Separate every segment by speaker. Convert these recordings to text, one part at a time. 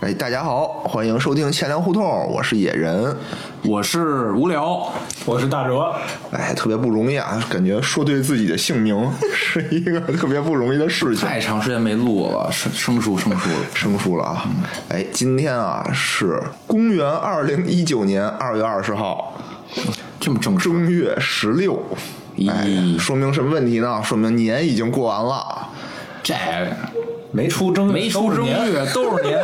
Speaker 1: 哎，大家好，欢迎收听钱粮胡同，我是野人。
Speaker 2: 我是无聊，
Speaker 3: 我是大哲，
Speaker 1: 哎，特别不容易啊，感觉说对自己的姓名 是一个特别不容易的事情。
Speaker 2: 太长时间没录了，生生疏生疏了。
Speaker 1: 生疏了啊！哎，今天啊是公元二零一九年二月二十号，
Speaker 2: 这么正式，
Speaker 1: 正月十六。哎
Speaker 2: 咦，
Speaker 1: 说明什么问题呢？说明年已经过完了。
Speaker 2: 这
Speaker 3: 没出正月
Speaker 2: 没出正
Speaker 3: 都是年
Speaker 2: 月都是年，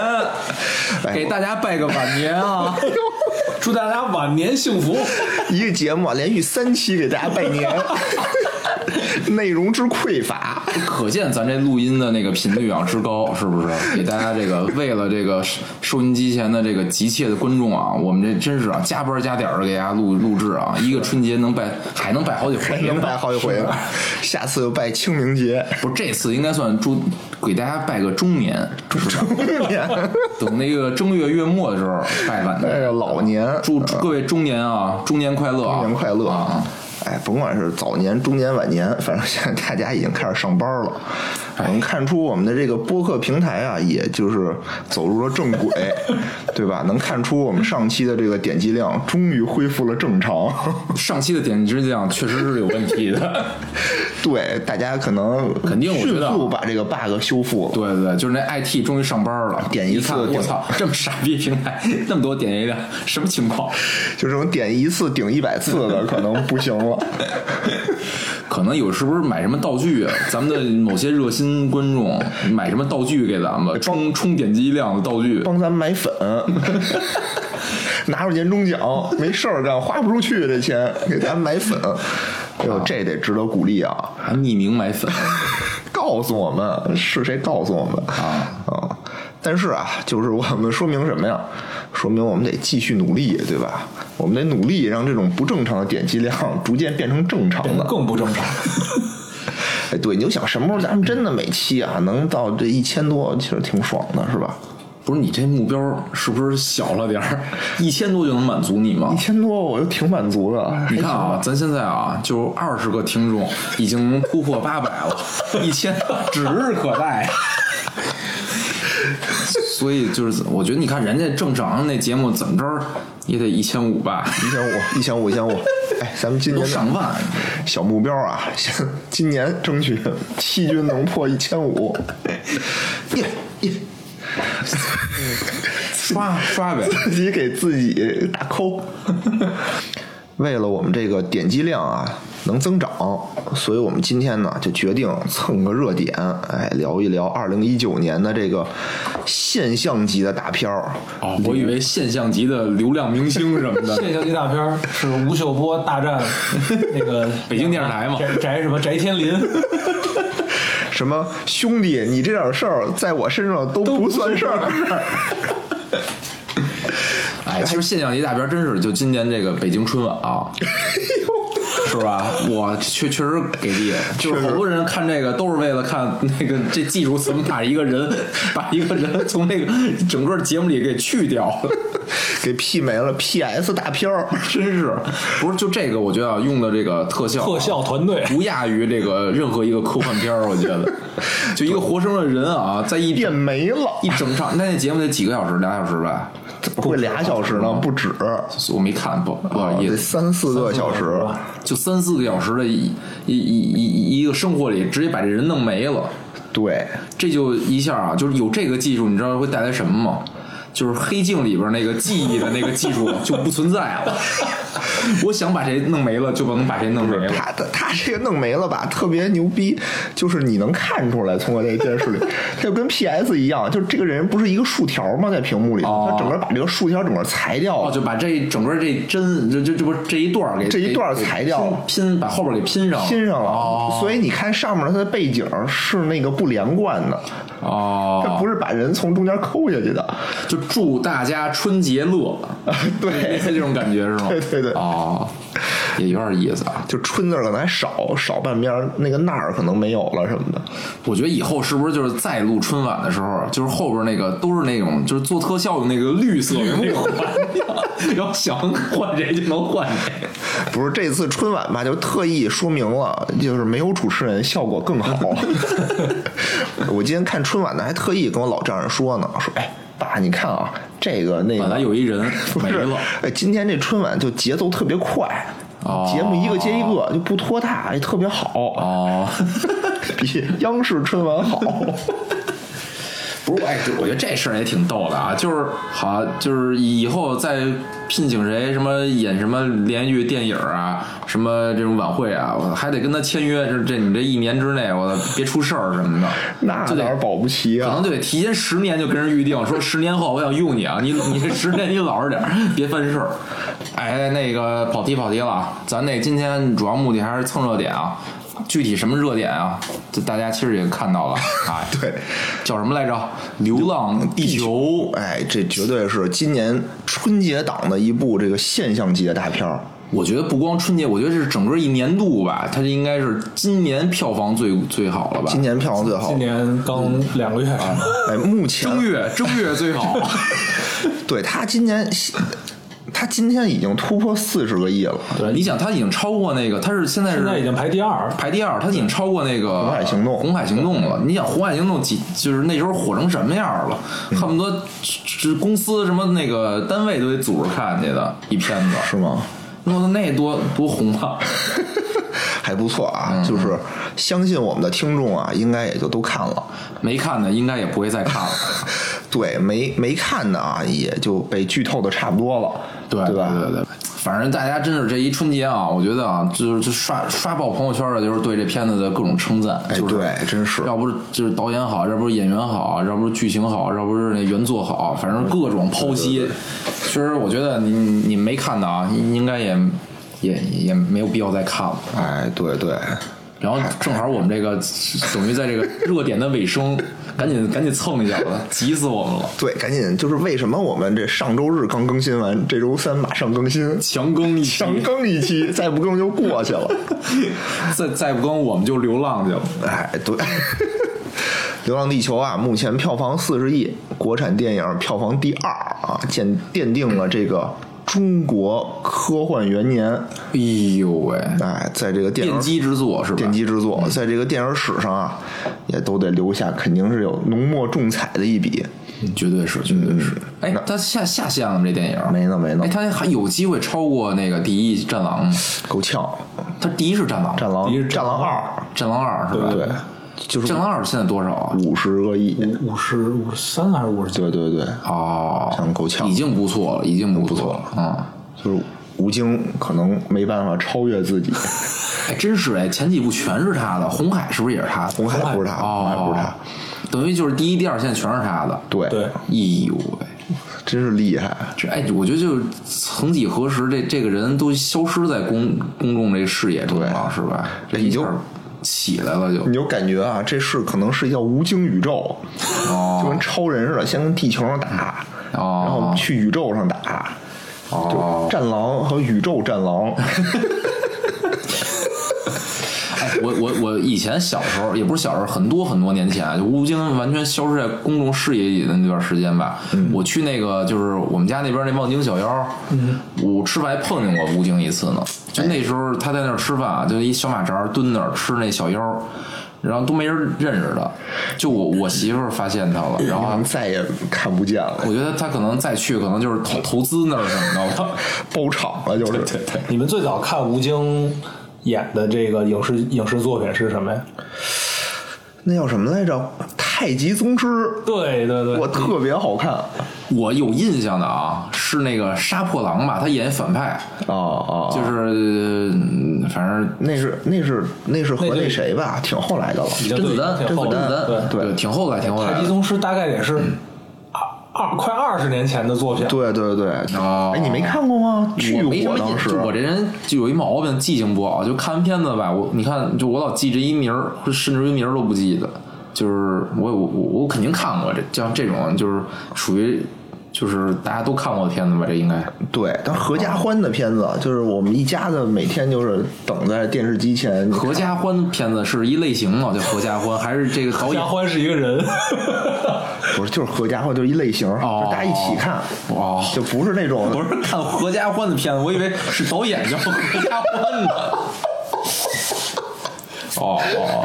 Speaker 1: 哎
Speaker 2: 给大家拜个晚年啊！
Speaker 3: 祝大家晚年幸福。
Speaker 1: 一个节目啊，连续三期给大家拜年， 内容之匮乏。
Speaker 2: 可见咱这录音的那个频率啊之高，是不是？给大家这个为了这个收收音机前的这个急切的观众啊，我们这真是啊加班加点儿的给大家录录制啊，一个春节能拜还能拜好几回 呢，
Speaker 1: 能拜好几回了，下次又拜清明节。
Speaker 2: 不是这次应该算祝给大家拜个中年，是吧等那个正月月末的时候拜晚
Speaker 1: 哎
Speaker 2: 年。
Speaker 1: 呀，老年
Speaker 2: 祝祝各位中年啊，中年快乐啊，
Speaker 1: 新嗯年快乐
Speaker 2: 啊！！
Speaker 1: 哎，甭管是早年、中年、晚年，反正现在大家已经开始上班了。我们看出我们的这个播客平台啊，也就是走入了正 轨，对吧？能看出我们上期的这个点击量终于恢复了正 常。
Speaker 2: 上期的点击量确实是有问题 的，
Speaker 1: 对，大家可能
Speaker 2: 肯定我
Speaker 1: 迅
Speaker 2: 知道
Speaker 1: 速把这个 bug 修复。
Speaker 2: 对对，对就是那 IT 终于上班了，
Speaker 1: 点一次
Speaker 2: 看
Speaker 1: 点
Speaker 2: 我操，这么傻逼平台，那么多点击量，什么 情况？
Speaker 1: 就这种点一次顶一百次的，可能不行 了。
Speaker 2: 可能有是不是买什么道具啊？咱们的某些热心观众买什么道具给咱
Speaker 1: 哎
Speaker 2: 们冲冲点击量的道具，
Speaker 1: 帮咱买 粉，拿着年终奖，没事儿干，花不出去这钱，给咱买粉。哎呦，这得值得鼓励啊！
Speaker 2: 还匿名买粉。
Speaker 1: 告诉我们是谁告诉我们
Speaker 2: 啊
Speaker 1: 啊但是啊，就是我们说明什么呀？说明我们得继续努力，对吧？我们得努力让这种不正常的点击量逐渐变成正常的。
Speaker 3: 更不正常，
Speaker 1: 哎，对，你就想什么时候咱们真的每期啊能到这一千多，其实挺爽的，是吧？
Speaker 2: 不是你这目标是不是小了点儿？一千多就能满足你吗
Speaker 1: 一？千多我就挺满足的，还
Speaker 2: 你看啊，咱现在啊，就二十个听众已经突破八百 了，一千指日可待。所以就是，我觉得你看人家正常那节目怎么着也得一千五吧，
Speaker 1: 一千五，一千五，一千五。哎，咱们今
Speaker 2: 都
Speaker 1: 年的
Speaker 2: 上万。
Speaker 1: 小目标啊，先今年争取七军能破一千五。耶耶，
Speaker 2: 刷刷呗，
Speaker 1: 自己给自己打 call。为了我们这个点击量啊能增长，所以我们今天呢就决定蹭个热点，哎，聊一聊二零一九年的这个现象级的大片儿。
Speaker 2: 哦，我以为现象级的流量明星什么 的，
Speaker 3: 现象级大片儿是吴秀波大战那个
Speaker 2: 北京电视台嘛
Speaker 3: 翟翟什么翟天临，
Speaker 1: 什么兄弟，你这点事儿在我身上都不算事儿。
Speaker 2: 哎，其实现象级大片真是就今年这个北京春晚 啊，是吧？我确确实给力，就是好多人看这个都是为了看那个这技术怎么把一个人把一个人从那个整个节目里给去掉，
Speaker 1: 给 P 没了，PS 大片儿。
Speaker 2: 真是不是就这个？我觉得啊，用的这个特效啊
Speaker 3: 特效 团队
Speaker 2: 不亚于这个任何一个科幻片儿，我觉得，就一个活生生的人啊，在一
Speaker 1: 电没了，
Speaker 2: 一整场，那那节目得几个小时，俩小时吧？
Speaker 1: 不会俩小时呢，不止，啊
Speaker 2: 我没看，不不好意
Speaker 1: 得
Speaker 2: 思。
Speaker 1: 三四个小时。
Speaker 2: 就三四个小时的一一一一一个生活里，直接把这人弄没了，
Speaker 1: 对，
Speaker 2: 这就一下啊，就是有这个技术，你知道会带来什么吗？就是《黑镜》里边那个记忆的那个技术就不存在了。我想把谁弄没了，就能把谁弄没了。
Speaker 1: 他他他这个弄没了吧，特别牛逼，就是你能看出来，从我这电视里，他就跟 PS 一样，就是这个人不是一个竖条吗？在屏幕里，
Speaker 2: 哦
Speaker 1: 他整个把这个竖条整个裁掉
Speaker 2: 哦，
Speaker 1: 了。
Speaker 2: 就把这整个这帧，这这这不这一段儿给
Speaker 1: 这一段儿
Speaker 2: 给
Speaker 1: 裁掉了
Speaker 2: 拼拼把后边给拼上了，
Speaker 1: 拼上了，
Speaker 2: 哦
Speaker 1: 所以你看上面它的背景是那个不连贯的，它
Speaker 2: 哦，
Speaker 1: 不是把人从中间抠下去的。
Speaker 2: 就祝大家春节乐，
Speaker 1: 啊对，
Speaker 2: 这种感觉是吗？
Speaker 1: 对对对
Speaker 2: 哦，也有点意思啊。
Speaker 1: 就春字儿可能还少少半边儿，那个那儿可能没有了什么的。
Speaker 2: 我觉得以后是不是就是再录春晚的时候，就是后边那个都是那种就是做特效的那个绿色的那种玩意儿，然后想换谁就能换谁。
Speaker 1: 不是这次春晚吧，就特意说明了，就是没有主持人效果 更好。我今天看春晚呢，还特意跟我老丈人说呢，说哎，爸，你看啊，这个那个
Speaker 2: 本来有一人
Speaker 1: 不
Speaker 2: 没
Speaker 1: 是
Speaker 2: 了，，
Speaker 1: 哎，今天这春晚就节奏特别快，
Speaker 2: 哦
Speaker 1: 节目一个接一个，就不拖沓，哎，特别好，
Speaker 2: 哦，
Speaker 1: 比央视春晚 好。
Speaker 2: 不是，哎，对我觉得这事儿也挺逗的啊，就是好，就是以后再聘请谁，什么演什么连续剧、电影啊，什么这种晚会啊，我还得跟他签约，就是这你这一年之内，我别出事儿什么的，
Speaker 1: 那
Speaker 2: 就得
Speaker 1: 哪儿保不齐
Speaker 2: 可能
Speaker 1: 啊？
Speaker 2: 就得提前十年就跟人预定，说十年后我想用你啊，你你十年你老实点儿，别犯事儿。哎，那个跑题跑题了啊，咱那今天主要目的还是蹭热点啊，具体什么热点啊，这大家其实也看到了，哎，
Speaker 1: 对，
Speaker 2: 叫什么来着？《流浪地球》。
Speaker 1: 哎，这绝对是今年春节档的一部这个现象级的大片儿。
Speaker 2: 我觉得不光春节，我觉得是整个一年度吧，它应该是今年票房最最好了吧？
Speaker 1: 今年票房最好
Speaker 3: 今，年刚两个月，
Speaker 1: 哎，目前
Speaker 2: 正月正月最好，
Speaker 1: 对他今年，他今天已经突破四十个亿了，
Speaker 3: 对
Speaker 2: 你想它已经超过那个，它是现在是
Speaker 3: 现在已经排第二，
Speaker 2: 排第二，它已经超过那个《
Speaker 1: 红海行动
Speaker 2: 红海行动》了。你想《红海行动》几就是那时候火成什么样了，
Speaker 1: 嗯
Speaker 2: 恨不得这公司什么那个单位都得组织看去的一片子，
Speaker 1: 是吗？
Speaker 2: 弄得那多多红啊！
Speaker 1: 还不错
Speaker 2: 嗯
Speaker 1: 啊，就是相信我们的听众啊，应该也就都看了。
Speaker 2: 没看的应该也不会再看了。
Speaker 1: 对，没没看的啊，也就被剧透的差不多了， 对
Speaker 2: 对
Speaker 1: 吧？
Speaker 2: 对对，反正大家真是这一春节啊，我觉得啊，就是就刷刷爆朋友圈的，就是对这片子的各种称赞，
Speaker 1: 哎
Speaker 2: 就是
Speaker 1: 对真是
Speaker 2: 要不是就是导演好，要不是演员好，要不是剧情好，要不是那原作好，反正各种剖析。其实我觉得你你没看的啊，应该也也也没有必要再看了。
Speaker 1: 哎，对对，
Speaker 2: 然后正好我们这个等于在这个热点的尾声，赶紧赶紧蹭一下吧，急死我们了。
Speaker 1: 对，赶紧就是为什么我们这上周日刚更新完，这周三马上更新，
Speaker 2: 强更一期，
Speaker 1: 强更一期，再不更就过去了。
Speaker 2: 再再不更我们就流浪去了。
Speaker 1: 哎，对，《流浪地球》啊，目前票房四十亿，国产电影票房第二啊，奠奠定了这个中国科幻元年。
Speaker 2: 哎呦喂，
Speaker 1: 哎，在这个电影
Speaker 2: 奠基之作是吧？
Speaker 1: 奠基嗯之作，在这个电影史上啊，也都得留下，肯定是有浓墨重彩的一笔。
Speaker 2: 绝对是，绝对是。哎，他下下线了吗？这电影
Speaker 1: 没呢，没呢
Speaker 2: 哎，，他还有机会超过那个第一《战狼》吗？
Speaker 1: 够呛。
Speaker 2: 他第一是《战狼》，
Speaker 1: 战狼，战狼二，
Speaker 2: 《战狼二》是吧？
Speaker 1: 对，嗯就是
Speaker 2: 战狼二》现在多少啊？
Speaker 1: 五十个亿。
Speaker 3: 五十五十三还是五十九？
Speaker 1: 对对对，
Speaker 2: 哦，
Speaker 1: 像够呛
Speaker 2: 已。经不错了，已经不错了。嗯，
Speaker 1: 就是吴京可能没办法超越自己，
Speaker 2: 哎，真是哎，前几部全是他的，《红海》是不是也是他的？
Speaker 1: 红海不是他，红海
Speaker 2: 哦，
Speaker 1: 不是他。，
Speaker 2: 等于就是第一、第二线全是他的。
Speaker 1: 对，
Speaker 3: 对，
Speaker 2: 哎呦喂！
Speaker 1: 真是厉害。
Speaker 2: 这哎，我觉得就是曾几何时，这这个人都消失在公公众这视野中了，是吧？
Speaker 1: 这已经
Speaker 2: 一下起来了就，
Speaker 1: 你就感觉啊，这事可能是一叫吴京宇宙，就
Speaker 2: 哦
Speaker 1: 跟超人似的，先跟地球上打，
Speaker 2: 哦
Speaker 1: 然后去宇宙上打，
Speaker 2: 哦，
Speaker 1: 战狼和宇宙战 狼。
Speaker 2: 哎，我我我以前小时候，也不是小时候，很多很多年前啊，就吴京完全消失在公众视野里的那段时间吧，我去那个就是我们家那边那望京小妖，我吃饭还碰见过吴京一次呢。就那时候他在那儿吃饭啊，就一小马扎儿蹲那儿吃那小妖，然后都没人认识他，就我我媳妇儿发现他了，然后
Speaker 1: 然后再也看不见了，
Speaker 2: 我觉得他可能再去，可能就是投投资那儿什么的吧。
Speaker 1: 包场了就是。
Speaker 2: 对，
Speaker 3: 你们最早看吴京演的这个影视影视作品是什么呀？
Speaker 1: 那叫什么来着？太极宗师，
Speaker 3: 对对对，
Speaker 1: 我特别好看啊
Speaker 2: 我有印象的啊，是那个杀破狼吧，他演反派，
Speaker 1: 啊！
Speaker 2: 就是呃反正
Speaker 1: 那是那是那是和
Speaker 3: 那就
Speaker 1: 那谁吧，挺后来的了。
Speaker 3: 已经
Speaker 2: 甄子丹，甄
Speaker 3: 挺后
Speaker 2: 子
Speaker 3: 来
Speaker 2: 丹
Speaker 3: 了，对，
Speaker 1: 对
Speaker 2: 挺后来，挺后来
Speaker 3: 太极
Speaker 2: 的。
Speaker 3: 宗师大概也是二二快二十年前的作品，
Speaker 1: 对对对，
Speaker 2: 哦
Speaker 1: 哎，你没看过吗？
Speaker 2: 我
Speaker 1: 去
Speaker 2: 没什
Speaker 1: 过
Speaker 2: 么
Speaker 1: 当
Speaker 2: 印，
Speaker 1: 时
Speaker 2: 就，我这人就有一毛病，记性不好。就看完片子吧，我你看，就我老记这一名儿，甚至于名儿都不记得。就是我我我我肯定看过这像这种就是属于就是大家都看过的片子吧，这应 该
Speaker 1: 对，但合家欢的片
Speaker 2: 哦
Speaker 1: 子，就是我们一家子每天就是等在电视机前。
Speaker 2: 合家欢片子是一类型吗？叫合家欢，还是这个导演
Speaker 3: 杨？欢是一个人，
Speaker 1: 不是，就是合家欢，就是一类型，
Speaker 2: 哦
Speaker 1: 就大家一起看，
Speaker 2: 哦
Speaker 1: 就不是那种
Speaker 2: 我是看合家欢的片子，我以为是导演叫合家欢呢。哦哦，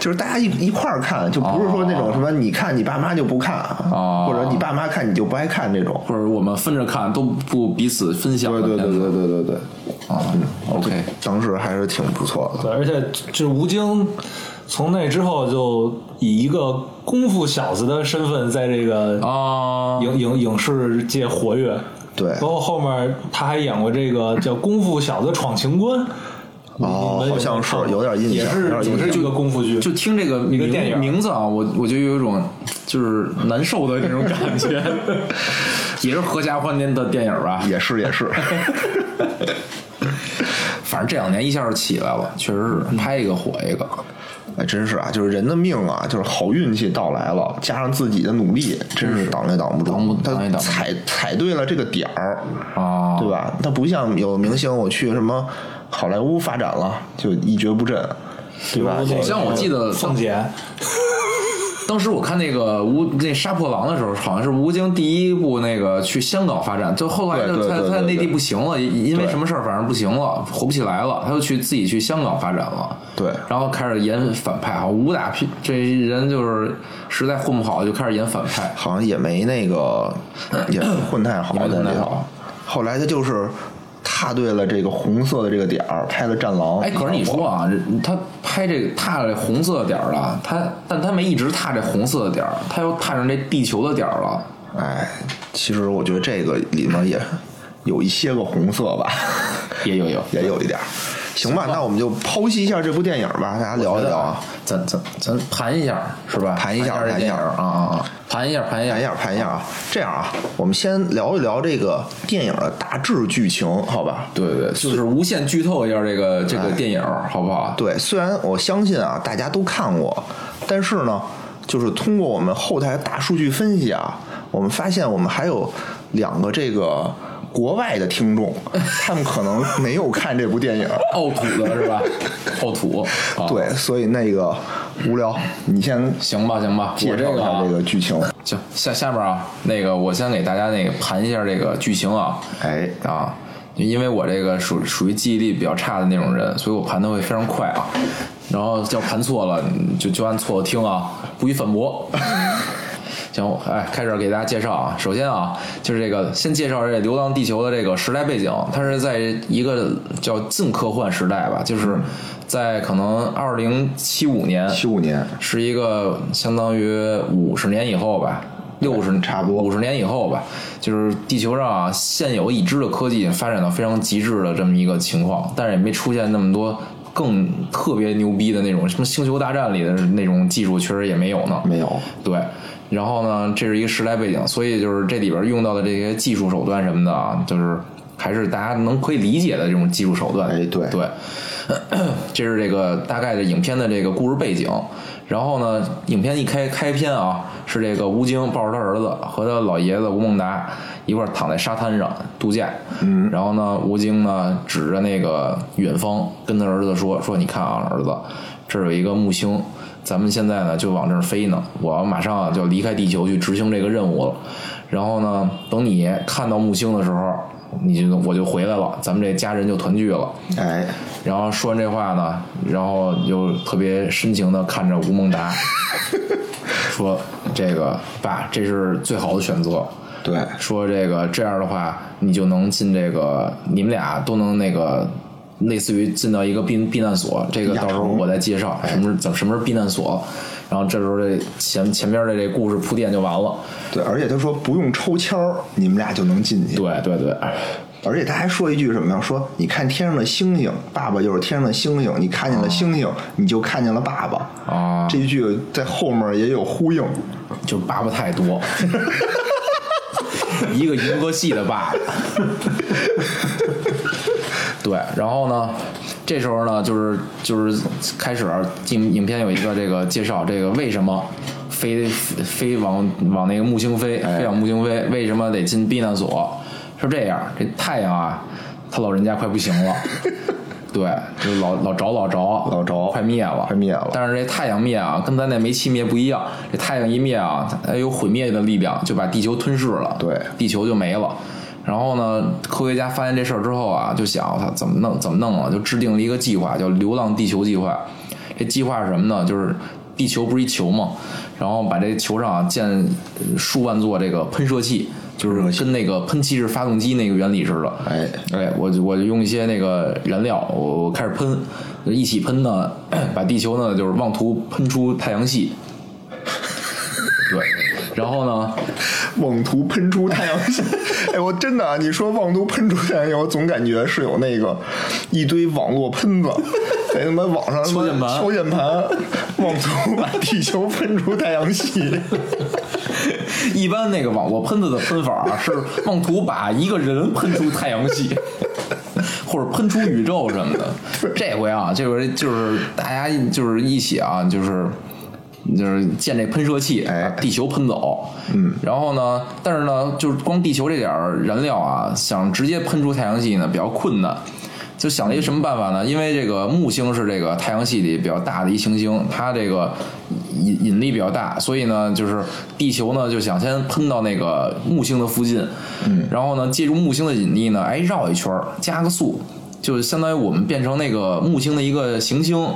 Speaker 1: 就是大家一一块儿看，就不是说那种什么你看你爸妈就不看，
Speaker 2: 哦
Speaker 1: 或者你爸妈看你就不爱看这种。
Speaker 2: 或者我们分着看，都不彼此分享
Speaker 1: 对
Speaker 2: 的
Speaker 1: 对
Speaker 2: 片子。
Speaker 1: 对对对对对，嗯
Speaker 2: 啊，OK，
Speaker 1: 当时还是挺不错的。
Speaker 3: 对，而且就是吴京，从那之后就以一个功夫小子的身份在这个
Speaker 2: 啊，
Speaker 3: 影影影视界活跃。
Speaker 1: 哦对
Speaker 3: 包括后面他还演过这个叫《功夫小子闯情关》，
Speaker 1: 哦
Speaker 3: 嗯你们有没有
Speaker 1: 好像是
Speaker 3: 看过
Speaker 1: 有点印象
Speaker 3: 也
Speaker 1: 有
Speaker 3: 是
Speaker 1: 点印
Speaker 3: 也
Speaker 1: 象
Speaker 3: 是一个功夫剧，
Speaker 2: 就听这个
Speaker 3: 一个
Speaker 2: 名
Speaker 3: 电影
Speaker 2: 名字啊，我我就有一种就是难受的那种感觉，也是合家欢的电影吧。
Speaker 1: 也是也 是，
Speaker 2: 反正这两年一下就起来了，确实是拍一个火一个。
Speaker 1: 哎，真是啊，就是人的命啊，就是好运气到来了，加上自己的努力，真是挡也挡不
Speaker 2: 挡不
Speaker 1: 住。
Speaker 2: 挡也
Speaker 1: 他
Speaker 2: 挡不住
Speaker 1: 踩踩对了这个点儿，
Speaker 2: 啊，
Speaker 1: 对吧？他不像有明星，我去什么好莱坞发展了，就一蹶不振，对吧？
Speaker 3: 比如那个
Speaker 2: 像我记得
Speaker 3: 呃凤姐，
Speaker 2: 当时我看那个吴那杀破狼的时候，好像是吴京第一部那个去香港发展，就后来
Speaker 1: 对
Speaker 2: 就
Speaker 1: 对
Speaker 2: 他
Speaker 1: 对
Speaker 2: 他
Speaker 1: 对
Speaker 2: 内地
Speaker 1: 对
Speaker 2: 不行了，因因为
Speaker 1: 对
Speaker 2: 什么事儿反正不行了，火不起来了，他就去自己去香港发展了。
Speaker 1: 对
Speaker 2: 然后开始演反派啊，武打片这人就是实在混不好，就开始演反 派。
Speaker 1: 好像也没那个也混太好
Speaker 2: 也没
Speaker 1: 在
Speaker 2: 混太
Speaker 1: 里头
Speaker 2: 好。
Speaker 1: 后来他就是踏对了这个红色的这个点儿，拍了《战狼》。
Speaker 2: 哎，可是你说啊，这他拍这个踏这红色的点儿了，他但他没一直踏这红色的点儿，他又踏上这地球的点儿了。
Speaker 1: 哎，其实我觉得这个里面也有一些个红色吧，
Speaker 2: 也有有，
Speaker 1: 也有一点儿。行吧，那我们就剖析一下这部电影吧，大家聊一聊啊，
Speaker 2: 呃咱咱咱盘一下是吧？
Speaker 1: 盘一下盘
Speaker 2: 这
Speaker 1: 一下
Speaker 2: 电影啊啊啊，盘一下盘一下
Speaker 1: 盘一下，盘一下啊。这样啊，我们先聊一聊这个电影的大致剧情，好吧？
Speaker 2: 对对，对就是无限剧透一下这个
Speaker 1: 哎
Speaker 2: 这个电影，好不好？
Speaker 1: 对，虽然我相信啊，大家都看过，但是呢，就是通过我们后台大数据分析啊，我们发现我们还有两个这个国外的听众，他们可能没有看这部电影。
Speaker 2: 奥土的是吧？奥土，啊，
Speaker 1: 对，所以那个无聊，你先
Speaker 2: 行吧行吧，我
Speaker 1: 介
Speaker 2: 这
Speaker 1: 绍一
Speaker 2: 个
Speaker 1: 下
Speaker 2: 啊
Speaker 1: 这个剧情。
Speaker 2: 行下下边啊，那个我先给大家那个盘一下这个剧情啊
Speaker 1: 哎，
Speaker 2: 啊。因为我这个属属于记忆力比较差的那种人，所以我盘的会非常快啊。然后要盘错了，你就就按错了听啊，不予反驳。 行，哎，开始给大家介绍啊。首先啊，就是这个先介绍这《流浪地球》的这个时代背景，它是在一个叫近科幻时代吧，就是在可能二零七五年，
Speaker 1: 七五年，
Speaker 2: 是一个相当于五十年以后吧，六十
Speaker 1: 差不多
Speaker 2: 五十年以后吧，就是地球上啊现有已知的科技已经发展到非常极致的这么一个情况，但是也没出现那么多更特别牛逼的那种什么星球大战里的那种技术，确实也没有呢。
Speaker 1: 没有
Speaker 2: 对，然后呢，这是一个时代背景，所以就是这里边用到的这些技术手段什么的啊，就是还是大家能可以理解的这种技术手段。
Speaker 1: 哎对
Speaker 2: 对， 这是这个大概的影片的这个故事背景。然后呢，影片一开开篇啊，是这个吴京抱着他儿子和他老爷子吴孟达一块儿躺在沙滩上度假。嗯，然后呢，吴京呢指着那个远方跟他儿子说：“说你看啊，儿子，这儿有一个木星，咱们现在呢就往这儿飞呢，我马上啊就要离开地球去执行这个任务了。然后呢，等你看到木星的时候，你就我就回来了，咱们这家人就团聚了。”
Speaker 1: 哎，
Speaker 2: 然后说完这话呢，然后又特别深情的看着吴孟达，说：“这个爸，这是最好的选择。
Speaker 1: 对，
Speaker 2: 说这个这样的话，你就能进这个，你们俩都能那个，类似于进到一个避避难所。这个
Speaker 1: 亚
Speaker 2: 到时候
Speaker 1: 城
Speaker 2: 我再介绍什么是怎么什么是避难所。然后这时候这前前边的这故事铺垫就完了。
Speaker 1: 对，而且他说不用抽签儿，你们俩就能进去。
Speaker 2: 对对哎对，
Speaker 1: 而且他还说一句什么呀？说你看天上的星星，爸爸就是天上的星星，你看见了星星，你就看见了爸爸。
Speaker 2: 啊
Speaker 1: 这一句在后面也有呼应。
Speaker 2: 就爸爸太多， 一个银河系的爸爸。对，然后呢，这时候呢，就是就是开始影影片有一个这个介绍，这个为什么飞飞往往那个木星飞，
Speaker 1: 哎
Speaker 2: 飞往木星飞，为什么得进避难所？是这样，这太阳啊，他老人家快不行了。 对，就老老着老着
Speaker 1: 老着
Speaker 2: 快灭了，
Speaker 1: 快灭了
Speaker 2: 但是这太阳灭啊，跟咱那煤气灭不一样，这太阳一灭啊，它有毁灭的力量，就把地球吞噬了，
Speaker 1: 对
Speaker 2: 地球就没了。然后呢，科学家发现这事儿之后啊，就想他怎么弄怎么弄啊，就制定了一个计划，叫“流浪地球计划”。这计划是什么呢？就是地球不是一球嘛，然后把这球上啊建呃数万座这个喷射器，就是跟那个喷气式发动机那个原理似的。
Speaker 4: 哎
Speaker 2: 哎，我就我就用一些那个燃料，我我开始喷，一起喷呢，把地球呢就是妄图喷出太阳系。 对，然后呢，
Speaker 4: 妄图喷出太阳 系。哎，我真的啊，你说妄图喷出太阳系，我总感觉是有那个一堆网络喷子在他妈网上
Speaker 2: 敲键盘
Speaker 4: 敲键盘，妄图把地球喷出太阳系。
Speaker 2: 一般那个网络喷子的喷法啊，是妄图把一个人喷出太阳系，或者喷出宇宙什么的。这回啊，这回就是大家就是一起啊，就是。就是建这喷射器，
Speaker 4: 哎
Speaker 2: 把地球喷走，嗯，然后呢，但是呢，就是光地球这点儿燃料啊，想直接喷出太阳系呢比较困难，就想了一什么办法呢？因为这个木星是这个太阳系里比较大的一行星，它这个引引力比较大，所以呢，就是地球呢就想先喷到那个木星的附近，嗯，然后呢，借助木星的引力呢，哎，绕一圈儿加个速，就是相当于我们变成那个木星的一个行星。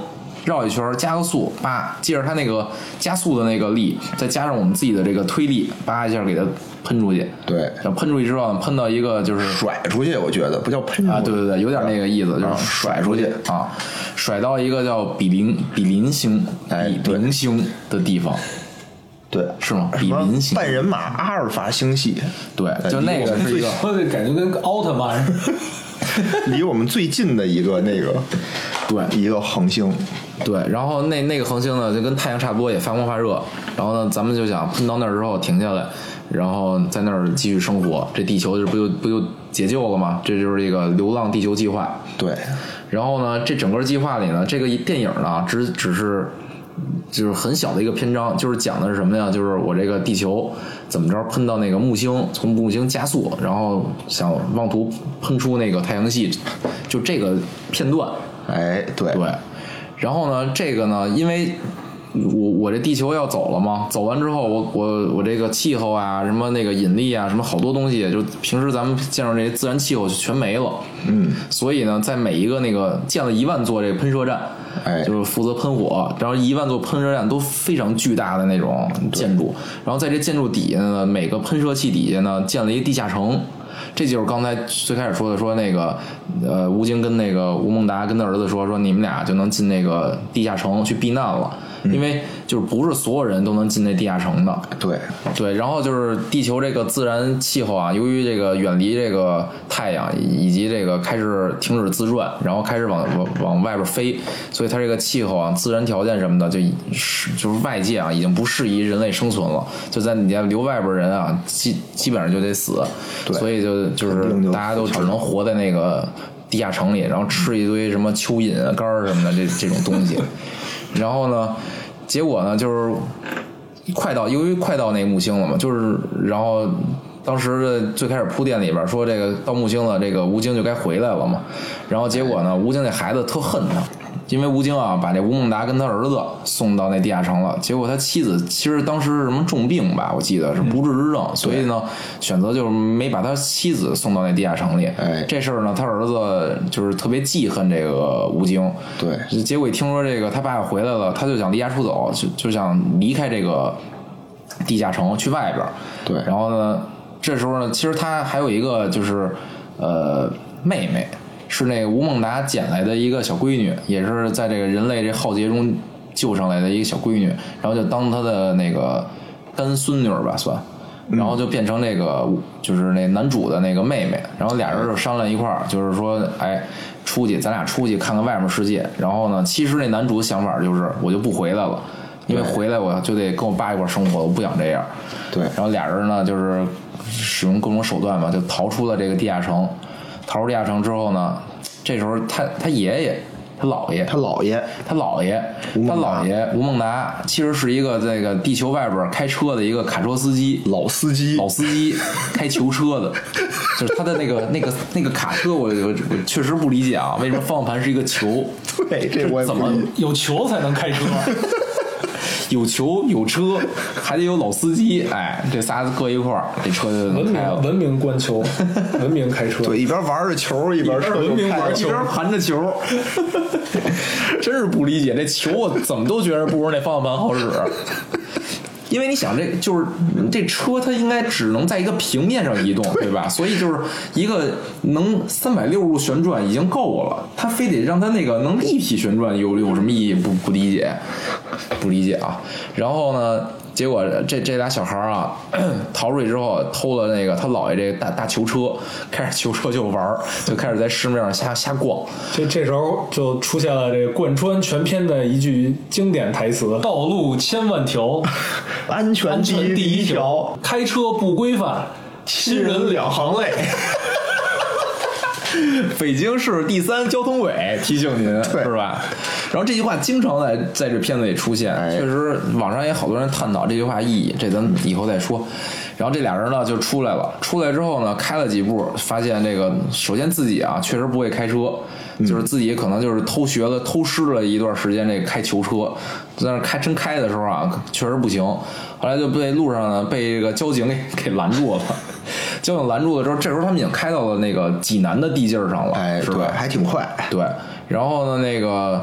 Speaker 2: 绕一圈儿加个速，叭，借着它那个加速的那个力，再加上我们自己的这个推力，叭一下给它喷出去。
Speaker 4: 对
Speaker 2: 然后喷出去之后，喷到一个就是
Speaker 4: 甩出去，我觉得不叫喷出去
Speaker 2: 啊，对对对，有点那个意思，就是甩出去啊，甩到一个叫比邻比邻星，
Speaker 4: 哎
Speaker 2: 比邻星的地方，
Speaker 4: 对，
Speaker 2: 是吗？
Speaker 4: 什
Speaker 2: 比
Speaker 4: 么
Speaker 2: 邻星，
Speaker 4: 半人马阿尔法星系，
Speaker 2: 对，就那个是一个，
Speaker 1: 说的感觉跟奥特 曼似的。
Speaker 4: 离我们最近的一个那 个
Speaker 2: 对
Speaker 4: 一个恒星。
Speaker 2: 对，然后那那个恒星呢，就跟太阳差不多，也发光发热，然后呢，咱们就想喷到那儿之后停下来，然后在那儿继续生活，这地球就不就不就解救了吗？这就是一个流浪地球计划。
Speaker 4: 对，
Speaker 2: 然后呢，这整个计划里呢，这个电影呢，只只是就是很小的一个篇章，就是讲的是什么呀？就是我这个地球怎么着喷到那个木星，从木星加速，然后想妄图喷出那个太阳系，就这个片段。
Speaker 4: 哎，对，
Speaker 2: 对，然后呢，这个呢，因为我我这地球要走了嘛，走完之后，我我我这个气候啊，什么那个引力啊，什么好多东西，就平时咱们见着这些自然气候就全没了。嗯，所以呢，在每一个那个建了一万座这个喷射站。
Speaker 4: 哎
Speaker 2: 就是负责喷火，然后一万座喷射站都非常巨大的那种建筑，然后在这建筑底下呢，每个喷射器底下呢建了一地下城，这就是刚才最开始说的，说那个呃，吴京跟那个吴孟达跟他儿子说，说你们俩就能进那个地下城去避难了，因为就是不是所有人都能进那地下城的。
Speaker 4: 对，
Speaker 2: 对，然后就是地球这个自然气候啊，由于这个远离这个太阳，以及这个开始停止自转，然后开始往往往外边飞，所以它这个气候啊、自然条件什么的，就已是就是外界啊已经不适宜人类生存了。就在你家留外边人啊，基基本上就得死，所以就就是
Speaker 4: 肯定就
Speaker 2: 大家都只能活在那个地下城里，然后吃一堆什么蚯蚓啊、杆儿什么的这这种东西。 然后呢，结果呢就是快到，由于快到那木星了嘛，就是然后当时的最开始铺垫里边说这个到木星了，这个吴京就该回来了嘛。然后结果呢，吴京那孩子特恨他，因为吴京啊把这吴孟达跟他儿子送到那地下城了，结果他妻子其实当时是什么重病吧，我记得是不治之症，所以呢选择就是没把他妻子送到那地下城里。
Speaker 4: 哎
Speaker 2: 这事儿呢，他儿子就是特别记恨这个吴京。
Speaker 4: 对
Speaker 2: 结果一听说这个他爸回来了，他就想离家出走，就就想离开这个地下城去外边儿。
Speaker 4: 对
Speaker 2: 然后呢，这时候呢，其实他还有一个就是呃妹妹，是那个吴孟达捡来的一个小闺女，也是在这个人类这浩劫中救上来的一个小闺女，然后就当他的那个干孙女儿吧算。然后就变成那个，就是那男主的那个妹妹，然后俩人就商量一块儿，就是说，哎，出去，咱俩出去看看外面世界。然后呢，其实那男主想法就是，我就不回来了，因为回来我就得跟我爸一块儿生活，我不想这样。
Speaker 4: 对
Speaker 2: 然后俩人呢，就是使用各种手段吧，就逃出了这个地下城。逃出地下城之后呢，这时候他他爷爷，他姥爷，
Speaker 4: 他姥爷，
Speaker 2: 他姥爷，
Speaker 4: 吴
Speaker 2: 他
Speaker 4: 孟达
Speaker 2: 姥爷吴孟达其实是一个这个地球外边儿开车的一个卡车司机，
Speaker 4: 老司机，
Speaker 2: 老司机开囚车 的，就是他的那个那个那个卡车我，我我确实不理解啊，为什么方向盘是一个球？
Speaker 4: 对，这我也
Speaker 2: 怎
Speaker 4: 不
Speaker 2: 么
Speaker 4: 理解
Speaker 1: 有球才能开车，
Speaker 2: 有球有车，还得有老司机，哎，这仨搁一块儿，这车就能
Speaker 3: 文
Speaker 2: 开
Speaker 3: 明
Speaker 2: 了。
Speaker 3: 文明 观球，文明开车。
Speaker 4: 对，一边玩着球，一边车就开了
Speaker 2: 一边盘着球，真是不理解这球，我怎么都觉得不如那方向盘好使。因为你想，这就是嗯这车，它应该只能在一个平面上移动，对吧？所以就是一个能三百六十度旋转已经够了，它非得让它那个能立体旋转，有有什么意义？不不理解，不理解啊。然后呢，结果这这俩小孩儿啊， 逃出去之后偷了那个他姥爷这个大大囚车，开着囚车就玩儿，就开始在市面上瞎瞎逛。
Speaker 3: 这这时候就出现了这贯穿全篇的一句经典台词：
Speaker 1: 道路千万 条，
Speaker 4: 安全
Speaker 1: 安
Speaker 4: 第
Speaker 1: 全
Speaker 4: 一
Speaker 1: 第一
Speaker 4: 条，
Speaker 1: 条，开车不规范，
Speaker 4: 亲人两行泪。
Speaker 2: 北京市第三交通委提醒您，
Speaker 4: 对
Speaker 2: 是吧？然后这句话经常在在这片子里出现，确实网上也好多人探讨这句话意义，这咱们以后再说。然后这俩人呢就出来了，出来之后呢开了几步，发现这个首先自己啊确实不会开车，就是自己可能就是偷学了、偷师了一段时间这个开囚车，但是开真开的时候啊确实不行，后来就被路上呢被这个交警给 给拦住了。交警拦住了之后，这时候他们已经开到了那个济南的地界儿上了，
Speaker 4: 哎，
Speaker 2: 是
Speaker 4: 对，
Speaker 2: 吧？
Speaker 4: 还挺快。
Speaker 2: 对，然后呢，那个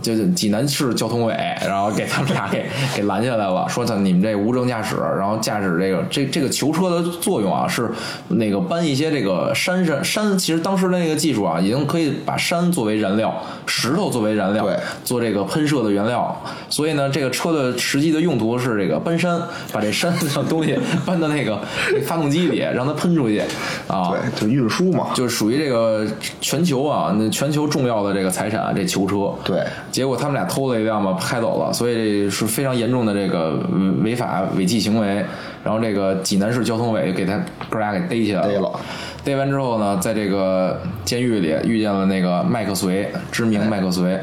Speaker 2: 就是济南市交通委，然后给他们俩给给拦下来了，说他你们这无证驾驶，然后驾驶这个这这个囚车的作用啊，是那个搬一些这个山上山，其实当时那个技术啊，已经可以把山作为燃料，石头作为燃料，
Speaker 4: 对
Speaker 2: 做这个喷射的原料，所以呢，这个车的实际的用途是这个搬山，把这山上东西 搬到那个那发动机里，让它喷出去啊。
Speaker 4: 对，就运输嘛，
Speaker 2: 就是属于这个全球啊，那全球重要的这个财产啊，这囚车。
Speaker 4: 对
Speaker 2: 结果他们俩偷了一辆嘛，开走了，所以是非常严重的这个违违法违纪行为。然后这个济南市交通委就给他哥俩给逮起来了。
Speaker 4: 逮了
Speaker 2: 逮完之后呢，在这个监狱里遇见了那个麦克隋，知名麦克隋，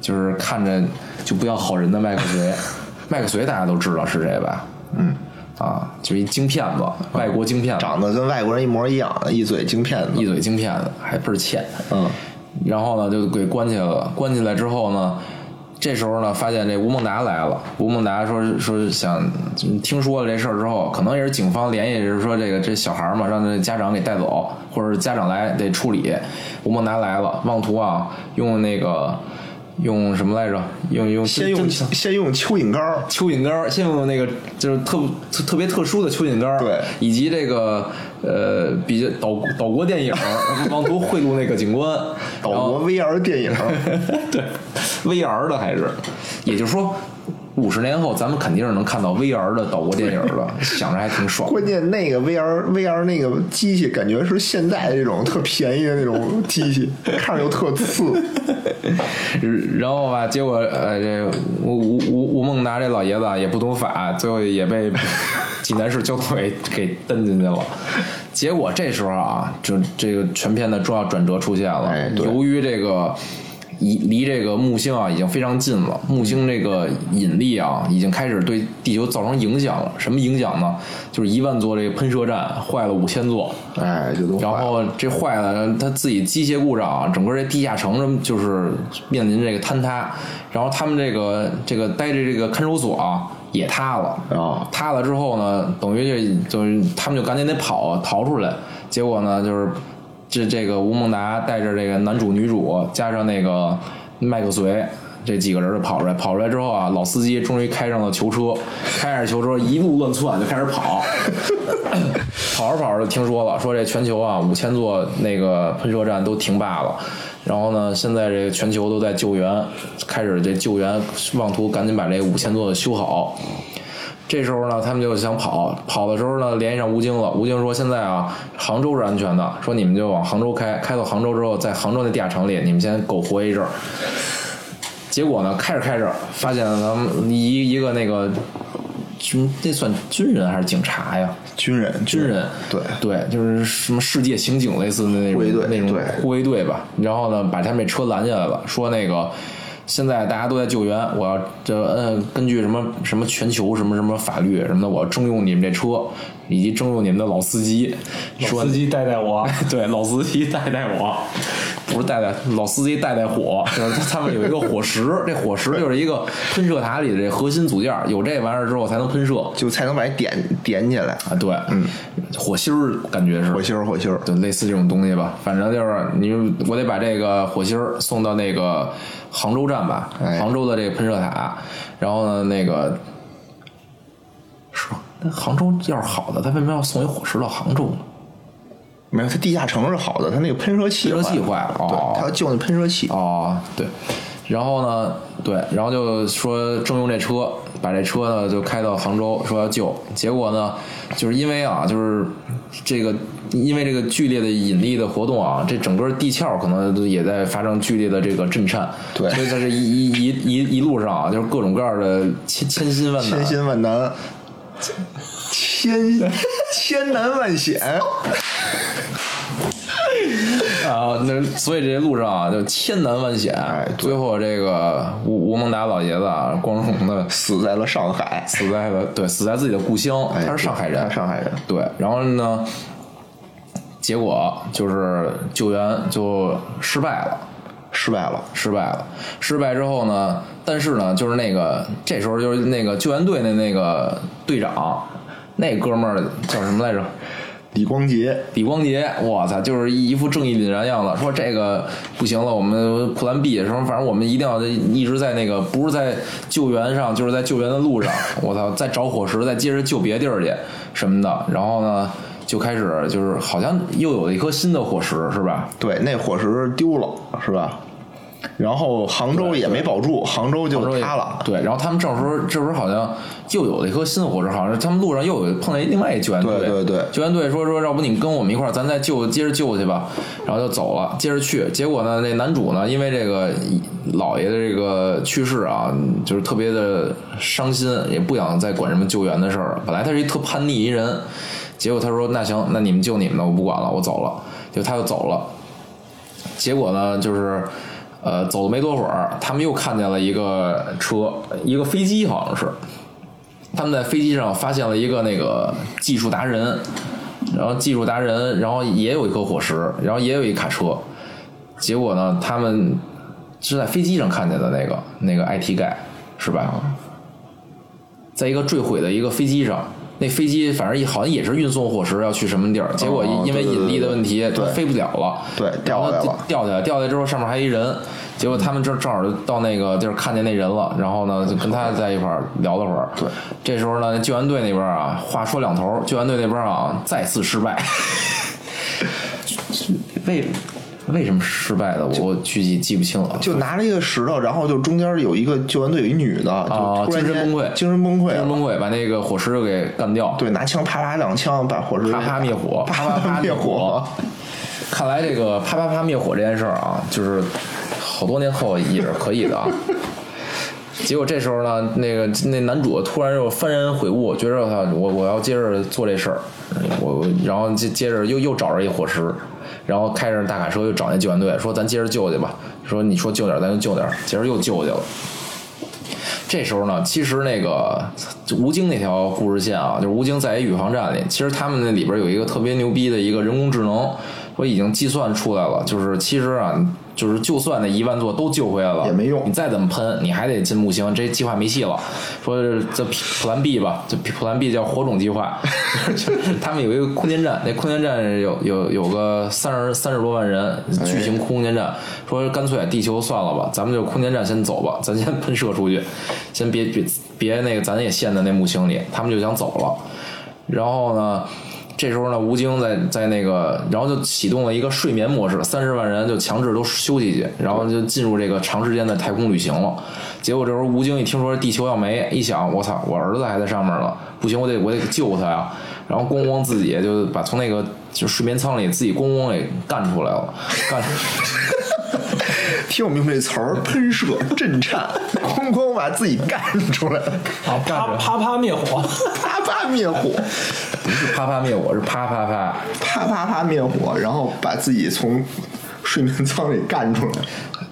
Speaker 2: 就是看着就不像好人的麦克隋。 麦克隋大家都知道是谁吧？嗯。啊，就一京骗子，外国京骗子，
Speaker 4: 嗯长得跟外国人一模一样，一嘴京片
Speaker 2: 一
Speaker 4: 子。
Speaker 2: 嘴京片子，还倍儿欠。
Speaker 4: 嗯，
Speaker 2: 然后呢，就给关起来了。关起来之后呢，这时候呢，发现这吴孟达来了。吴孟达说说想听说了这事儿之后，可能也是警方联系，就是说这个这小孩儿嘛，让这家长给带走，或者是家长来得处理。吴孟达来了，妄图啊，用那个用什么来着？用用
Speaker 4: 先用
Speaker 2: 真
Speaker 4: 先用蚯蚓膏，
Speaker 2: 蚯蚓杆，先用那个就是特特特别特殊的蚯蚓杆，
Speaker 4: 对
Speaker 2: 以及这个呃比较岛岛国电影 妄图贿赂那个警官，
Speaker 4: 岛国 VR 电影，
Speaker 2: 对 VR 的还是，也就是说五十年后咱们肯定是能看到 VR 的岛国电影了，想着还挺爽。
Speaker 4: 关键那个 VR VR 那个机器，感觉是现在这种特便宜的那种机 器，看着又特次。
Speaker 2: 然后吧，结果呃，这吴吴吴吴孟达这老爷子啊也不懂法，最后也被 济南市交通委给蹬进去了。结果这时候啊，就这个全片的重要转折出现了。
Speaker 4: 哎对
Speaker 2: 由于这个离离这个木星啊已经非常近了，木星这个引力啊已经开始对地球造成影响了。什么影响呢？就是一万座这个喷射站坏了五千座。
Speaker 4: 哎，就都坏
Speaker 2: 然
Speaker 4: 了
Speaker 2: 后这坏了，他自己机械故障啊，整个这地下城这就是面临这个坍塌，然后他们这个这个待着这个看守所啊也塌了，
Speaker 4: 啊
Speaker 2: 塌了之后呢，等于这就是他们就赶紧得跑逃出来，结果呢就是这这个吴孟达带着这个男主女主加上那个麦克隋。这几个人就跑出来，跑出来之后啊，老司机终于开上了囚车，开着囚车一路乱窜就开始跑，跑着跑着就听说了，说这全球啊五千座那个喷射站都停坝了，然后呢，现在这全球都在救援，开始这救援，妄图赶紧把这五千座修好。这时候呢，他们就想跑，跑的时候呢，联系上吴京了。吴京说：“现在啊，杭州是安全的，说你们就往杭州开，开到杭州之后，在杭州那地下城里，你们先苟活一阵儿。”结果呢，开着开着，发现咱们一一个那个军，这算军人还是警察呀？
Speaker 4: 军人，
Speaker 2: 军人，
Speaker 4: 对
Speaker 2: 对，就是什么世界刑警类似的那种
Speaker 4: 护卫队
Speaker 2: 那种
Speaker 4: 对
Speaker 2: 护卫队吧。然后呢，把他们这车拦下来了，说那个现在大家都在救援，我要这嗯、根据什么什么全球什么什么法律什么的，我要征用你们这车，以及征用你们的老司机，
Speaker 1: 老
Speaker 2: 说
Speaker 1: 司机带带我。
Speaker 2: 对，老司机带带我。不是带带老司机带带火，就是他们有一个火石，这火石就是一个喷射塔里的这核心组件，有这玩意儿之后才能喷射
Speaker 4: 就才能把你点点起来。
Speaker 2: 啊。对，嗯，火星儿感觉是
Speaker 4: 火星儿，火星儿，
Speaker 2: 对，类似这种东西吧。反正就是你，我得把这个火星儿送到那个杭州站吧，
Speaker 4: 哎
Speaker 2: 杭州的这个喷射塔。然后呢，那个是吧？那杭州要是好的，他为什么要送一火石到杭州呢？
Speaker 4: 没有，它地下城是好的，它那个喷射器
Speaker 2: 热气
Speaker 4: 坏了，
Speaker 2: 坏了，哦
Speaker 4: 对，它要救那喷射器。
Speaker 2: 哦，对。然后呢，对，然后就说征用这车，把这车呢就开到杭州，说要救。结果呢，就是因为啊，就是这个，因为这个剧烈的引力的活动啊，这整个地壳可能也在发生剧烈的这个震颤。
Speaker 4: 对
Speaker 2: 所以在这一一一一一路上啊，就是各种各样的千千辛万
Speaker 4: 千
Speaker 2: 难。
Speaker 4: 辛万难， 千千难万险，
Speaker 2: 啊，那所以这路上啊，就千难万险，
Speaker 4: 哎
Speaker 2: 最后这个吴吴孟达老爷子啊，光荣的
Speaker 4: 死在了上海。
Speaker 2: 死在了对死在自己的故乡，
Speaker 4: 哎
Speaker 2: 他是上海
Speaker 4: 对他
Speaker 2: 人，
Speaker 4: 是上海人
Speaker 2: 对，然后呢，结果就是救援就失败了。
Speaker 4: 失败了，
Speaker 2: 失败了，失败之后呢？但是呢，就是那个这时候就是那个救援队的那个队长，那哥们儿叫什么来着？
Speaker 4: 李光洁
Speaker 2: 李光洁，我操，就是一一副正义凛然样子，说这个不行了，我们 plan B 什么，反正我们一定要一直在那个不是在救援上，就是在救援的路上，我操，再找火石，再接着救别地儿去什么的，然后呢，就开始就是好像又有一颗新的火石是吧？
Speaker 4: 对，那火石丢了是吧？然后杭州也没保住，杭州就
Speaker 2: 杭州也
Speaker 4: 塌了。
Speaker 2: 对，然后他们这时候这时候好像又有了一颗新火车，好像是他们路上又有碰见另外一救援队，
Speaker 4: 对对对
Speaker 2: 救援队说说，要不你们跟我们一块儿，咱再救接着救去吧，然后就走了，接着去。结果呢，那男主呢，因为这个老爷的这个去世啊，就是特别的伤心，也不想再管什么救援的事儿了。本来他是一特叛逆一人，结果他说那行，那你们救你们的，我不管了，我走了，就他就走了。结果呢，就是呃，走了没多会儿，他们又看见了一个车，一个飞机好像是。他们在飞机上发现了一个那个技术达人，然后技术达人，然后也有一颗火石，然后也有一卡车。结果呢，他们是在飞机上看见的那个那个 IT 盖是吧？在一个坠毁的一个飞机上，那飞机反正也好像也是运送火石要去什么地儿，结果
Speaker 4: 哦
Speaker 2: 因为
Speaker 4: 对对
Speaker 2: 引力的
Speaker 4: 对
Speaker 2: 问题，它
Speaker 4: 对
Speaker 2: 飞不了了。
Speaker 4: 对掉下来了
Speaker 2: 掉下来，掉下来之后上面还一人，结果他们正正好到那个就是看见那人了，然后呢就跟他在一块儿聊了会儿。
Speaker 4: 对，
Speaker 2: 这时候呢救援队那边啊，话说两头，救援队那边啊再次失败。 为为什么失败的？我具体记不清了。
Speaker 4: 就拿了一个石头，然后就中间有一个救援队有一女的，就突然
Speaker 2: 啊精神
Speaker 4: 间
Speaker 2: 崩溃
Speaker 4: 精神崩溃
Speaker 2: 精神
Speaker 4: 了，
Speaker 2: 崩溃，把那个火石就给干掉。
Speaker 4: 对，拿枪啪啪两枪把火石
Speaker 2: 啪啪灭火，
Speaker 4: 啪
Speaker 2: 啪
Speaker 4: 灭
Speaker 2: 灭火。看来这个啪啪啪灭火这件事儿啊，就是好多年后也是可以的啊。结果这时候呢，那个那男主突然又幡然悔悟，觉着他我我要接着做这事儿，我我然后接接着又又找着一火石，然后开着大卡车又找那救援队，说咱接着救去吧，说你说救点儿咱就救点儿，接着又救去了。这时候呢，其实那个就吴京那条故事线啊，就是吴京在一宇航站里，其实他们那里边有一个特别牛逼的一个人工智能，我已经计算出来了，就是其实啊，就是就算那一万座都救回来了
Speaker 4: 也没用
Speaker 2: 你再怎么喷，你还得进木星，这计划没戏了。说这 Plan B 吧，这 Plan B 叫火种计划， 他们有一个空间站，那空间站有有有个三十三十多万人，巨型空间站，说干脆地球算了吧，咱们就空间站先走吧，咱先喷射出去，先别别别那个，咱也陷在那木星里，他们就想走了。然后呢，这时候呢，吴京在在那个，然后就启动了一个睡眠模式，三十万人就强制都休息去，然后就进入这个长时间的太空旅行了。结果这时候吴京一听说地球要没，一想我操，我儿子还在上面呢，不行，我得我得救他呀。然后咣咣自己就把从那个就睡眠舱里自己咣咣给干出来了，干出来了。
Speaker 4: 听我明白这词儿，喷射、震颤， 哐哐把自己干出来，
Speaker 1: 啊，啪啪啪灭火，
Speaker 4: 啪啪灭火，
Speaker 2: 不是啪啪灭火，是啪啪啪。
Speaker 4: 啪啪啪灭火，然后把自己从睡眠舱里干出来。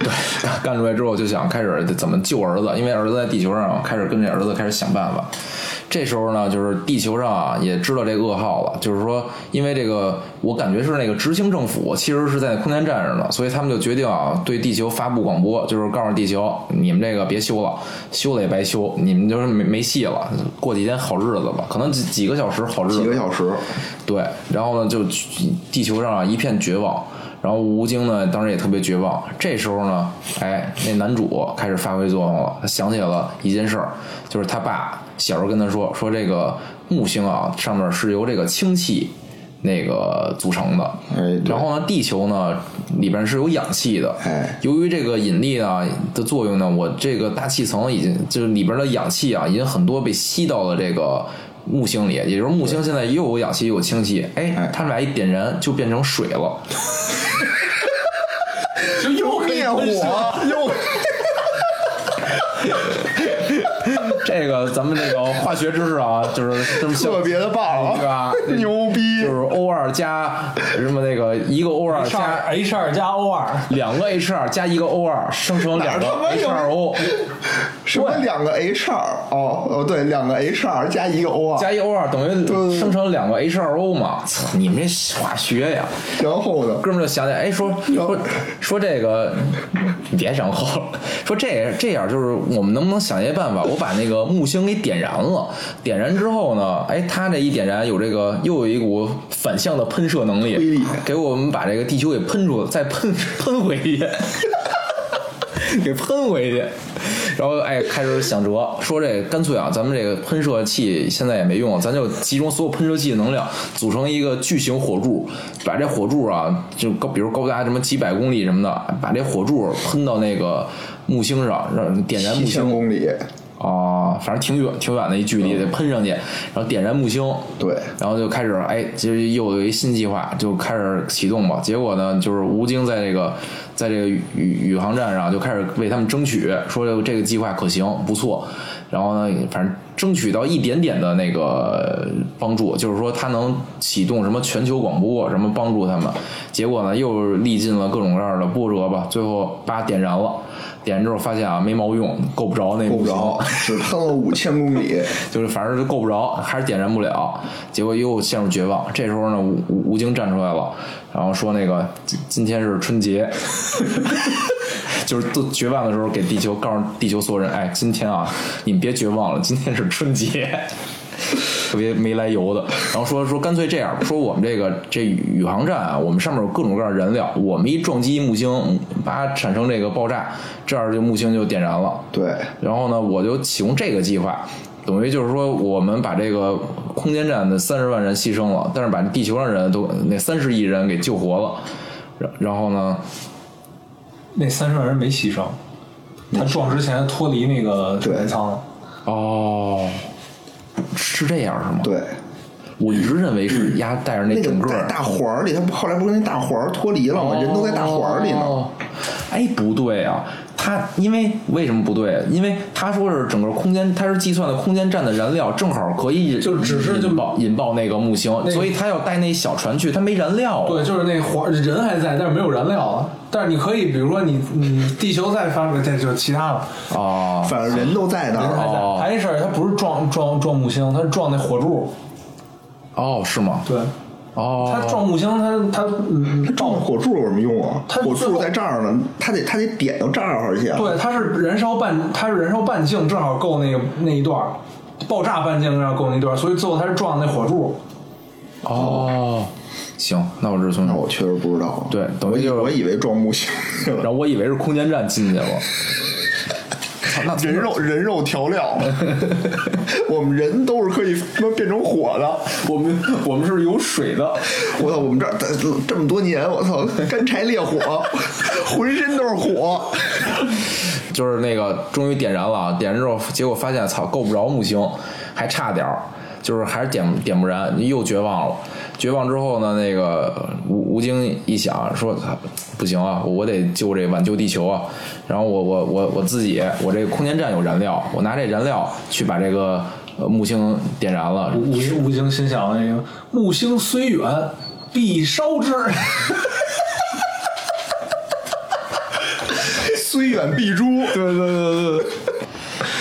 Speaker 2: 干出来之后就想开始怎么救儿子，因为儿子在地球上，开始跟这儿子开始想办法。这时候呢，就是地球上啊也知道这个噩耗了，就是说，因为这个我感觉是那个执行政府其实是在空间站上的，所以他们就决定啊对地球发布广播，就是告诉地球你们这个别修了，修了也白修，你们就是没没戏了，过几天好日子吧，可能几几个小时好日子，
Speaker 4: 几个小时，
Speaker 2: 对，然后呢，就地球上啊一片绝望。然后吴京呢，当时也特别绝望。这时候呢，哎，那男主开始发挥作用了，他想起了一件事儿，就是他爸小时候跟他说，说这个木星啊，上面是由这个氢气那个组成的，
Speaker 4: 哎对
Speaker 2: 然后呢，地球呢里边是有氧气的，
Speaker 4: 哎
Speaker 2: 由于这个引力呢的作用呢，我这个大气层已经就是里边的氧气啊，已经很多被吸到了这个木星里，也就是木星现在又有氧气又有氢气，哎
Speaker 4: 哎，
Speaker 2: 他们俩一点燃就变成水了。
Speaker 1: 就又可以
Speaker 4: 灭火
Speaker 1: 喷射
Speaker 4: 又
Speaker 2: 这个咱们这个化学知识啊，就是这么小
Speaker 4: 特别的棒
Speaker 2: 对吧？
Speaker 4: 啊，牛逼
Speaker 2: 就是 O 二加什么那个一个 O 二
Speaker 1: ，H
Speaker 2: 加
Speaker 1: 二 H 二加 O 二，
Speaker 2: 两个 H 二加一个 O 二，生成两个
Speaker 4: 哪儿他妈
Speaker 2: H
Speaker 4: 有
Speaker 2: 二 O
Speaker 4: 什么两个 HR 哦哦对，两个 HR 加一个 O 啊，
Speaker 2: 加一 O 二等于生成两个 H 二 O 嘛？操，你们这化学呀！
Speaker 4: 然后呢？
Speaker 2: 哥们儿就想起，哎，说说说这个，你别想后了，说这这样就是我们能不能想一些办法，我把那个木星给点燃了，点燃之后呢，哎，它这一点燃有这个又有一股反向的喷射能
Speaker 4: 推
Speaker 2: 力
Speaker 4: 力，
Speaker 2: 给我们把这个地球给喷出，再喷喷回 去。 给喷回去，然后哎，开始想辙，说这干脆啊，咱们这个喷射器现在也没用，咱就集中所有喷射器的能量，组成一个巨型火柱，把这火柱啊，就高，比如高达什么几百公里什么的，把这火柱喷到那个木星上，让点燃木
Speaker 4: 七千
Speaker 2: 星
Speaker 4: 公里，
Speaker 2: 啊、反正挺远挺远的一距离得喷上去，然后点燃木星，
Speaker 4: 嗯对，
Speaker 2: 然后就开始哎，就是又有一新计划，就开始启动吧。结果呢，就是吴京在这个在这个宇宇航站上就开始为他们争取，说这个计划可行，不错。然后呢，反正争取到一点点的那个帮助，就是说他能启动什么全球广播，什么帮助他们。结果呢，又历尽了各种各样的波折吧，最后把点燃了。点燃之后发现啊，没毛用，够不着那
Speaker 4: 够
Speaker 2: 木
Speaker 4: 不
Speaker 2: 星
Speaker 4: 着，只喷了五千公里，
Speaker 2: 就是反正就够不着，还是点燃不了，结果又陷入绝望。这时候呢，吴吴吴京站出来了，然后说那个今今天是春节， 就是都绝望的时候给地球告诉地球所有人，哎，今天啊，你们别绝望了，今天是春节。 特别没来由的，然后说说干脆这样，说我们这个这宇航站啊，我们上面有各种各样的燃料，我们一撞击木星，把它产生这个爆炸，这样就木星就点燃了。
Speaker 4: 对，
Speaker 2: 然后呢，我就启用这个计划，等于就是说，我们把这个空间站的三十万人牺牲了，但是把地球上人都那三十亿人给救活了。然然后呢，
Speaker 1: 那三十万人没牺牲，他撞之前脱离那个
Speaker 4: 对
Speaker 1: 水排舱了。
Speaker 2: 哦，是这样是吗？，
Speaker 4: 对，
Speaker 2: 我一直认为是压带着那
Speaker 4: 那
Speaker 2: 整
Speaker 4: 个
Speaker 2: 个
Speaker 4: 在大环儿里，他不后来不是跟那大环儿脱离了吗？人都在大环儿里呢，
Speaker 2: 哦。哎，不对啊，他因为为什么不对？因为他说是整个空间，他是计算的空间站的燃料正好可以
Speaker 1: 就只是就
Speaker 2: 引爆引爆那个木星，
Speaker 1: 那
Speaker 2: 所以他要带那小船去，他没燃料啊。
Speaker 1: 对，就是那环人还在，但是没有燃料了。但是你可以，比如说你你地球再发展，这就是其他了。
Speaker 2: 哦，
Speaker 4: 反正人都在那儿。
Speaker 2: 哦
Speaker 1: 还有一事儿，它不是撞撞撞木星，它是撞那火柱。
Speaker 2: 哦，是吗？
Speaker 1: 对，
Speaker 2: 哦，
Speaker 1: 它撞木星，它它嗯
Speaker 4: 撞
Speaker 1: 爆，
Speaker 4: 火柱有什么用啊？
Speaker 1: 他
Speaker 4: 火
Speaker 1: 最
Speaker 4: 柱
Speaker 1: 后
Speaker 4: 在这儿呢，他得他得点到这儿去啊。
Speaker 1: 对，它是燃烧半，它是燃烧半径，正好够那个那一段儿，爆炸半径正好够那一段儿，所以最后它是撞那火柱。
Speaker 2: 哦，行，那我知道
Speaker 4: 那我确实不知道。
Speaker 2: 对等于
Speaker 4: 我以
Speaker 2: 就是
Speaker 4: 我以为撞木星去了，
Speaker 2: 然后我以为是空间站进去了。操那
Speaker 4: 人肉人肉调 料，我们人都是可以他妈变成火的。
Speaker 2: 我们我们是有水的，
Speaker 4: 我操，我们这儿这么多年，我操，干柴烈 火，浑身都是火。
Speaker 2: 就是那个终于点燃了啊，点燃之后，结果发现操够不着木星，还差点儿，就是还是点点不燃，又绝望了。绝望之后呢，那个吴吴京一想说，操不行啊，我得救这挽救地球啊。然后我我我我自己，我这个空间站有燃料，我拿这燃料去把这个呃木星点燃了。
Speaker 1: 吴吴京心想那个木星虽远， 必烧之。
Speaker 4: 虽远必诛。对对对对，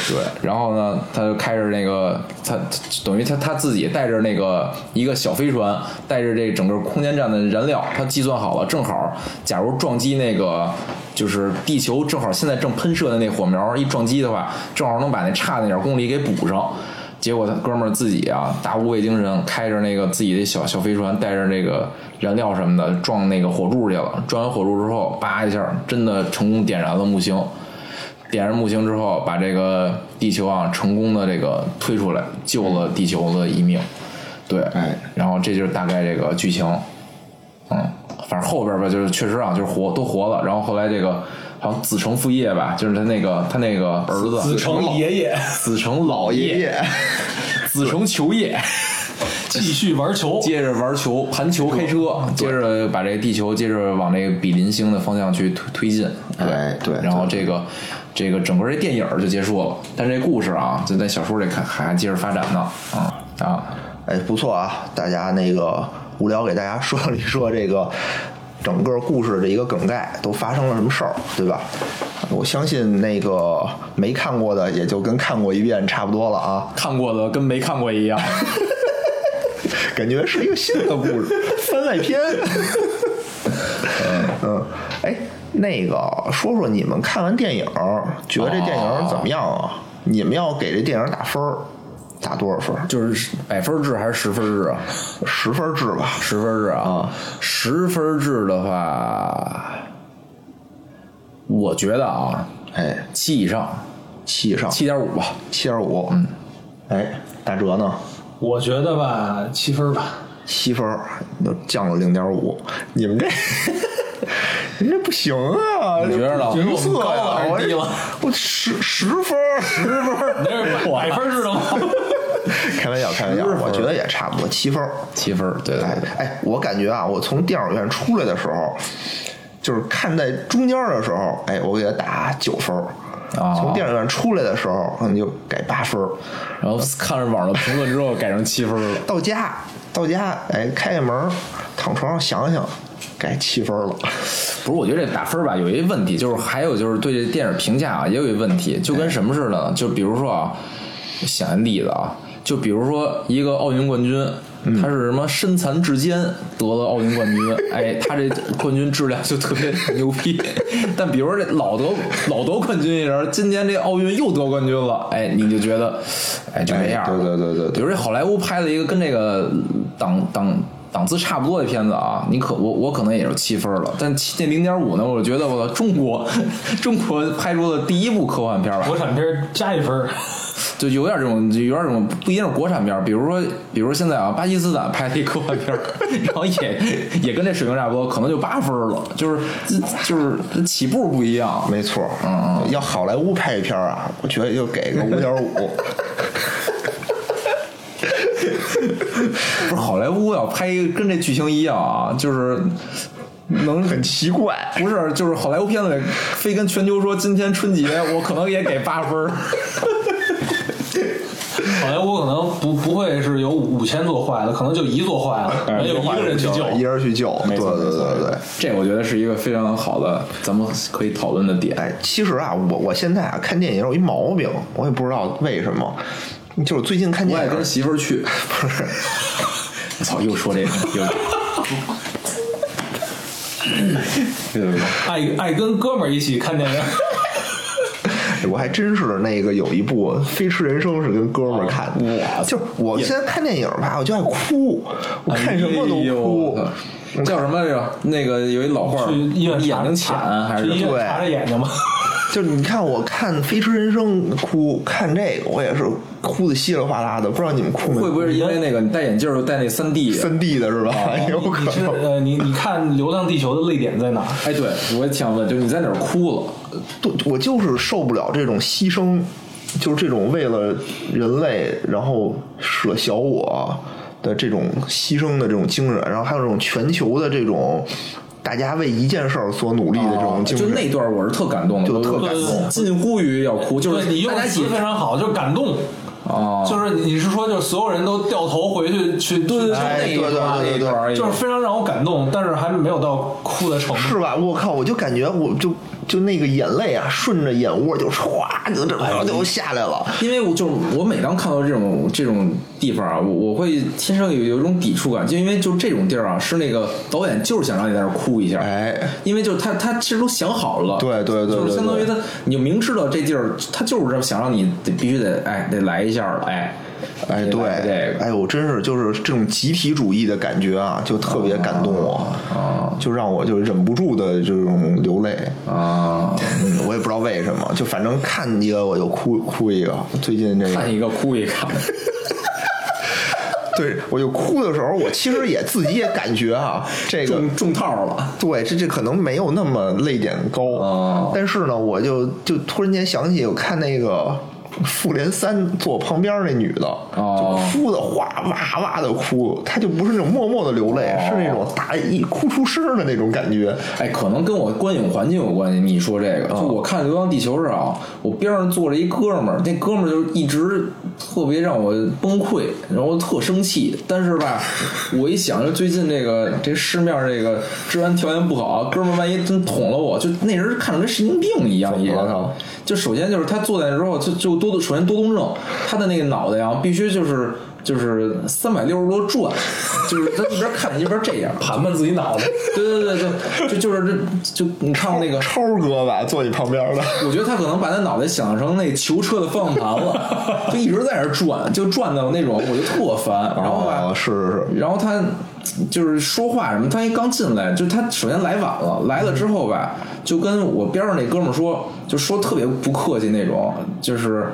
Speaker 2: 对，然后呢，他就开着那个，他他等于他他自己带着那个一个小飞船，带着这整个空间站的燃料，他计算好了，正好，假如撞击那个就是地球正好现在正喷射的那火苗一撞击的话，正好能把那差那点公里给补上。结果他哥们儿自己啊，大无畏精神，开着那个自己的小小飞船，带着那个燃料什么的，撞那个火柱去了。撞完火柱之后，叭一下，真的成功点燃了木星。点燃木星之后，把这个地球啊成功的这个推出来，救了地球的一命。对，
Speaker 4: 哎，
Speaker 2: 然后这就是大概这个剧情。嗯，反正后边吧，就是确实啊，就是活都活了。然后后来这个好像子承父业吧，就是他那个他那个儿子
Speaker 3: 子承爷 爷
Speaker 2: 子承老
Speaker 4: 爷
Speaker 2: 爷，
Speaker 4: 爷，
Speaker 2: 子承球 业，
Speaker 3: 继续玩球，
Speaker 2: 接着玩球盘球开车，接着把这个地球接着往这个比邻星的方向去推推进。
Speaker 4: 对哎对
Speaker 2: 然后这个这个整个这电影儿就结束了，但这故事啊，就在小说里看还接着发展呢。啊啊，
Speaker 4: 哎，不错啊，大家那个无聊给大家说了一说这个整个故事的一个梗概都发生了什么事儿，对吧？我相信那个没看过的也就跟看过一遍差不多了啊。
Speaker 2: 看过的跟没看过一样。
Speaker 4: 感觉是一个新的故事，番外篇。嗯，哎，那个说说你们看完电影儿，觉得这电影儿怎么样啊？你们要给这电影儿打分儿，打多少分儿？
Speaker 2: 就是百分制还是十分制啊？
Speaker 4: 十分儿制吧。
Speaker 2: 十分制啊，十分制的话，我觉得啊，
Speaker 4: 哎，
Speaker 2: 七以上，
Speaker 4: 七以上，
Speaker 2: 七点五吧。
Speaker 4: 七点五。嗯，哎，打折呢？
Speaker 1: 我觉得吧，七分吧。
Speaker 4: 七分儿，又降了零点五。你们这，你们这不行啊！
Speaker 2: 你觉得呢
Speaker 4: 这不
Speaker 2: 觉得我们
Speaker 4: 色
Speaker 2: 高
Speaker 4: 呀、
Speaker 2: 了还是
Speaker 4: 我这
Speaker 2: 低了？
Speaker 4: 我十十分儿，十分儿。
Speaker 3: 百分制的吗？
Speaker 4: 开玩笑，开玩笑，我觉得也差不多七分儿。
Speaker 2: 七分儿，对对
Speaker 4: 哎
Speaker 2: 对，
Speaker 4: 哎，我感觉啊，我从电影院出来的时候，就是看在中间的时候，哎，我给他打九分儿。
Speaker 2: 哦
Speaker 4: 从电影院出来的时候，可能就改八分儿。
Speaker 2: 然后看着网上的评论之后改成七分儿了，
Speaker 4: 到家，到家，哎，开开门儿，躺床上想想，改七分儿了。
Speaker 2: 不是？我觉得这打分儿吧有一问题，就是还有就是对这电影评价啊也有一问题，就跟什么似的呢？就比如说啊，想一例子啊，就比如说一个奥运冠军。他是什么身残志坚得了奥运冠军，哎，他这冠军质量就特别牛逼。但比如说这老得老得冠军一人，今年这奥运又得冠军了，哎，你就觉得，哎，就这样。
Speaker 4: 哎对对对对对
Speaker 2: 比如这好莱坞拍了一个跟这个档档档次差不多的片子啊，你可我我可能也是七分了，但七那零点五呢，我觉得我的中国 中国拍出的第一部科幻片吧，
Speaker 3: 国产片加一分，
Speaker 2: 就有点这种就有点这种不一定是国产片，比如说比如现在啊，巴基斯坦拍了一科幻片， 然后也也跟这水平差不多，可能就八分了，就是就是起步不一样。
Speaker 4: 没错，嗯，要好莱坞拍一片儿啊，我觉得就给个五点五。
Speaker 2: 不是好莱坞要拍一个跟这剧情一样啊，就是能
Speaker 4: 很奇怪，
Speaker 2: 不是，就是好莱坞片子里非跟全球说今天春节，我可能也给八分儿。
Speaker 1: 好莱坞可能不不会是有五千座坏了，可能就一座坏了，没有一个人去救。
Speaker 4: 哎一人去救。对对对对对。
Speaker 2: 这我觉得是一个非常好的，咱们可以讨论的点。
Speaker 4: 哎，其实啊，我我现在啊看电影有一毛病，我也不知道为什么，就是最近看
Speaker 2: 我
Speaker 4: 电
Speaker 2: 也
Speaker 4: 影
Speaker 2: 跟，媳妇儿去，
Speaker 4: 不是，
Speaker 2: 操，又说这个， 又。对对对，
Speaker 1: 爱爱跟哥们儿一起看电 影，
Speaker 4: 我还真是那个有一部《飞驰人生》是跟哥们儿看的，
Speaker 2: 哇
Speaker 4: 就是我现在看电影吧，我就爱哭，我看什么都
Speaker 2: 哎呦
Speaker 4: 哭。
Speaker 2: 我操叫什么来着？那个有一老话儿，
Speaker 1: 去医院查
Speaker 2: 眼睛浅还是
Speaker 1: 去医
Speaker 2: 什么？
Speaker 4: 对
Speaker 1: 院查查眼睛吧。
Speaker 4: 就是你看我看《飞驰人生》哭，看这个我也是哭的稀里哗啦的，不知道你们哭没？
Speaker 2: 会不会是因为那个你戴眼镜儿戴那三 D？
Speaker 4: 三 D 的是吧？
Speaker 2: 啊
Speaker 4: 有可
Speaker 1: 你是
Speaker 4: 能。
Speaker 1: 呃，你你看《流浪地球》的泪点在哪？
Speaker 2: 哎，对，我也想问，就是你在哪儿哭了？
Speaker 4: 对，我就是受不了这种牺牲，就是这种为了人类然后舍小我的这种嗯牺牲的这种精神，然后还有这种全球的这种大家为一件事儿所努力的这种精
Speaker 2: 就
Speaker 4: 神。
Speaker 2: 那段我是特感动的，
Speaker 4: 啊就
Speaker 2: 我
Speaker 4: 特感
Speaker 1: 动
Speaker 2: 近乎于要哭，就
Speaker 1: 对
Speaker 2: 是
Speaker 1: 你用
Speaker 2: 大
Speaker 1: 的
Speaker 2: 家
Speaker 1: 词
Speaker 2: 解
Speaker 1: 非常好，就是感动。
Speaker 2: 啊，
Speaker 1: 就是你是说，就是所有人都掉头回去去，对
Speaker 2: 就
Speaker 4: 哎
Speaker 2: 那一
Speaker 4: 对对
Speaker 2: 段
Speaker 4: 对
Speaker 2: 那一
Speaker 4: 对对
Speaker 2: 段
Speaker 1: 就是非常让我感动，但是还没有到哭的程度。
Speaker 4: 是吧？我靠！我就感觉我就就那个眼泪啊，顺着眼窝就唰就这
Speaker 2: 哎
Speaker 4: 就下来了。
Speaker 2: 因为我就是我每当看到这种这种地方啊，我我会天生有有一种抵触感，就因为就这种地儿啊，是那个导演就是想让你在那儿哭一下，
Speaker 4: 哎，
Speaker 2: 因为就是他他其实都想好了，
Speaker 4: 对对对
Speaker 2: 就是
Speaker 4: 对
Speaker 2: 相当于
Speaker 4: 对
Speaker 2: 他，你就明知道这地儿他就是这想让你得必须得哎得来一下了，哎
Speaker 4: 哎，
Speaker 2: 得
Speaker 4: 对
Speaker 2: 来这，个
Speaker 4: 哎，我真是就是这种集体主义的感觉啊，就特别感动我，
Speaker 2: 啊
Speaker 4: 就让我就忍不住的这种流泪。
Speaker 2: 啊，
Speaker 4: 嗯，我也不知道为什么，就反正看一个我就哭哭一个。最近这个
Speaker 2: 看一个哭一个，
Speaker 4: 对我就哭的时候，我其实也自己也感觉啊，这个
Speaker 2: 中中套了，
Speaker 4: 对，这这可能没有那么泪点高，
Speaker 2: 哦
Speaker 4: 但是呢，我就就突然间想起，我看那个《复联三》坐我旁边那女的，
Speaker 2: 哦
Speaker 4: 就哭的哗哇哇的哭，她就不是那种默默的流泪，是那种大一哭出声儿的那种感觉。
Speaker 2: 哎，可能跟我观影环境有关系。你说这个，就我看《流浪地球》时啊，我边上坐着一哥们儿，那哥们儿就一直特别让我崩溃，然后特生气。但是吧，我一想，就最近这个这市面这个治安条件不好，啊哥们儿万一真捅了我，就那人看着跟神经病一样，也
Speaker 4: 怎么了
Speaker 2: 就首先就是他坐在那之后，就就多首先多动症，他的那个脑袋啊，必须就是。就是三百六十度转，就是他一边看一边这样，
Speaker 3: 盘盘自己脑袋，
Speaker 2: 对对对对，就就是这就你看那个，
Speaker 4: 超哥吧，坐你旁边的，
Speaker 2: 我觉得他可能把他脑袋想成那囚车的方向盘了，就一直在那儿转，就转到那种我就特烦，然后吧
Speaker 4: 哦，，是是是，
Speaker 2: 然后他就是说话什么，他一刚进来，就他首先来晚了，来了之后吧，就跟我边上那哥们儿说，就说特别不客气那种，就是。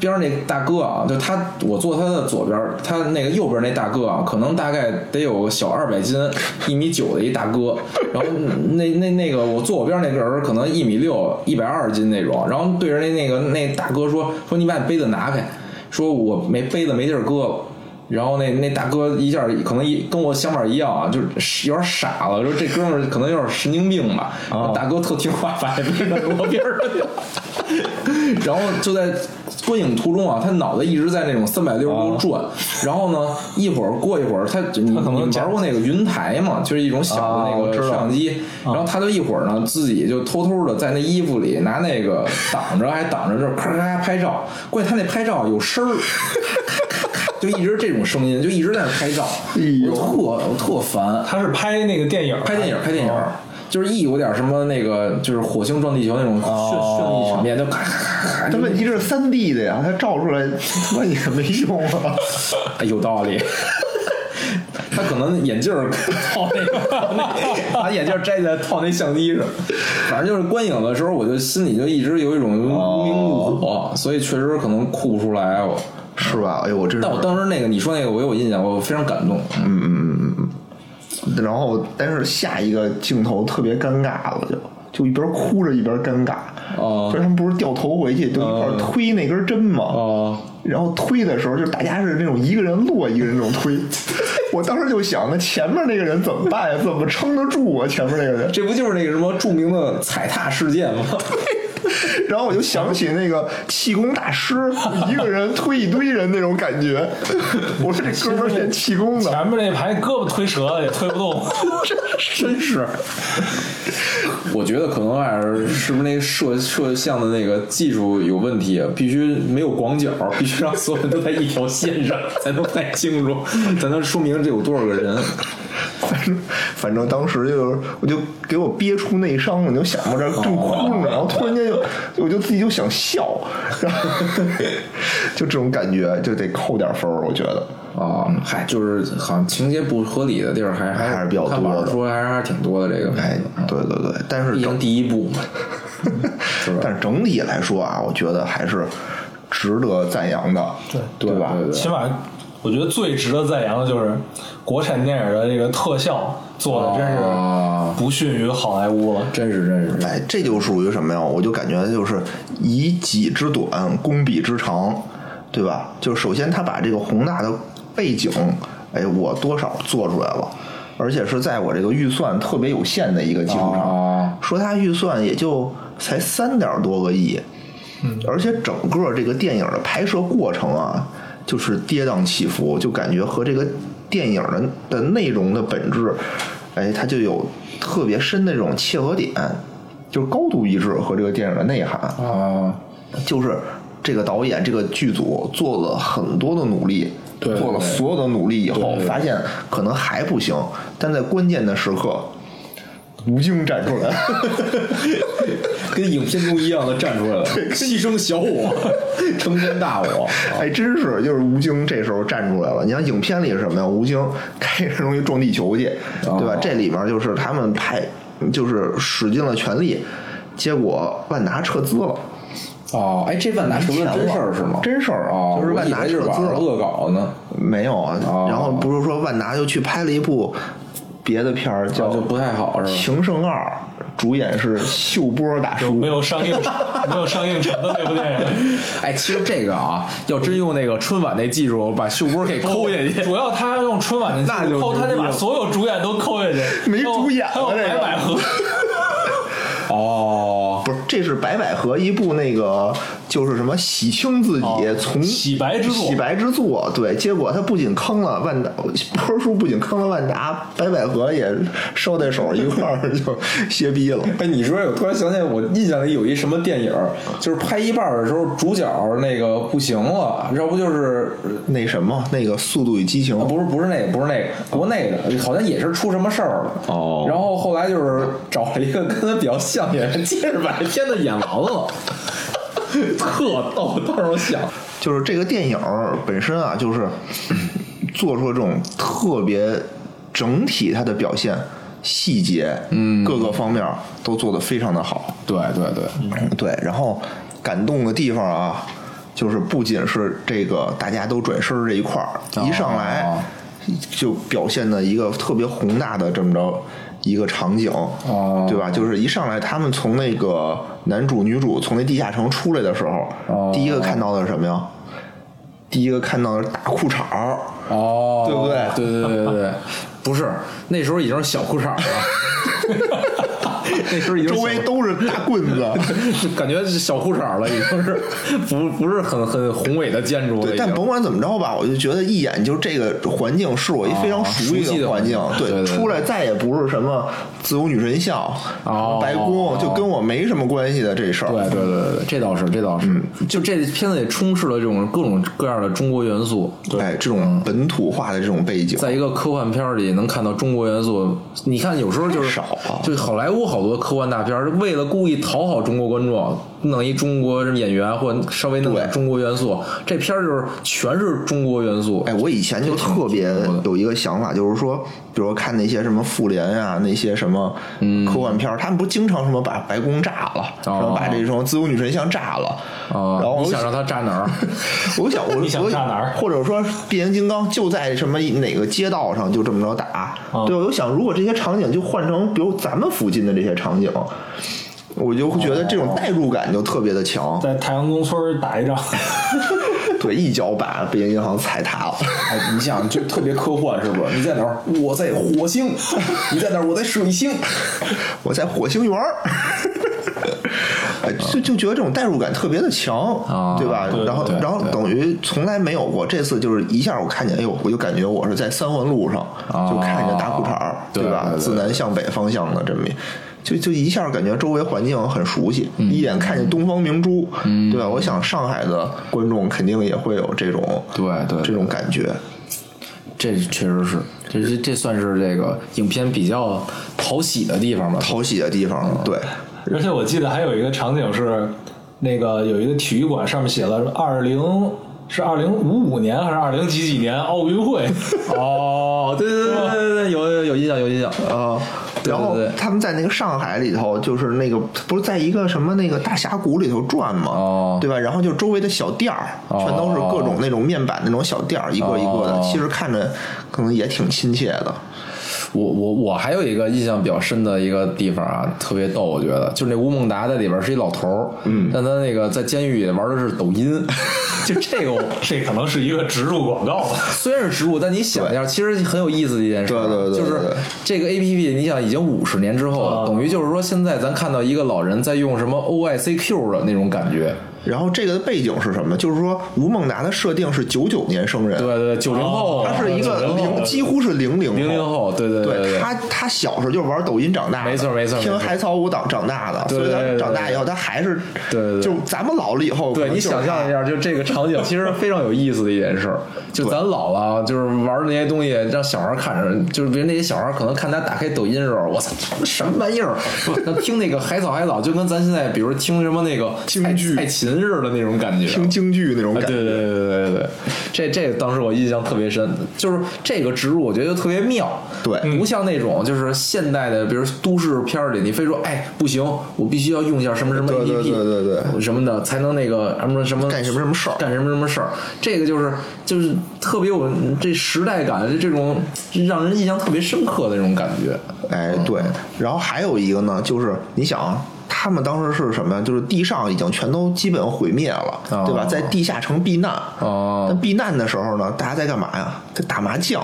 Speaker 2: 边上那大哥啊，就他，我坐他的左边儿，他那个右边那大哥啊，可能大概得有个小二百斤，一米九的一大哥。然后那那那个我坐我边儿那个人儿可能一米六，一百二十斤那种。然后对着那那个那大哥说说你把你杯子拿开，说我没杯子没地儿搁了。然后那那大哥一下可能一跟我想法一样啊，就是有点傻了，说这哥们儿可能有点神经病吧。然
Speaker 4: 啊
Speaker 2: 后大哥特听话，把那边的挪边儿去了。然后就在观影途中啊，他脑袋一直在那种三百
Speaker 4: 啊
Speaker 2: 六十度转。然后呢，一会儿过一会儿，他你你
Speaker 3: 可能
Speaker 2: 玩
Speaker 3: 假
Speaker 2: 过那个云台嘛，就是一种小的那
Speaker 4: 啊我
Speaker 2: 个
Speaker 4: 知道
Speaker 2: 摄像机。然后他就一会儿呢，自己就偷偷的在那衣服里拿那个挡着，还挡着这咔咔咔拍照。关键他那拍照有声儿。就一直这种声音，就一直在那拍照，我特我特烦。
Speaker 3: 他是拍那个电影，
Speaker 2: 拍电影，拍电影，就是一有点什么那个，就是火星撞地球那种绚绚丽场面，就咔咔咔咔，
Speaker 4: 但问题是三 D 的呀，它照出来他妈也没用 啊。
Speaker 2: 哎有道理。他可能眼镜儿套那个，套 那 把眼镜儿摘下来套那相机上。 反正就是观影的时候，我就心里就一直有一种
Speaker 4: 哦
Speaker 2: 无名怒火，所以确实可能哭不出来。啊我，
Speaker 4: 是吧？哎呦，我真是
Speaker 2: 但我当时那个你说那个，我有印象，我非常感动。嗯，
Speaker 4: 然后，但是下一个镜头特别尴尬了，就就一边哭着一边尴尬。
Speaker 2: 哦
Speaker 4: 就是他们不是掉头回去，就一块儿推那根针嘛。
Speaker 2: 哦
Speaker 4: 然后推的时候，就大家是那种一个人落，一个人那种推。我当时就想，那前面那个人怎么办呀？怎么撑得住啊？前面那个人。
Speaker 2: 这不就是那个什么著名的踩踏事件吗？
Speaker 4: 然后我就想起那个气功大师，一个人推一堆人那种感觉。 我说这哥们儿练气功的，
Speaker 3: 前面那排胳膊推折了也推不动，
Speaker 2: 真是。我觉得可能还是是不是那个摄摄像的那个技术有问题，啊必须没有广角，必须让所有人都在一条线上， 才能拍清楚，才能说明这有多少个人。
Speaker 4: 反正反正当时就是，我就给我憋出内伤了，你就想我这正哭着呢，然后突然间就，我就自己就想笑，然后就这种感觉就得扣点分儿，我觉得。
Speaker 2: 啊，嗨，就是好像情节不合理的地儿还还
Speaker 4: 还是比较多的
Speaker 2: 看网上说还是还是挺多的这个片
Speaker 4: 哎
Speaker 2: 子，，
Speaker 4: 对对对，但是
Speaker 2: 毕竟
Speaker 4: 整
Speaker 2: 第一部嘛，
Speaker 4: 但是整体来说啊，我觉得还是值得赞扬的，对对吧？
Speaker 2: 对对
Speaker 3: 起码我觉得最值得赞扬的就是国产电影的这个特效做的真
Speaker 2: 哦
Speaker 3: 是不逊于好莱坞了。
Speaker 2: 真是真是。
Speaker 4: 哎，这就属于什么呀？我就感觉就是以己之短攻彼之长，对吧？就是首先他把这个宏大的背景，哎，我多少做出来了，而且是在我这个预算特别有限的一个基础
Speaker 1: 啊
Speaker 4: 上，
Speaker 2: 哦
Speaker 4: 说他预算也就才三点多个亿，而且整个这个电影的拍摄过程啊，就是跌宕起伏，就感觉和这个电影的的内容的本质，哎，它就有特别深的这种切合点。就是高度一致和这个电影的内涵。
Speaker 2: 啊，
Speaker 4: 就是这个导演这个剧组做了很多的努力，
Speaker 2: 对
Speaker 4: 做了所有的努力以后，发现可能还不行，但在关键的时刻。吴京站出来，
Speaker 2: 跟影片中一样的站出 来了，牺牲小 我，成全大我。
Speaker 4: 还真是，就是吴京这时候站出来了。你像影片里是什么呀？吴京开着东西撞地球去，对吧？
Speaker 2: 哦
Speaker 4: 这里面就是他们拍，就是使尽了全力，结果万达撤资了。
Speaker 2: 哦，哎，这万达是不是真事儿是吗？
Speaker 4: 真事儿
Speaker 2: 哦，
Speaker 4: 就是万达
Speaker 2: 我以为是
Speaker 4: 撤
Speaker 2: 网
Speaker 4: 资了
Speaker 2: 上恶搞呢，
Speaker 4: 没有啊，
Speaker 2: 哦
Speaker 4: 然后不是说万达又去拍了一部别的片儿，叫
Speaker 2: 啊就不太好
Speaker 4: 《
Speaker 2: 是吧？
Speaker 4: 情圣二》，主演是秀波大 叔。
Speaker 3: 没有上映，没有上映成的那部电影。
Speaker 2: 哎，其实这个啊，要真用那个春晚那技术把秀波给抠下去，
Speaker 3: 主要他用春晚的
Speaker 2: 那就
Speaker 3: 扣，
Speaker 2: 牛
Speaker 3: 他得
Speaker 2: 逼
Speaker 3: 把
Speaker 2: 了
Speaker 3: 所有主演都扣 下去，
Speaker 4: 没主演
Speaker 3: 还有
Speaker 4: 了这
Speaker 3: 白
Speaker 4: 个
Speaker 3: 百合，
Speaker 2: 哦，
Speaker 4: 不是，这是白百合一部那个就是什么洗清自己，从
Speaker 3: 哦洗白之作
Speaker 4: 洗白之作。对，结果他不仅坑了万达，波叔不仅坑了万达，白百合也捎带手一块儿就歇逼了。
Speaker 2: 哎，你说这个我突然想起来，我印象里有一什么电影儿，就是拍一半儿的时候，主角儿那个不行了，要不就是
Speaker 4: 那什么，那个《速度与激情
Speaker 2: 啊，》不是不是那个，不是那个，国内的，好像也是出什么事儿了。
Speaker 4: 哦
Speaker 2: 然后后来就是找了一个跟他比较像的演员，接着把这片子演完了，特逗。当时我想，
Speaker 4: 就是这个电影儿本身啊，就是 做出了这种特别整体它的表现。细节，嗯，各个方面儿都做得非常的好，嗯
Speaker 2: 对对对，
Speaker 4: 对，然后感动的地方啊，就是不仅是这个大家都转身儿这一块儿，
Speaker 2: 哦
Speaker 4: 一上来就表现的一个特别宏大的这么着一个场景，
Speaker 2: 哦
Speaker 4: 对吧？就是一上来他们从那个男主女主从那地下城出来的时候，
Speaker 2: 哦
Speaker 4: 第一个看到的是什么呀？第一个看到的是大裤衩儿，
Speaker 2: 哦，
Speaker 4: 对不对
Speaker 2: 对对对对对，不是那时候已经是小裤衩了， 那时候已经是
Speaker 4: 周
Speaker 2: 小
Speaker 4: 围都是大棍子。
Speaker 2: 就 感觉是小裤衩了，已经是不不是很很宏伟的建筑了已
Speaker 4: 对，
Speaker 2: 经。
Speaker 4: 但甭管怎么着吧，我就觉得一眼就这个环境是我一非常
Speaker 2: 哦
Speaker 4: 熟
Speaker 2: 熟悉
Speaker 4: 悉
Speaker 2: 的
Speaker 4: 的环境，
Speaker 2: 环境
Speaker 4: 对，
Speaker 2: 对对对
Speaker 4: 出来再也不是什么自由女神像、
Speaker 2: 哦
Speaker 4: 白宫，就跟我没什么关系的这事儿。
Speaker 2: 对对对对对，这倒是，这倒是，
Speaker 4: 嗯
Speaker 2: 就这片子也充斥了这种各种各样的中国元素，
Speaker 4: 哎，这
Speaker 2: 嗯
Speaker 4: 种本土化的这种背景，
Speaker 2: 在一个科幻片儿里能看到中国元素，你看有时候就是
Speaker 4: 太少了
Speaker 2: 就好莱坞好多科幻大片儿为了故意讨好中国观众，弄一中国演员或稍微弄点
Speaker 4: 对
Speaker 2: 中国元素，这片儿就是全是中国元素。
Speaker 4: 哎，我以前就特别有一个想法，就是说，比如看那些什么复联啊，那些什么
Speaker 3: 嗯
Speaker 2: 嗯
Speaker 4: 科幻片儿，他们不经常什么把白宫炸了，
Speaker 2: 哦
Speaker 3: 哦
Speaker 4: 然后把这什么自由女神像炸了，
Speaker 2: 啊、
Speaker 4: 然后
Speaker 2: 你
Speaker 4: 我
Speaker 2: 想让他站哪 儿？
Speaker 4: 我想我
Speaker 3: 你想
Speaker 4: 我
Speaker 3: 炸哪儿
Speaker 4: 或者说变形金刚就在什么哪个街道上就这么着打，对，我就想如果这些场景就换成比如咱们附近的这些场景，我就会觉得这种代入感就特别的强。
Speaker 3: 在太阳宫村打一仗，
Speaker 4: 对，一脚把北京银行踩塌了。
Speaker 2: 哎，你想就特别科幻是不是？你在哪儿？我在火星。你在哪儿？我在水星。
Speaker 4: 我在火星园 儿。哎，就就觉得这种代入感特别的强，
Speaker 2: 啊
Speaker 4: 对吧？
Speaker 3: 对
Speaker 4: 然后
Speaker 2: 对，
Speaker 4: 然后
Speaker 2: 对
Speaker 4: 等于从来没有过，这次就是一下我看见，哎呦，我就感觉我是在三环路上，就看见大裤衩儿，
Speaker 2: 啊对
Speaker 4: 吧？
Speaker 2: 对对
Speaker 4: 自南向北方向的这么一，就就一下感觉周围环境很熟悉，
Speaker 2: 嗯
Speaker 4: 一眼看见东方明珠，对吧？我想上海的观众肯定也会有这种
Speaker 2: 对对
Speaker 4: 这种感觉，
Speaker 2: 这确实是，这这这算是这个影片比较讨喜的地方吧？
Speaker 4: 讨喜的地方，对。
Speaker 3: 而且我记得还有一个场景是，那个有一个体育馆上面写了二零。是二零五五年还是二零几几年奥运 会？
Speaker 2: 哦，对对对对对，有有有印象有印象。哦
Speaker 4: 啊，然后
Speaker 2: 对对对
Speaker 4: 他们在那个上海里头，就是那个不是在一个什么那个大峡谷里头转嘛，
Speaker 2: 哦
Speaker 4: 对吧？然后就周围的小店儿，全都是各种那种面板那种小店儿，一个一个的，
Speaker 2: 哦
Speaker 4: 其实看着可能也挺亲切的。
Speaker 2: 我我我还有一个印象比较深的一个地方啊，特别逗，我觉得就是那吴孟达在里边是一老头儿，嗯，但他那个在监狱里玩的是抖音， 就这个我
Speaker 3: 这可能是一个植入广告吧。
Speaker 2: 虽然是植入，但你想一下，其实很有意思的一件事儿，啊
Speaker 4: 对对哦对对
Speaker 2: 就是
Speaker 4: 对
Speaker 2: 这个 A P P，你想已经五十年之后了，等于就是说现在咱看到一个老人在用什么 O I C Q 的那种感觉。
Speaker 4: 然后这个的背景是什么？就是说吴孟达的设定是九九年生人，
Speaker 2: 对对，九零后，
Speaker 4: 他是一个
Speaker 2: 90后
Speaker 4: 零，几乎是零零
Speaker 2: 零零后，对对
Speaker 4: 对
Speaker 2: 对，
Speaker 4: 他，他小时候就玩抖音长大的，
Speaker 2: 没错没错
Speaker 4: 听
Speaker 2: 没错
Speaker 4: 海草舞长长大的，
Speaker 2: 对对
Speaker 4: 所以
Speaker 2: 对
Speaker 4: 他长大
Speaker 2: 对
Speaker 4: 以后，他还是
Speaker 2: 对对对
Speaker 4: 就咱们老了以后，可
Speaker 2: 对
Speaker 4: 能
Speaker 2: 你
Speaker 4: 就是
Speaker 2: 想象一下，就这个场景，其实非常有意思的一件事儿。就咱老了，就是玩那些东西，让小孩看着，就是别人那些小孩可能看他打开抖音的时候，我操，什么玩意儿？那听那个海草海草，就跟咱现在比如听什么那个
Speaker 4: 京剧
Speaker 2: 蔡蔡琴似的那种感觉，
Speaker 4: 听京剧那种
Speaker 2: 啊，
Speaker 4: 感
Speaker 2: 对
Speaker 4: 觉。
Speaker 2: 对对对对对，这这个当时我印象特别深，就是这个植入，我觉得就特别妙。
Speaker 4: 对
Speaker 2: 不像那种就是现代的，比如都市片儿里，你非说哎不行，我必须要用一下什么什么 APP，
Speaker 4: 对对对对对
Speaker 2: 什么的才能那个什么什么
Speaker 4: 干什么什么事儿
Speaker 2: 干什么什么事儿。这个就是就是特别有这时代感的这种让人印象特别深刻的那种感觉。
Speaker 4: 哎，对，
Speaker 2: 嗯
Speaker 4: 然后还有一个呢，就是你想啊，他们当时是什么呀？就是地上已经全都基本毁灭了，
Speaker 2: 哦
Speaker 4: 对吧？在地下城避难。
Speaker 2: 哦
Speaker 4: 那避难的时候呢，大家在干嘛呀？在打麻将。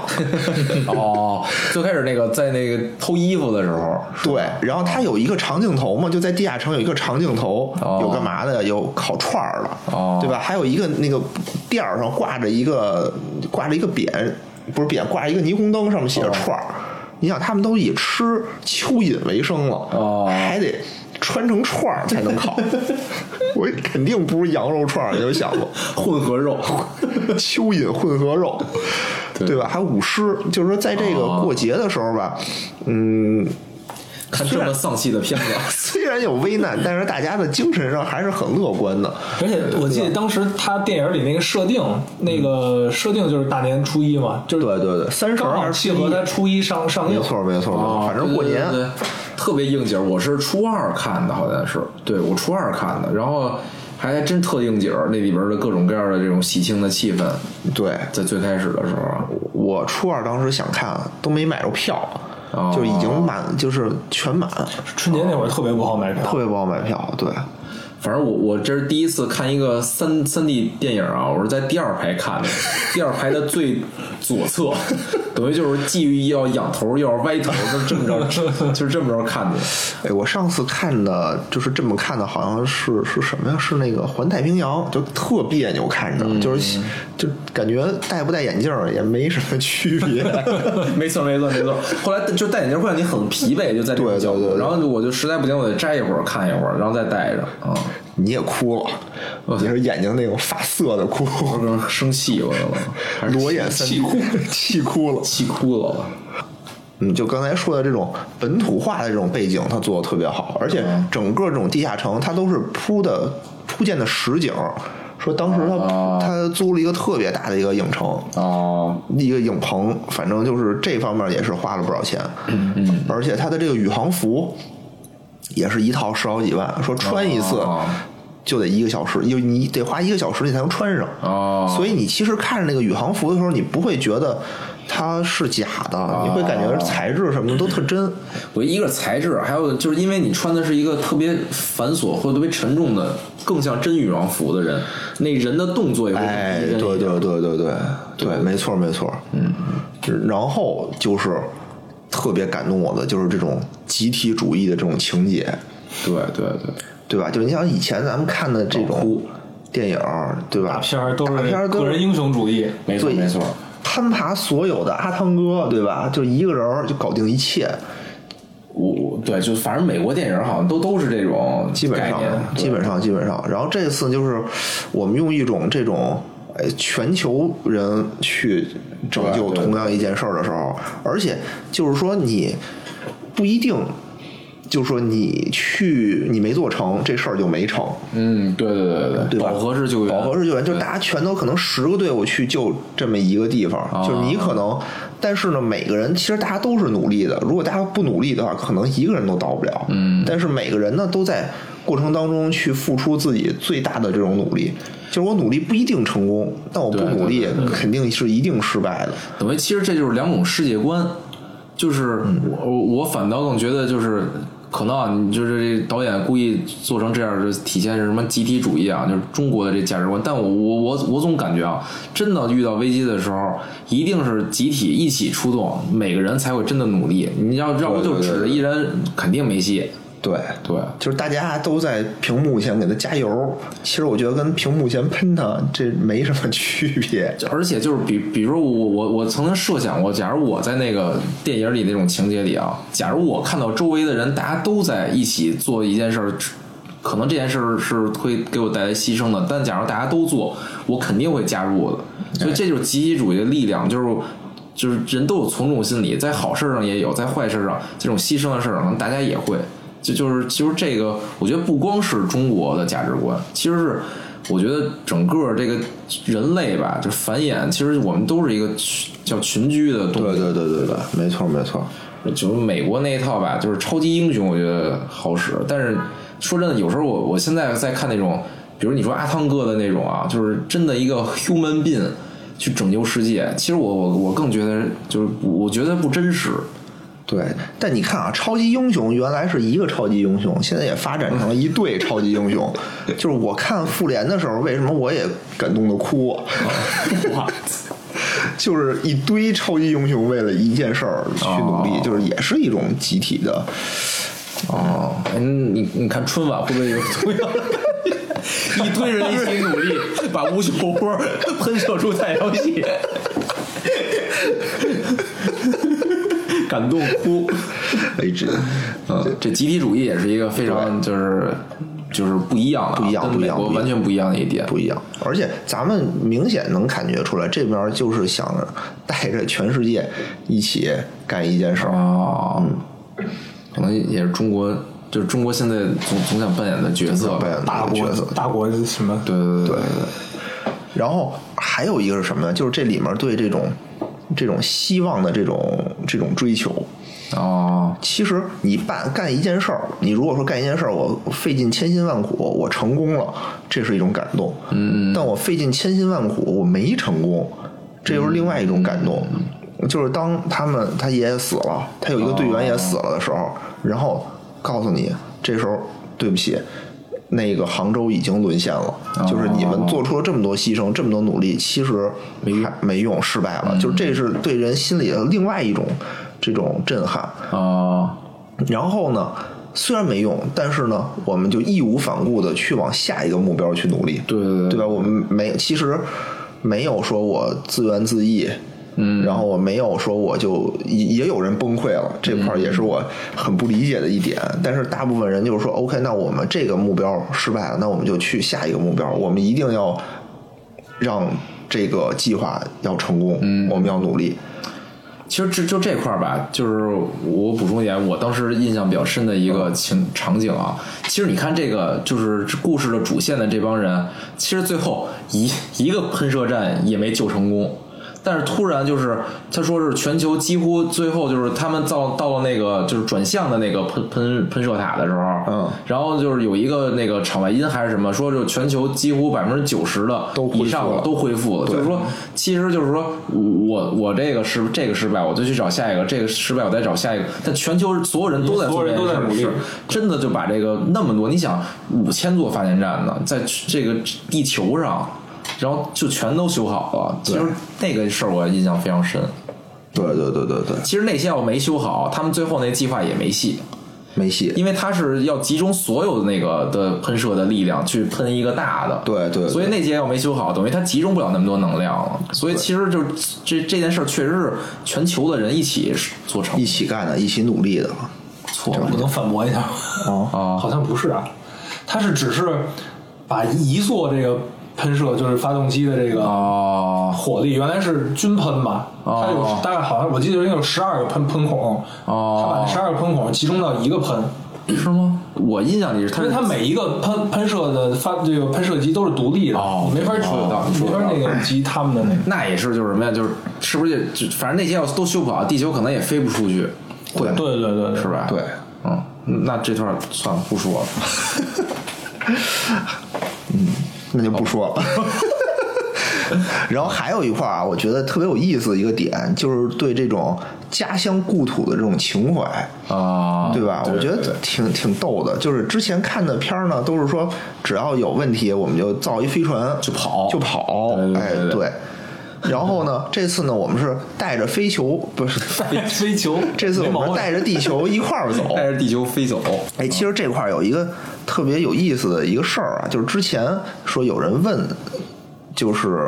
Speaker 2: 哦， 最开始那个在那个偷衣服的时候，
Speaker 4: 对，然后他有一个长镜头嘛，就在地下城有一个长镜头，
Speaker 2: 哦
Speaker 4: 有干嘛的？有烤串儿的，
Speaker 2: 哦
Speaker 4: 对吧？还有一个那个垫儿上挂着一个挂着一个匾，不是匾，挂着一个霓虹灯，上面写
Speaker 2: 哦
Speaker 4: 着串儿。你想，他们都以吃蚯蚓为生了，
Speaker 2: 哦
Speaker 4: 还得穿成串儿才能烤。我肯定不是羊肉串儿，你有想过？
Speaker 2: 混合肉。
Speaker 4: 蚯蚓混合肉，
Speaker 2: 对
Speaker 4: 对吧？还有舞狮，就是说在这个
Speaker 2: 哦
Speaker 4: 过节的时候吧，嗯，
Speaker 2: 看这么丧气的片子，
Speaker 4: 虽然有危难，但是大家的精神上还是很乐观的。
Speaker 3: 而且我记得当时他电影里那个设定，那个设定就是大年初一嘛，就是
Speaker 4: 对对对，三十
Speaker 3: 嗯刚好
Speaker 4: 二
Speaker 3: 契合他初一上上映
Speaker 4: 没。错没错，没错
Speaker 2: 哦
Speaker 4: 啊反正过年
Speaker 2: 对对对特别应景儿。我是初二看的，好像是，对我初二看的，然后还真特应景儿，那里边的各种各样的这种喜庆的气氛，
Speaker 4: 对
Speaker 2: 在最开始的时候啊，
Speaker 4: 我初二当时想看，都没买着票，
Speaker 2: 哦
Speaker 4: 就已经满，就是全满，
Speaker 3: 春节那会儿特别不好买票
Speaker 4: 特，别不好买票。对，
Speaker 2: 反正我我这是第一次看一个三三 D 电影啊，我是在第二排看的，第二排的最左侧， 等于就是既要仰头又要歪头，就这么 着，就是这么着看的。
Speaker 4: 哎，我上次看的就是这么看的，好像是是什么呀？是那个《环太平洋》，就特别扭看着，就是就感觉戴不戴眼镜儿也没什么区别。
Speaker 2: 没错，没错，没错。后来就戴眼镜会让你很疲惫，就在这个
Speaker 4: 对对
Speaker 2: 角
Speaker 4: 对
Speaker 2: 度。
Speaker 4: 对
Speaker 2: 然后我就实在不行，我得摘一会儿看一会儿，然后再戴着啊。
Speaker 4: 你也哭了，你是眼睛那种发涩的哭。
Speaker 2: 我说生气我了，还是
Speaker 4: 裸眼三 D，气哭了。
Speaker 2: 气哭了我。
Speaker 4: 嗯，就刚才说的这种本土化的这种背景，它做的特别好，而且整个这种地下城，它都是铺的铺建的实景。说当时
Speaker 2: 哦
Speaker 4: 他他租了一个特别大的一个影城，
Speaker 2: 哦，
Speaker 4: 一个影棚，反正就是这方面也是花了不少钱。嗯嗯，而且他的这个宇航服也是一套十好几万，说穿一次
Speaker 2: 哦
Speaker 4: 就得一个小时，就你得花一个小时你才能穿上。
Speaker 2: 哦
Speaker 4: 所以你其实看着那个宇航服的时候，你不会觉得它是假的，你会感觉材质什么的都特真。
Speaker 2: 我一个是材质，还有就是因为你穿的是一个特别繁琐或者特别沉重的，更像真羽绒服的人，那人的动作也会
Speaker 4: 哎，
Speaker 2: 很
Speaker 4: 对对对对对对，
Speaker 2: 对
Speaker 4: 没错没错。嗯，然后就是特别感动我的就是这种集体主义的这种情节。
Speaker 2: 对对对，
Speaker 4: 对吧？就是你想以前咱们看的这种电影儿，对吧？
Speaker 3: 大片儿都
Speaker 4: 大片
Speaker 3: 是
Speaker 4: 儿
Speaker 3: 个人英雄主义。
Speaker 2: 没错
Speaker 4: 对
Speaker 2: 没错。
Speaker 4: 攀爬所有的阿汤哥，对吧？就一个人儿就搞定一切，
Speaker 2: 我我对，就是反正美国电影好像都都是这种
Speaker 4: 基本
Speaker 2: 概
Speaker 4: 上啊
Speaker 2: 念，对
Speaker 4: 基本上，基本上。然后这次就是我们用一种这种。哎，全球人去拯救
Speaker 2: 对对
Speaker 4: 同样一件事儿的时候，而且就是说你不一定，就是说你去你没做成这事儿就没成，
Speaker 2: 嗯，对对对对
Speaker 4: 对吧
Speaker 2: 饱和式救援，
Speaker 4: 饱和式救援，就是大家全都可能十个队伍去救这么一个地方，
Speaker 2: 哦
Speaker 4: 就是你可能，但是呢，每个人其实大家都是努力的，如果大家不努力的话，可能一个人都到不了。嗯，但是每个人呢都在过程当中去付出自己最大的这种努力，就是我努力不一定成功，但我不
Speaker 2: 对对
Speaker 4: 努力肯定是一定失败的。
Speaker 2: 等于其实这就是两种世界观，就是
Speaker 4: 嗯
Speaker 2: 我我反倒更觉得就是可能啊，你就是这导演故意做成这样，就体现是什么集体主义啊，就是中国的这价值观。但我我我我总感觉啊，真的遇到危机的时候，一定是集体一起出动，每个人才会真的努力。你要要不就
Speaker 4: 对对对
Speaker 2: 指着一人，肯定没戏。
Speaker 4: 对
Speaker 2: 对
Speaker 4: 就是大家都在屏幕前给他加油，其实我觉得跟屏幕前喷他这没什么区别。
Speaker 2: 就而且就是比，比如我我我曾经设想过，假如我在那个电影里那种情节里啊，假如我看到周围的人大家都在一起做一件事儿，可能这件事儿是会给我带来牺牲的，但假如大家都做，我肯定会加入的。所以这就是集体主义的力量，就是就是人都有从众心理，在好事儿上也有，在坏事儿上这种牺牲的事儿上，可能大家也会。就就是其实这个，我觉得不光是中国的价值观，其实是我觉得整个这个人类吧，就繁衍，其实我们都是一个群叫群居的动物。
Speaker 4: 对对对对对，没错没错。
Speaker 2: 就是美国那一套吧，就是超级英雄，我觉得好使。但是说真的，有时候我我现在在看那种，比如你说阿汤哥的那种啊，就是真的一个 human being 去拯救世界。其实我我我更觉得就是我觉得不真实。
Speaker 4: 对，但你看啊，超级英雄原来是一个超级英雄，现在也发展成了一对超级英雄。就是我看复联的时候，为什么我也感动的哭、啊？就是一堆超级英雄为了一件事儿去努力，就是也是一种集体的。
Speaker 2: 哦，嗯，你你看春晚会不会有同样的感觉？ 一堆人一起努力，把无球波喷射出太阳系， 感动哭。
Speaker 4: 为止，呃
Speaker 2: 嗯，这集体主义也是一个非常就是就是不一样的啊，
Speaker 4: 不一样
Speaker 2: 跟
Speaker 4: 不一
Speaker 2: 美
Speaker 4: 样
Speaker 2: 国
Speaker 4: 不一样
Speaker 2: 完全不一样的一点。
Speaker 4: 不一样。而且咱们明显能感觉出来，这边就是想带着全世界一起干一件事儿。
Speaker 2: 哦，
Speaker 4: 嗯
Speaker 2: 可能也是中国，就是中国现在总总想扮演的角色吧。
Speaker 4: 扮演
Speaker 3: 大
Speaker 4: 的角
Speaker 3: 国
Speaker 4: 色，
Speaker 3: 大国什么？
Speaker 2: 对对对对
Speaker 4: 然后还有一个是什么呢？就是这里面对这种这种希望的这种这种追求。
Speaker 2: 对，哦，
Speaker 4: 其实你办干一件事儿，你如果说干一件事儿，我费尽千辛万苦，我成功了，这是一种感动。嗯，但我费尽千辛万苦，我没成功，这又是另外一种感动。就是当他们他爷爷死了，他有一个队员也死了的时候，然后告诉你，这时候对不起。那个杭州已经沦陷了，就是你们做出了这么多牺牲，这么多努力，其实没用，没用，失败了。就是这是对人心里的另外一种这种震撼。
Speaker 2: 哦，
Speaker 4: 然后呢，虽然没用，但是呢，我们就义无反顾的去往下一个目标去努力，
Speaker 2: 对对
Speaker 4: 对吧？我们没其实没有说我自怨自艾。嗯，然后我没有说我就也也有人崩溃了，这块儿也是我很不理解的一点。但是大部分人就是说，OK，那我们这个目标失败了，那我们就去下一个目标，我们一定要让这个计划要成功，我们要努力。
Speaker 2: 其实这就这块儿吧，就是我补充一点，我当时印象比较深的一个情场景啊。其实你看这个，就是故事的主线的这帮人，其实最后一一个喷射站也没救成功。但是突然就是，他说是全球几乎最后就是他们到到了那个就是转向的那个喷喷喷射塔的时候，
Speaker 4: 嗯
Speaker 2: 然后就是有一个那个场外音还是什么，说就全球几乎百分之九十的
Speaker 4: 都恢复
Speaker 2: 以上
Speaker 4: 了
Speaker 2: 都恢复了，就是说，其实就是说我我这个失这个失败，我就去找下一个，这个失败我再找下一个。但全球所有人都在
Speaker 3: 所有
Speaker 2: 做这件
Speaker 3: 人都在
Speaker 2: 事，
Speaker 3: 努力
Speaker 2: 是真的就把这个那么多，你想五千座发电站呢，在这个地球上，然后就全都修好了。其实那个事儿我印象非常深。
Speaker 4: 对对对对对，
Speaker 2: 其实那些要没修好，他们最后那计划也没戏。
Speaker 4: 没戏。
Speaker 2: 因为它是要集中所有的那个的喷射的力量去喷一个大的，
Speaker 4: 对对对
Speaker 2: 所以那节要没修好，等于它集中不了那么多能量了。所以其实就这这件事儿确实是全球的人一起做成
Speaker 4: 一起干的，一起努力的。
Speaker 2: 错
Speaker 3: 我能反驳一下吗？
Speaker 2: 啊
Speaker 3: 好像不是啊，它是只是把一座这个喷射，就是发动机的这个
Speaker 2: 哦
Speaker 3: 火力，原来是均喷嘛，
Speaker 2: 哦
Speaker 3: 它有大概好像我记得应该有十二个喷喷孔，
Speaker 2: 哦
Speaker 3: 它把十二个喷孔集中到一个喷，
Speaker 2: 是吗？我印象里是它
Speaker 3: 因为它每一个喷喷射的发这个喷射机都是独立的，
Speaker 2: 哦
Speaker 3: 你没法
Speaker 2: 对
Speaker 3: 取
Speaker 2: 说得到你
Speaker 3: 没
Speaker 2: 说得
Speaker 3: 法那个集他们的那个。
Speaker 2: 那也是就是什么呀？就是是不是就就反正那些要都修不好，地球可能也飞不出去，会
Speaker 3: 对对对对，
Speaker 2: 是吧？
Speaker 4: 对，
Speaker 2: 嗯，那这段算了不说了。
Speaker 4: 那就不说了。 然后还有一块儿啊，我觉得特别有意思的一个点，就是对这种家乡故土的这种情怀，
Speaker 2: 啊，
Speaker 4: 对吧？我觉
Speaker 2: 对
Speaker 4: 得挺挺逗的。就是之前看的片儿呢，都是说只要有问题，我们就造一飞船
Speaker 2: 就跑
Speaker 4: 就跑
Speaker 2: 对。对对
Speaker 4: 哎
Speaker 2: 对，对
Speaker 4: 对。然后呢，这次呢，我们是带着飞球，不是，
Speaker 3: 飞球，
Speaker 4: 这次我们是带着地球一块儿走。
Speaker 2: 带着地球飞走，
Speaker 4: 哎，其实这块儿有一个特别有意思的一个事儿啊，就是之前说有人问，就是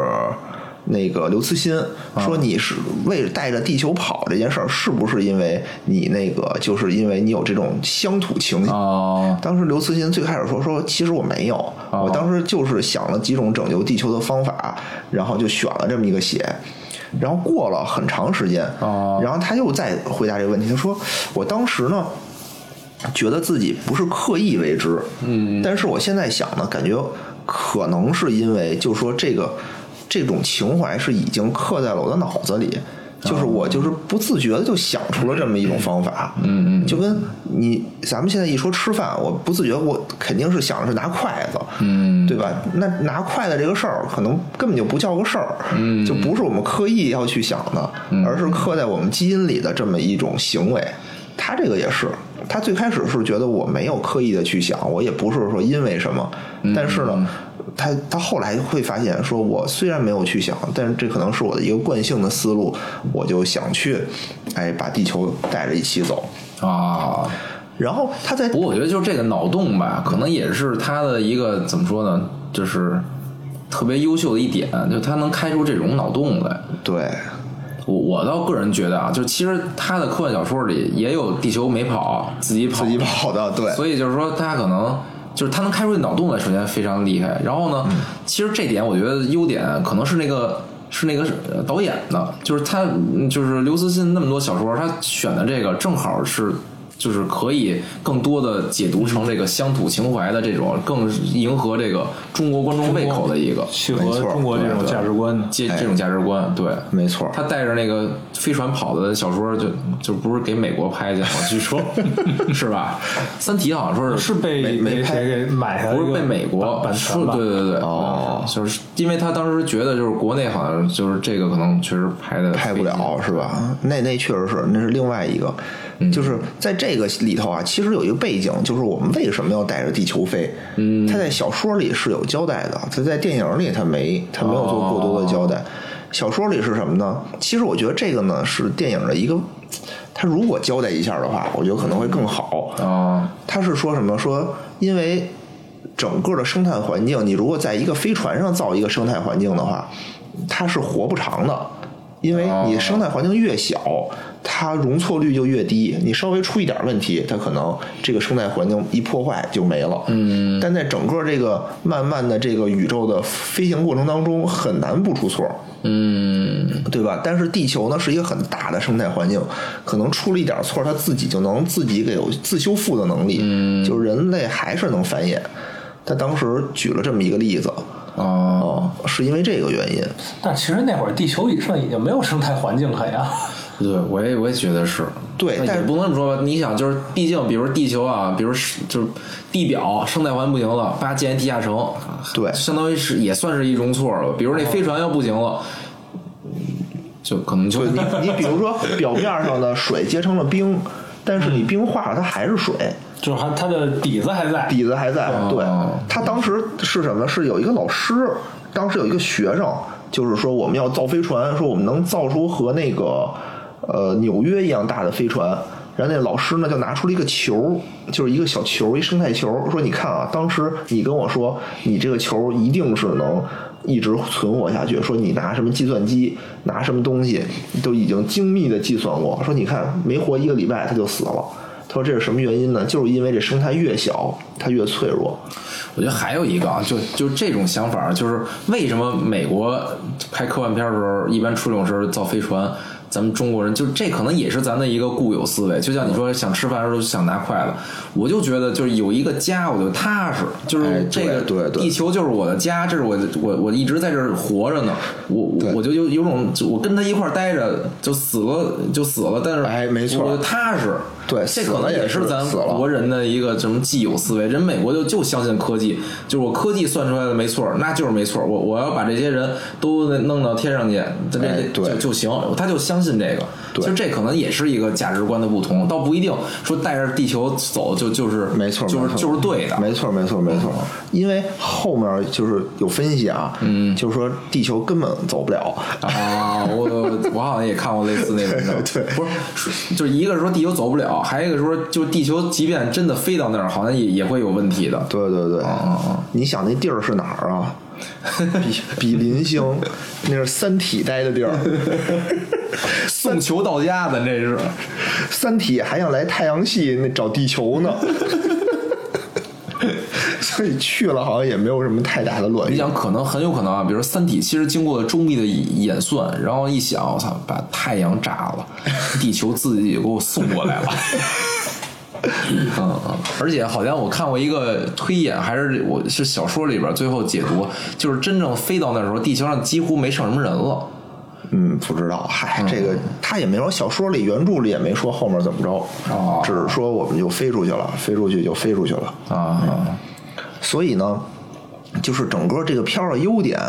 Speaker 4: 那个刘慈欣说你是为带着地球跑这件事儿，是不是因为你那个就是因为你有这种乡土情结？
Speaker 2: 哦，
Speaker 4: 当时刘慈欣最开始说说，其实我没有，我当时就是想了几种拯救地球的方法，然后就选了这么一个鞋。然后过了很长时间，
Speaker 2: 哦
Speaker 4: 然后他又再回答这个问题，他说我当时呢。觉得自己不是刻意为之，嗯，但是我现在想呢，感觉可能是因为，就说这个这种情怀是已经刻在了我的脑子里，就是我就是不自觉的就想出了这么一种方法，嗯嗯，就跟你咱们现在一说吃饭，我不自觉我肯定是想的是拿筷子，嗯，对吧？那拿筷子这个事儿可能根本就不叫个事儿，嗯，就不是我们刻意要去想的，而是刻在我们基因里的这么一种行为。他这个也是，他最开始是觉得我没有刻意的去想，我也不是说因为什么，但是呢，他他后来会发现，说我虽然没有去想，但是这可能是我的一个惯性的思路，我就想去，哎，把地球带着一起走。
Speaker 2: 啊。
Speaker 4: 然后他在
Speaker 2: 不过我觉得就是这个脑洞吧，可能也是他的一个怎么说呢，就是特别优秀的一点，就他能开出这种脑洞来。
Speaker 4: 对，
Speaker 2: 我我倒个人觉得啊，就其实他的科幻小说里也有地球没跑，自己跑，
Speaker 4: 自己跑的，对，
Speaker 2: 所以就是说他可能就是他能开出这脑洞来，首先非常厉害。然后呢，其实这点我觉得优点可能是那个是那个呃导演的，就是他嗯就是刘慈欣那么多小说，他选的这个正好是。就是可以更多的解读成这个乡土情怀的这种，更迎合这个中国观众胃口的一个
Speaker 3: 契
Speaker 4: 没
Speaker 3: 合
Speaker 4: 错
Speaker 3: 中国这种
Speaker 2: 对对
Speaker 3: 价值观的。
Speaker 2: 这这种价值观。对，
Speaker 4: 没错，
Speaker 2: 他带着那个飞船跑的小说就，就不是给美国拍去了，据说是吧？《三体》好像说是
Speaker 3: 是被
Speaker 4: 没
Speaker 3: 给
Speaker 4: 拍
Speaker 3: 谁给买下来一个
Speaker 2: 不
Speaker 3: 版？
Speaker 2: 是被美国
Speaker 3: 版权
Speaker 2: 说
Speaker 3: 吧？
Speaker 2: 对对对，
Speaker 4: 哦
Speaker 2: 就是因为他当时觉得就是国内好像就是这个可能确实拍的
Speaker 4: 拍不了是吧？那那确实是，那是另外一个，就是在这个里头啊，其实有一个背景，就是我们为什么要带着地球飞？嗯，他在小说里是有交代的，他在电影里他没，他没有做过多的交代。小说里是什么呢？其实我觉得这个呢是电影的一个，他如果交代一下的话，我觉得可能会更好。
Speaker 2: 啊
Speaker 4: 他是说什么？说因为整个的生态环境，你如果在一个飞船上造一个生态环境的话，它是活不长的，因为你生态环境越小，它容错率就越低。你稍微出一点问题，它可能这个生态环境一破坏就没了。嗯，但在整个这个慢慢的这个宇宙的飞行过程当中，很难不出错。
Speaker 2: 嗯
Speaker 4: 对吧？但是地球呢是一个很大的生态环境，可能出了一点错，它自己就能自己给有自修复的能力，嗯，就是人类还是能繁衍。他当时举了这么一个例子，
Speaker 2: 啊
Speaker 4: 哦，是因为这个原 因，
Speaker 3: 但其实那会儿地球以上已经没有生态环境了呀。
Speaker 2: 对，我也我也觉得是，
Speaker 4: 对
Speaker 2: 但
Speaker 4: 但
Speaker 2: 也
Speaker 4: 是
Speaker 2: 不能这么说吧。你想，就是毕竟，比如地球啊，比如是就是地表生态环不行了，叭建地下城，
Speaker 4: 对哦
Speaker 2: 相当于是也算是一容错了。比如那飞船要不行了，就可能就
Speaker 4: 对你，你比如说表面上的水结成了冰，但是你冰化了，它还是水，
Speaker 3: 就是还它的底子还在，
Speaker 4: 底子还在。对，
Speaker 2: 啊
Speaker 4: 他当时是什么？是有一个老师，当时有一个学生，就是说我们要造飞船，说我们能造出和那个呃纽约一样大的飞船。然后那老师呢，就拿出了一个球，就是一个小球，一生态球，说：“你看啊，当时你跟我说，你这个球一定是能一直存活下去。说你拿什么计算机，拿什么东西，都已经精密的计算过。说你看，没活一个礼拜，它就死了。他说这是什么原因呢？就是因为这生态越小，它越脆弱。
Speaker 2: 我觉得还有一个啊，就就这种想法儿，就是为什么美国拍科幻片儿的时候，一般出这种事儿造飞船，咱们中国人就这可能也是咱的一个固有思维。就像你说想吃饭的时候想拿筷子，我就觉得就是有一个家我就踏实，就是
Speaker 4: 哎
Speaker 2: 这个
Speaker 4: 对对对
Speaker 2: 地球就是我的家，这是我我我一直在这儿活着呢，我我我就有有种就我跟他一块儿待着就死了就死了，但是
Speaker 4: 哎没错
Speaker 2: 我就踏实。
Speaker 4: 对
Speaker 2: 这
Speaker 4: 死
Speaker 2: 可能
Speaker 4: 了也
Speaker 2: 是
Speaker 4: 是
Speaker 2: 咱
Speaker 4: 死了
Speaker 2: 国人的一个什么既有思维，人美国就就相信科技，就是我科技算出来的没错，那就是没错。我我要把这些人都弄到天上去，这这、
Speaker 4: 哎对
Speaker 2: 就就行，他就相信这个。
Speaker 4: 对
Speaker 2: 其实这可能也是一个价值观的不同，倒不一定说带着地球走就就是
Speaker 4: 没错，
Speaker 2: 就
Speaker 4: 没
Speaker 2: 是
Speaker 4: 错
Speaker 2: 就是对的。
Speaker 4: 没错，没错，没错。因为后面就是有分析啊，嗯，就是说地球根本走不了，
Speaker 2: 啊，我我好像也看过类似那文章，
Speaker 4: 对
Speaker 2: 不是，就是一个是说地球走不了，还有一个说就是地球即便真的飞到那儿，好像也也会有问题的。
Speaker 4: 对对对，你想那地儿是哪儿 啊？比比邻星，那是《三体》待的地儿，
Speaker 2: 送球到家，咱这是，
Speaker 4: 《三体》还想来太阳系那找地球呢， 所以去了好像也没有什么太大的卵
Speaker 2: 你
Speaker 4: 用。
Speaker 2: 想可能很有可能啊，比如说《三体》，其实经过周密的演算，然后一想，我操，把太阳炸了，地球自己给我送过来了。 嗯，嗯，而且好像我看过一个推演，还是我是小说里边最后解读，就是真正飞到那时候，地球上几乎没剩什么人了。
Speaker 4: 嗯，不知道，嗨，这个他也没说，小说里原著里也没说后面怎么着，
Speaker 2: 哦
Speaker 4: 只是说我们就飞出去了，飞出去就飞出去了。
Speaker 2: 啊，
Speaker 4: 所以呢，就是整个这个片儿的优点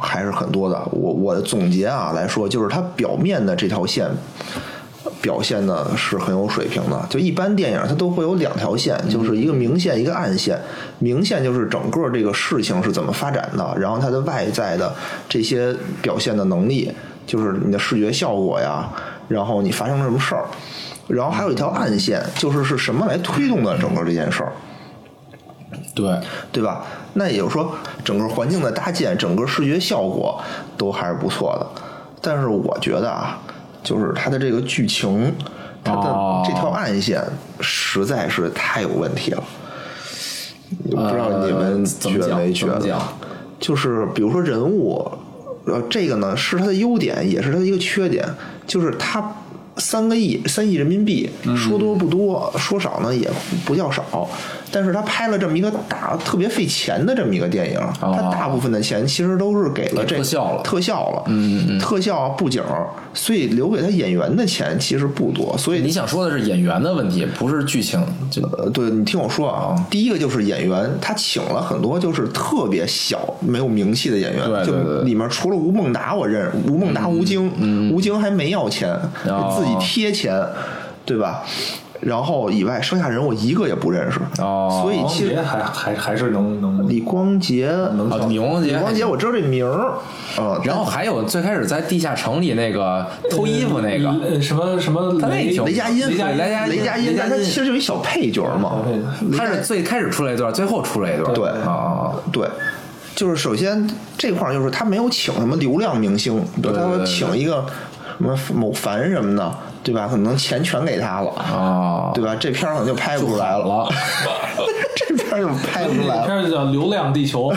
Speaker 4: 还是很多的。我我的总结啊来说，就是它表面的这条线。表现的是很有水平的，就一般电影它都会有两条线，就是一个明线，一个暗线。明线就是整个这个事情是怎么发展的，然后它的外在的这些表现的能力，就是你的视觉效果呀，然后你发生了什么事儿，然后还有一条暗线，就是是什么来推动的整个这件事儿。
Speaker 2: 对，
Speaker 4: 对吧？那也就是说，整个环境的搭建、整个视觉效果都还是不错的。但是我觉得啊，就是它的这个剧情，它
Speaker 2: 哦
Speaker 4: 的这条暗线实在是太有问题了。不知道你们
Speaker 2: 呃怎么
Speaker 4: 觉得
Speaker 2: 讲
Speaker 4: 没觉
Speaker 2: 怎么
Speaker 4: 得
Speaker 2: 讲？
Speaker 4: 就是比如说人物，呃，这个呢是它的优点，也是它的一个缺点，就是它。三个亿，三亿人民币，
Speaker 2: 嗯
Speaker 4: 说多不多，说少呢也不叫少，但是他拍了这么一个大特别费钱的这么一个电影，
Speaker 2: 哦
Speaker 4: 他大部分的钱其实都是给了这
Speaker 2: 给特效了
Speaker 4: 特效了，嗯嗯，特效布景，所以留给他演员的钱其实不多，所以
Speaker 2: 你想说的是演员的问题，不是剧情。就
Speaker 4: 呃，对你听我说啊，第一个就是演员，他请了很多就是特别小、没有名气的演员，
Speaker 2: 对对嗯对
Speaker 4: 就里面除了吴孟达我认，识，吴孟达、吴京，吴京还没要钱，
Speaker 2: 哦
Speaker 4: 自己贴钱，对吧？然后以外，剩下人我一个也不认识，
Speaker 2: 哦
Speaker 4: 所以
Speaker 3: 王
Speaker 4: 其
Speaker 3: 杰
Speaker 4: 实
Speaker 3: 还还还是能能
Speaker 4: 李光洁，
Speaker 2: 啊，李光
Speaker 4: 李
Speaker 2: 洁，
Speaker 4: 光洁我知道这名儿， 啊，
Speaker 2: 然后还有最开始在地下城里那个偷衣服那个，
Speaker 3: 呃什么什么
Speaker 2: 他那
Speaker 3: 雷哦
Speaker 2: 挺
Speaker 4: 雷佳音，
Speaker 2: 雷佳音
Speaker 4: 雷
Speaker 2: 雷佳
Speaker 4: 佳
Speaker 2: 音
Speaker 4: 音，
Speaker 2: 雷佳音
Speaker 4: 但他其实就一小配角嘛，
Speaker 2: 他是最开始出来一段，最后出来一段。
Speaker 4: 对
Speaker 2: 啊啊啊，
Speaker 4: 对，就是首先这块儿就是他没有请什么流量明星，比如
Speaker 2: 对对
Speaker 4: 他
Speaker 2: 对
Speaker 4: 请一个什么某凡什么的，对吧？可能钱全给他了，
Speaker 2: 哦
Speaker 4: 对吧？这片儿可能就拍不出来了，
Speaker 2: 了，
Speaker 4: 这片儿就拍不出
Speaker 3: 那
Speaker 4: 来
Speaker 3: 片
Speaker 4: 了。
Speaker 3: 儿就叫《流浪地 球》，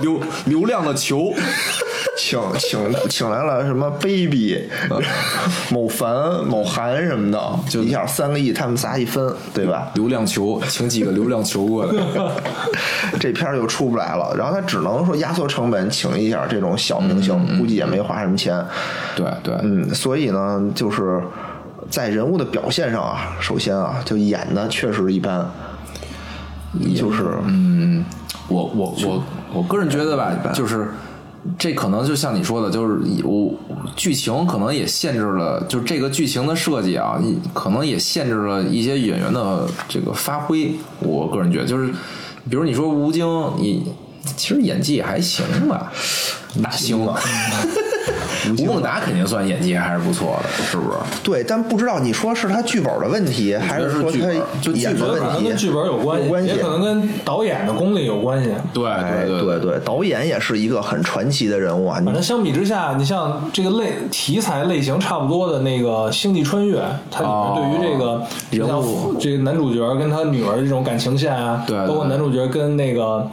Speaker 2: 流流量的球，
Speaker 4: 请请请来了什么 baby、某 凡、某韩什么的，
Speaker 2: 就
Speaker 4: 一下三个亿，他们仨一分，对吧？
Speaker 2: 流量球，请几个流量球过来。
Speaker 4: 这片儿就出不来了，然后他只能说压缩成本，请一下这种小明
Speaker 2: 嗯
Speaker 4: 星，估计也没花什么钱。
Speaker 2: 对对，
Speaker 4: 嗯，所以呢，就是在人物的表现上啊，首先啊，就演的确实一般，就是
Speaker 2: 嗯我我我我个人觉得吧，就是这可能就像你说的，就是以我剧情可能也限制了，就这个剧情的设计啊，你可能也限制了一些演员的这个发挥。我个人觉得，就是比如你说吴京，你其实演技还行吧，那行吧。 吴孟达肯定算演技还是不错的，是不是？
Speaker 4: 对，但不知道你说是他剧本的问题，还是说
Speaker 2: 剧本就
Speaker 4: 他
Speaker 2: 剧
Speaker 4: 演
Speaker 2: 本
Speaker 4: 的
Speaker 3: 可能
Speaker 4: 问
Speaker 3: 跟剧
Speaker 4: 题？
Speaker 3: 本有关系，
Speaker 4: 有关系
Speaker 3: 也可能跟导演的功力有关系。
Speaker 2: 对
Speaker 4: 哎，
Speaker 2: 对
Speaker 4: 对对，导演也是一个很传奇的人物啊。你
Speaker 3: 反正相比之下，你像这个类题材类型差不多的那个《星际穿越》，它里面对于这个、
Speaker 2: 人
Speaker 3: 像
Speaker 2: 物
Speaker 3: 这个男主角跟他女儿这种感情线啊，
Speaker 2: 对对
Speaker 3: 包括男主角跟那个。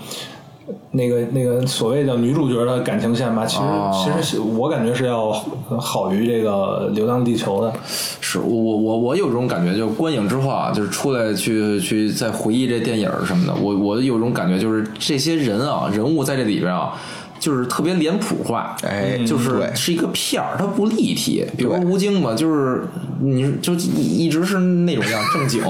Speaker 3: 那个那个所谓的女主角的感情线吧，其实、
Speaker 2: 哦
Speaker 3: 其实是我感觉是要好于这个《流浪地球》的。
Speaker 2: 是我我我我有种感觉，就是观影之后啊，就是出来去去再回忆这电影儿什么的，我我有种感觉，就是这些人啊，人物在这里边啊，就是特别脸谱化，嗯
Speaker 4: 哎
Speaker 2: 就是
Speaker 4: 对
Speaker 2: 是一个片儿，它不立体。比如
Speaker 4: 对
Speaker 2: 吴京吧，就是你就一直是那种样正 经，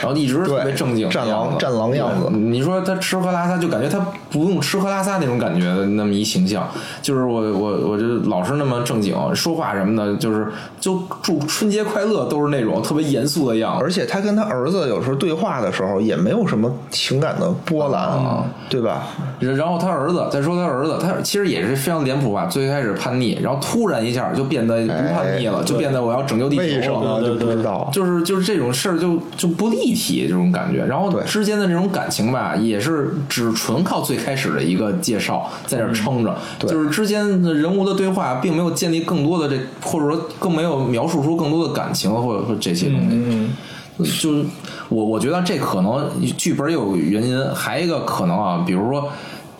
Speaker 2: 然后一直特别
Speaker 4: 对
Speaker 2: 正经的
Speaker 4: 战狼
Speaker 2: 样子
Speaker 4: 战狼样子
Speaker 2: 对嗯你说他吃喝拉撒，就感觉他不用吃喝拉撒那种感觉的那么一形象，就是我我我就老是那么正经，说话什么的，就是就祝春节快乐都是那种特别严肃的样子。
Speaker 4: 而且他跟他儿子有时候对话的时候也没有什么情感的波澜，啊对吧？
Speaker 2: 然后他儿子，再说他儿子，他其实也是非常脸谱化，最开始叛逆，然后突然一下就变得不叛逆了，就变得我要拯救地球了。
Speaker 4: 哎为什么
Speaker 3: 对
Speaker 4: 就
Speaker 3: 对
Speaker 4: 不知道？啊
Speaker 2: 就是就是这种事儿就就不立体这种感觉，然后
Speaker 4: 对
Speaker 2: 之间的这种感情吧，也是只纯靠最开始的一个介绍在这
Speaker 3: 嗯
Speaker 2: 儿撑着，
Speaker 4: 对
Speaker 2: 就是之间的人物的对话并没有建立更多的这，或者说更没有描述出更多的感情或者或者这些东西。
Speaker 3: 嗯，
Speaker 2: 就是我我觉得这可能剧本有原因，还有一个可能啊，比如说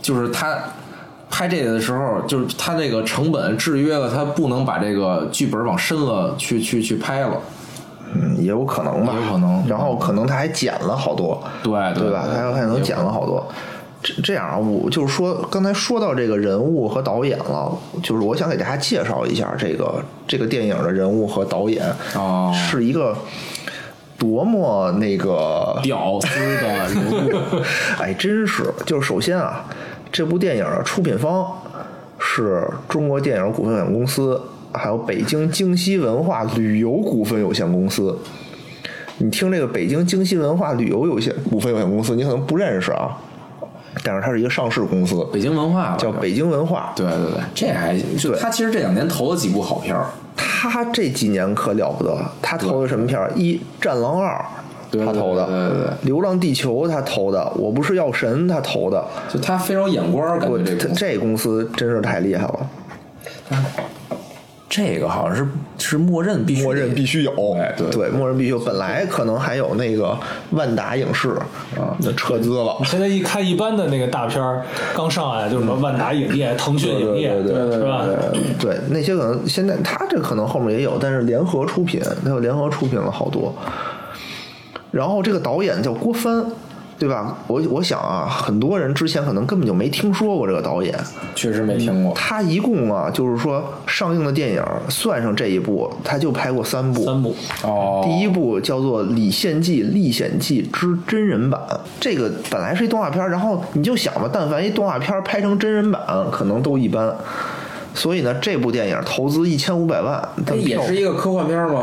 Speaker 2: 就是他。拍这个的时候，就是他这个成本制约了他不能把这个剧本往深了去去去拍了，
Speaker 4: 嗯，也有可能吧，
Speaker 2: 也有可能
Speaker 4: 然后可能他还减了好多，
Speaker 2: 对
Speaker 4: 对
Speaker 2: 对嗯
Speaker 4: 吧？
Speaker 2: 对
Speaker 4: 他还可能减了好多。这这样啊，我就是说，刚才说到这个人物和导演了，就是我想给大家介绍一下这个这个电影的人物和导演，
Speaker 2: 哦
Speaker 4: 是一个多么那个
Speaker 2: 屌丝的人物，
Speaker 4: 哎，真是，就是首先啊，这部电影的出品方是中国电影股份有限公司，还有北京京西文化旅游股份有限公司。你听这个北京京西文化旅游有限股份有限公司，你可能不认识啊，但是它是一个上市公司，
Speaker 2: 北京文化吧
Speaker 4: 叫北京文化。
Speaker 2: 对对对，这还就
Speaker 4: 对
Speaker 2: 他其实这两年投了几部好片儿，
Speaker 4: 他这几年可了不得了，他投的什么片儿？一《战狼二》。
Speaker 2: 对
Speaker 4: 他投的，
Speaker 2: 对对对对
Speaker 4: 流浪地球》他投的，我不是药神他投的，
Speaker 2: 就他非常有眼光，感
Speaker 4: 我
Speaker 2: 觉
Speaker 4: 这
Speaker 2: 这个公司
Speaker 4: 这公司真是太厉害了。
Speaker 2: 这个好像是是默认必须
Speaker 4: 默认必须有，
Speaker 2: 哎对
Speaker 4: 默认必须有。本来可能还有那个万达影视啊，那撤资 了。
Speaker 3: 现在一看一般的那个大片儿，刚上来就是什么万达影业、腾讯影业，
Speaker 4: 对对对
Speaker 3: 是吧？
Speaker 4: 对，那些可能现在他这可能后面也有，但是联合出品，他又联合出品了好多。然后这个导演叫郭帆，对吧？我我想啊，很多人之前可能根本就没听说过这个导演。
Speaker 2: 确实没听过，
Speaker 4: 他一共啊，就是说上映的电影算上这一部，他就拍过三部。
Speaker 3: 三部，
Speaker 4: 嗯
Speaker 2: 哦，
Speaker 4: 第一部叫做《李献计历险记之真人版》，这个本来是一动画片儿，然后你就想吧，但凡一动画片儿拍成真人版，可能都一般。所以呢，这部电影投资一千五百万，
Speaker 2: 这
Speaker 4: 但
Speaker 2: 哎也
Speaker 4: 票
Speaker 2: 是一个科幻片儿吗？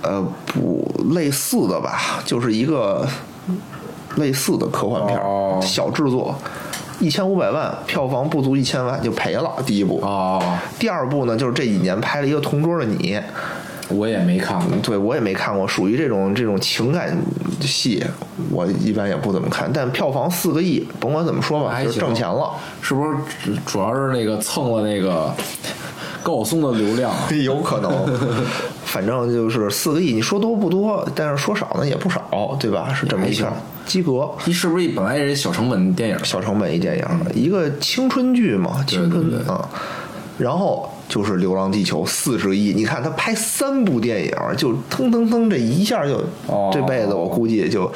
Speaker 4: 呃不类似的吧，就是一个类似的科幻片儿，
Speaker 2: 哦
Speaker 4: 小制作，一千五百万，票房不足一千万就赔了。第一部，
Speaker 2: 哦，
Speaker 4: 第二部呢，就是这几年拍了一个《同桌的你》，
Speaker 2: 我也没看过，
Speaker 4: 对我也没看过，属于这种这种情感戏，我一般也不怎么看。但票房四个亿，甭管怎么说吧，
Speaker 2: 还
Speaker 4: 就
Speaker 2: 哎行
Speaker 4: 是挣 钱了。
Speaker 2: 是不是主主要是那个蹭了那个高晓松的流量？啊
Speaker 4: 有 可能，反正就是四个亿，你说多不多，但是说少呢也不少，对吧？是这么一
Speaker 2: 也
Speaker 4: 下
Speaker 2: 还哎行，
Speaker 4: 及格。
Speaker 2: 你是不是本来也是小成本电影？
Speaker 4: 小成本一电影，一个青春剧嘛，青春
Speaker 2: 对对对
Speaker 4: 啊。然后就是《流浪地球》四十亿，你看他拍三部电影，就腾腾腾，这一下就、
Speaker 2: 哦嗯
Speaker 4: 这辈子我估计就、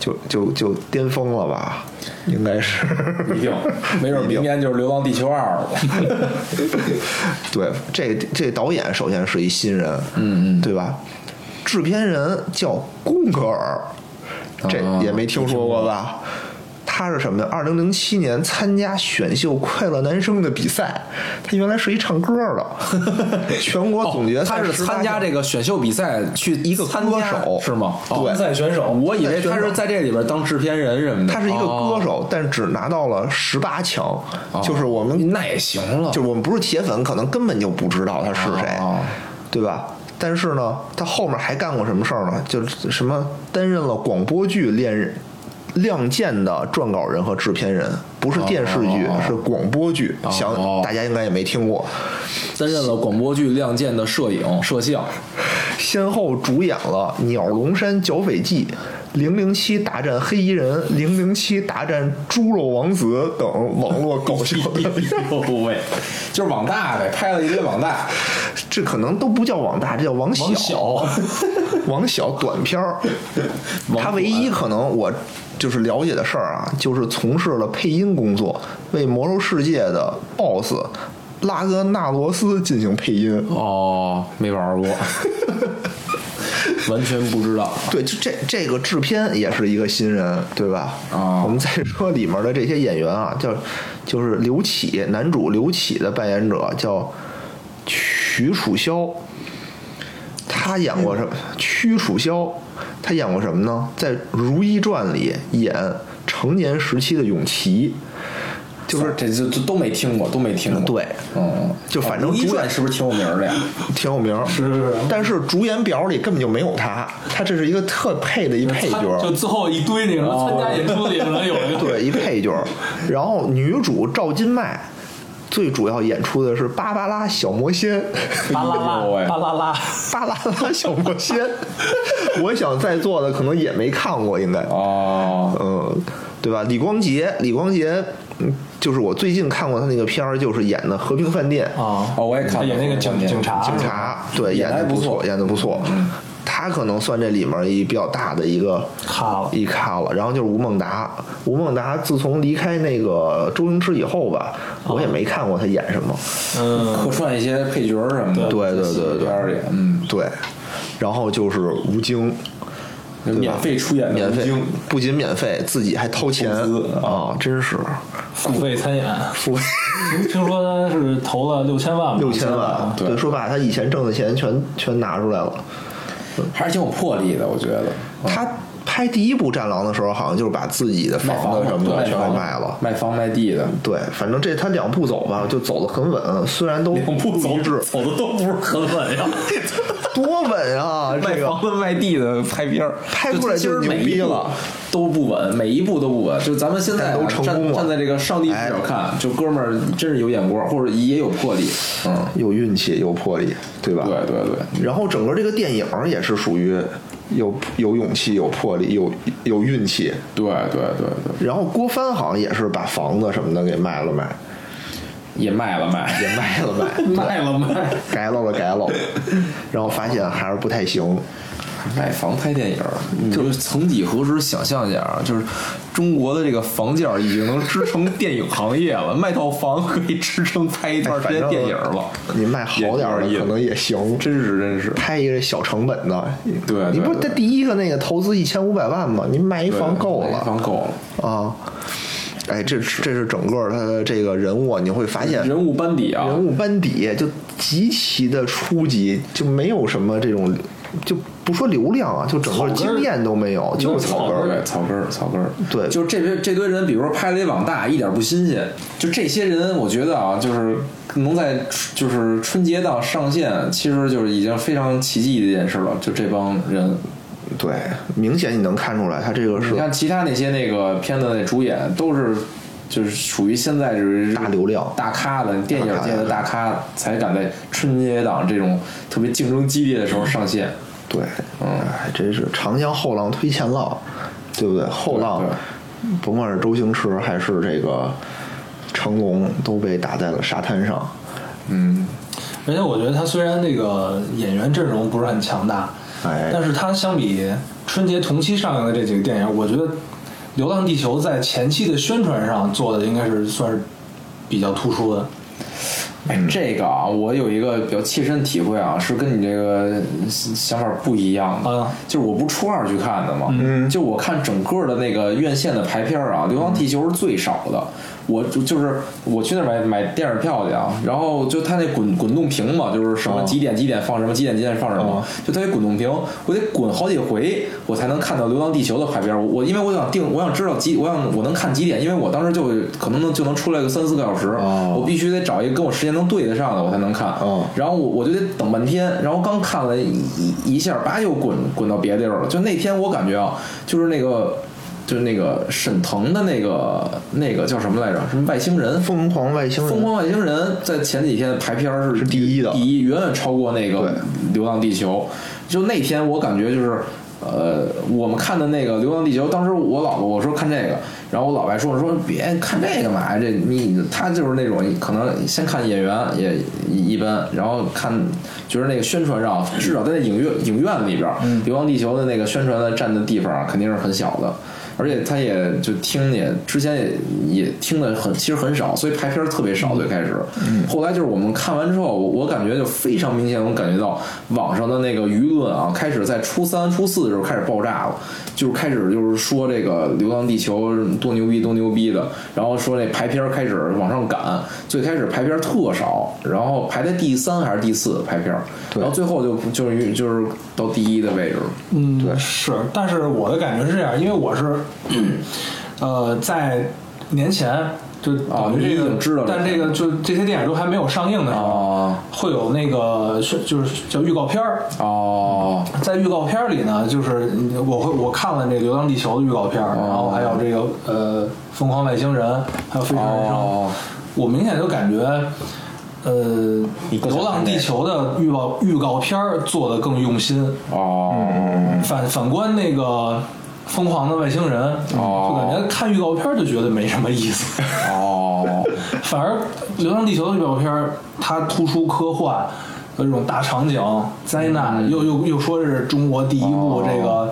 Speaker 4: 就就就巅峰了吧，应该是。
Speaker 2: 一定，没准明年就是《流浪地球二》了。
Speaker 4: 对，这这导演首先是一新人，嗯嗯，对吧？制片人叫贡格尔，这
Speaker 2: 啊
Speaker 4: 也没听说过吧？他是什么呀？二零零七年参加选秀《快乐男声》的比赛，他原来是一唱歌 的，全国总决赛、
Speaker 2: 哦他是参加这个选秀比赛去一
Speaker 4: 个
Speaker 2: 参
Speaker 4: 歌
Speaker 2: 加
Speaker 4: 手
Speaker 2: 是吗？哦
Speaker 4: 对
Speaker 3: 参赛选手，
Speaker 2: 我以为他是在这里边当制片人什么的。
Speaker 4: 他是一个歌
Speaker 2: 哦，
Speaker 4: 手，但只拿到了十八强，就是我们
Speaker 2: 那也行了。
Speaker 4: 就是我们不是铁粉，可能根本就不知道他是谁，
Speaker 2: 哦
Speaker 4: 对吧？但是呢，他后面还干过什么事儿呢？就是什么担任了广播剧《恋人》《亮剑》的撰稿人和制片人，不是电视剧，
Speaker 2: 哦
Speaker 4: 是广播剧。想
Speaker 2: 哦
Speaker 4: 大家应该也没听过，
Speaker 2: 担任了广播剧《亮剑》的摄影、摄像，
Speaker 4: 先后主演了《鸟笼山剿匪记》《零零七大战黑衣人》《零零七大战猪肉王子》等网络搞笑 的。
Speaker 2: 哦不喂，就是网大呗，拍了一堆网大。
Speaker 4: 这可能都不叫网大，这叫网小。
Speaker 3: 王晓
Speaker 4: 王小短片儿，他唯一可能我就是了解的事儿啊，就是从事了配音工作，为《魔兽世界》的 BOSS 拉格纳罗斯进行配音。
Speaker 2: 哦，没玩 过，完全不知道。
Speaker 4: 对，就这这个制片也是一个新人，对吧？
Speaker 2: 啊
Speaker 4: 我们再说里面的这些演员啊，叫就是刘启，男主刘启的扮演者叫曲楚萧，他演过什么？曲楚萧，他演过什么呢？在《如懿传》里演成年时期的永琪，
Speaker 2: 就是这这这都没听过，都没听过。
Speaker 4: 对
Speaker 2: 嗯，
Speaker 4: 就反正
Speaker 2: 哦如懿
Speaker 4: 主
Speaker 2: 传
Speaker 4: 演
Speaker 2: 是不是挺有名儿的呀？
Speaker 4: 挺有名儿。
Speaker 1: 是是是，
Speaker 4: 但是主演表里根本就没有他，他这是一个特配的一配角儿，
Speaker 1: 就最后一堆那个参加演出的也能有人，
Speaker 4: 对，一配角儿。然后女主赵今麦最主要演出的是芭芭拉小魔仙，
Speaker 3: 巴啦
Speaker 2: 哎呦喂
Speaker 3: 啦，巴啦啦，
Speaker 4: 芭啦拉小魔仙。 我想在座的可能也没看过，应该，
Speaker 2: 哦，
Speaker 4: 嗯，对吧？李光洁，李光洁，嗯，就是我最近看过他那个片儿，就是演的《和平饭店》
Speaker 3: 啊，
Speaker 2: 哦，我也看
Speaker 3: 他
Speaker 2: 了
Speaker 3: 演那个警警察，
Speaker 4: 警察，对，
Speaker 2: 演
Speaker 4: 演
Speaker 2: 得
Speaker 4: 的
Speaker 2: 还不
Speaker 4: 错，
Speaker 2: 错嗯
Speaker 4: 演的不错。他可能算这里面一比较大的一个
Speaker 3: 卡了
Speaker 4: 一咖了。然后就是吴孟达，吴孟达自从离开那个周星驰以后吧，我也没看过他演什么。
Speaker 3: 嗯，
Speaker 2: 客串一些配角儿什么的。
Speaker 4: 对对对
Speaker 2: 片儿
Speaker 4: 对
Speaker 2: 里，嗯，
Speaker 4: 对。然后就是吴京，
Speaker 2: 免费出演的
Speaker 4: 免费
Speaker 2: 吴京
Speaker 4: 不仅免费，自己还掏钱
Speaker 2: 投资
Speaker 4: 啊，真是
Speaker 3: 付费参演，
Speaker 4: 付
Speaker 3: 听说他是投了六千万吧，
Speaker 4: 六千万
Speaker 3: 啊，
Speaker 2: 对
Speaker 4: 对，说把他以前挣的钱全全拿出来了。
Speaker 2: 还是挺有魄力的，我觉得。
Speaker 4: 他拍第一部《战狼》的时候，好像就是把自己的
Speaker 2: 卖
Speaker 4: 房
Speaker 2: 房
Speaker 4: 子什么的
Speaker 2: 卖
Speaker 4: 全
Speaker 2: 房
Speaker 4: 给卖了。
Speaker 2: 卖房卖地的，
Speaker 4: 对，反正这他两步走吧，就走得很稳，虽然都
Speaker 2: 不
Speaker 4: 一致，
Speaker 2: 走的都不是很稳 呀。
Speaker 4: 多 稳啊！
Speaker 2: 卖
Speaker 4: 这个
Speaker 2: 房子卖地的拍片儿，
Speaker 4: 拍出来
Speaker 2: 其
Speaker 4: 就
Speaker 2: 实
Speaker 4: 牛
Speaker 2: 每
Speaker 4: 逼
Speaker 2: 一步
Speaker 4: 了
Speaker 2: 都不稳，每一步都不稳。就咱们现在啊
Speaker 4: 但都成功
Speaker 2: 站
Speaker 4: 了哎
Speaker 2: 站在这个上帝视角看，就哥们儿真是有眼光，或者也有魄力。嗯，
Speaker 4: 有运气，有魄力，对吧？
Speaker 2: 对对对，
Speaker 4: 然后整个这个电影也是属于有有勇气、有魄力、有有运气。
Speaker 2: 对对对对，
Speaker 4: 然后郭帆好像也是把房子什么的给卖了卖，
Speaker 2: 也卖了卖，
Speaker 4: 也卖了卖，
Speaker 2: 卖了卖，
Speaker 4: 改了了改 了，然后发现还是不太行。
Speaker 2: 买房拍电影儿，
Speaker 4: 嗯
Speaker 2: 就是曾几何时，想象一下啊，就是中国的这个房价已经能支撑电影行业了，卖套房可以支撑拍一段时间电影了。
Speaker 4: 你卖好点儿的可能也行，
Speaker 2: 真是真是，
Speaker 4: 拍一个小成本的，
Speaker 2: 对对
Speaker 4: 你不是
Speaker 2: 对
Speaker 4: 他第一个那个投资一千五百万吗？你卖一
Speaker 2: 对
Speaker 4: 房够
Speaker 2: 买
Speaker 4: 了
Speaker 2: 房够了。
Speaker 4: 啊！哎，这这是整个他的这个人物啊，你会发现
Speaker 2: 人物班底啊，
Speaker 4: 人物班底就极其的初级，就没有什么这种，就不说流量啊，就整个经验都没有，就是草根儿。
Speaker 2: 对，草根儿，草根儿，
Speaker 4: 对
Speaker 2: 就这堆这堆人，比如说拍了一网大，一点不新鲜。就这些人，我觉得啊，就是能在春就是春节档上线，其实就是已经非常奇迹的一件事了。就这帮人，
Speaker 4: 对，明显你能看出来，他这个是
Speaker 2: 你看其他那些那个片子的主演都是。就是属于现在就是
Speaker 4: 大流量
Speaker 2: 大咖的电影界的大咖，才敢在春节档这种特别竞争激烈的时候上线。嗯
Speaker 4: 对，哎，真是长江后浪推前浪，对不对？后浪
Speaker 2: 对，
Speaker 4: 甭管是周星驰还是这个成龙，都被打在了沙滩上。
Speaker 2: 嗯
Speaker 3: 而且我觉得他虽然这个演员阵容不是很强大，
Speaker 4: 哎
Speaker 3: 但是他相比春节同期上映的这几个电影，我觉得《流浪地球》在前期的宣传上做的应该是算是比较突出的。
Speaker 2: 哎，这个啊，我有一个比较切身体会啊，是跟你这个想法不一样的。
Speaker 3: 啊
Speaker 2: 就是我不是初二去看的嘛，嗯，就我看整个的那个院线的排片儿啊，《流浪地球》是最少的。我就就是我去那儿买买电影票去啊，然后就他那滚滚动屏嘛，就是什么几点几点放什么，几点几点放什么，就他那滚动屏，我得滚好几回，我才能看到《流浪地球》的排片儿。我我因为我想定，我想知道几，我想我能看几点，因为我当时就可能能就能出来个三四个小时，
Speaker 4: 哦
Speaker 2: 我必须得找一个跟我时间能对得上的，我才能看。
Speaker 4: 哦
Speaker 2: 然后我我就得等半天，然后刚看了一一一下，叭又滚滚到别地儿了。就那天我感觉啊，就是那个就是那个沈腾的那个那个叫什么来着？什么外星人？
Speaker 4: 疯狂外星
Speaker 2: 疯
Speaker 4: 人，
Speaker 2: 狂外星人在前几天排片儿是
Speaker 4: 是第一的
Speaker 2: 第一远远超过那个
Speaker 4: 对
Speaker 2: 《流浪地球》。就那天我感觉就是，呃，我们看的那个《流浪地球》，当时我老婆我说看这个，然后我老白说说别看这个嘛，这你他就是那种可能先看演员也一一般，然后看觉得那个宣传上，啊至少在那影院影院里边儿，流浪地球》的那个宣传的占的地方啊肯定是很小的。而且他也就听也之前也也听的很，其实很少，所以排片儿特别少。最开始，后来就是我们看完之后，我我感觉就非常明显，我感觉到网上的那个舆论啊，开始在初三、初四的时候开始爆炸了，就是开始就是说这个《流浪地球》多牛逼多牛逼的，然后说那排片儿开始往上赶，最开始排片儿特少，然后排在第三还是第四排片儿，然后最后就就是就是到第一的位置了。
Speaker 5: 嗯，对，
Speaker 3: 是，但是我的感觉是这样，因为我是，呃，在年前就
Speaker 2: 哦
Speaker 3: 等于这
Speaker 2: 你已
Speaker 3: 个，
Speaker 2: 经知道了
Speaker 3: 但这个就这些电影都还没有上映的时候，
Speaker 2: 哦
Speaker 3: 会有那个是就是叫预告片儿，
Speaker 2: 哦，
Speaker 3: 在预告片儿里呢，就是我会我看了这《流浪地球》的预告片
Speaker 2: 哦
Speaker 3: 儿，然后还有这个呃《疯狂外星人》，还有《飞船人生》
Speaker 2: 哦
Speaker 3: 我明显就感觉，呃，《
Speaker 5: 你更想
Speaker 3: 流浪地球》的预告预告片儿做的更用心。
Speaker 2: 哦，
Speaker 3: 反反观那个疯狂的外星人，
Speaker 2: 哦
Speaker 3: 就感觉看预告片儿就觉得没什么 意思，
Speaker 2: 哦，
Speaker 3: 反而《流浪地球》的预告片儿它突出科幻。有这种大场景、灾难，
Speaker 2: 嗯
Speaker 3: 又又又说是中国第一部，
Speaker 2: 哦
Speaker 3: 这个、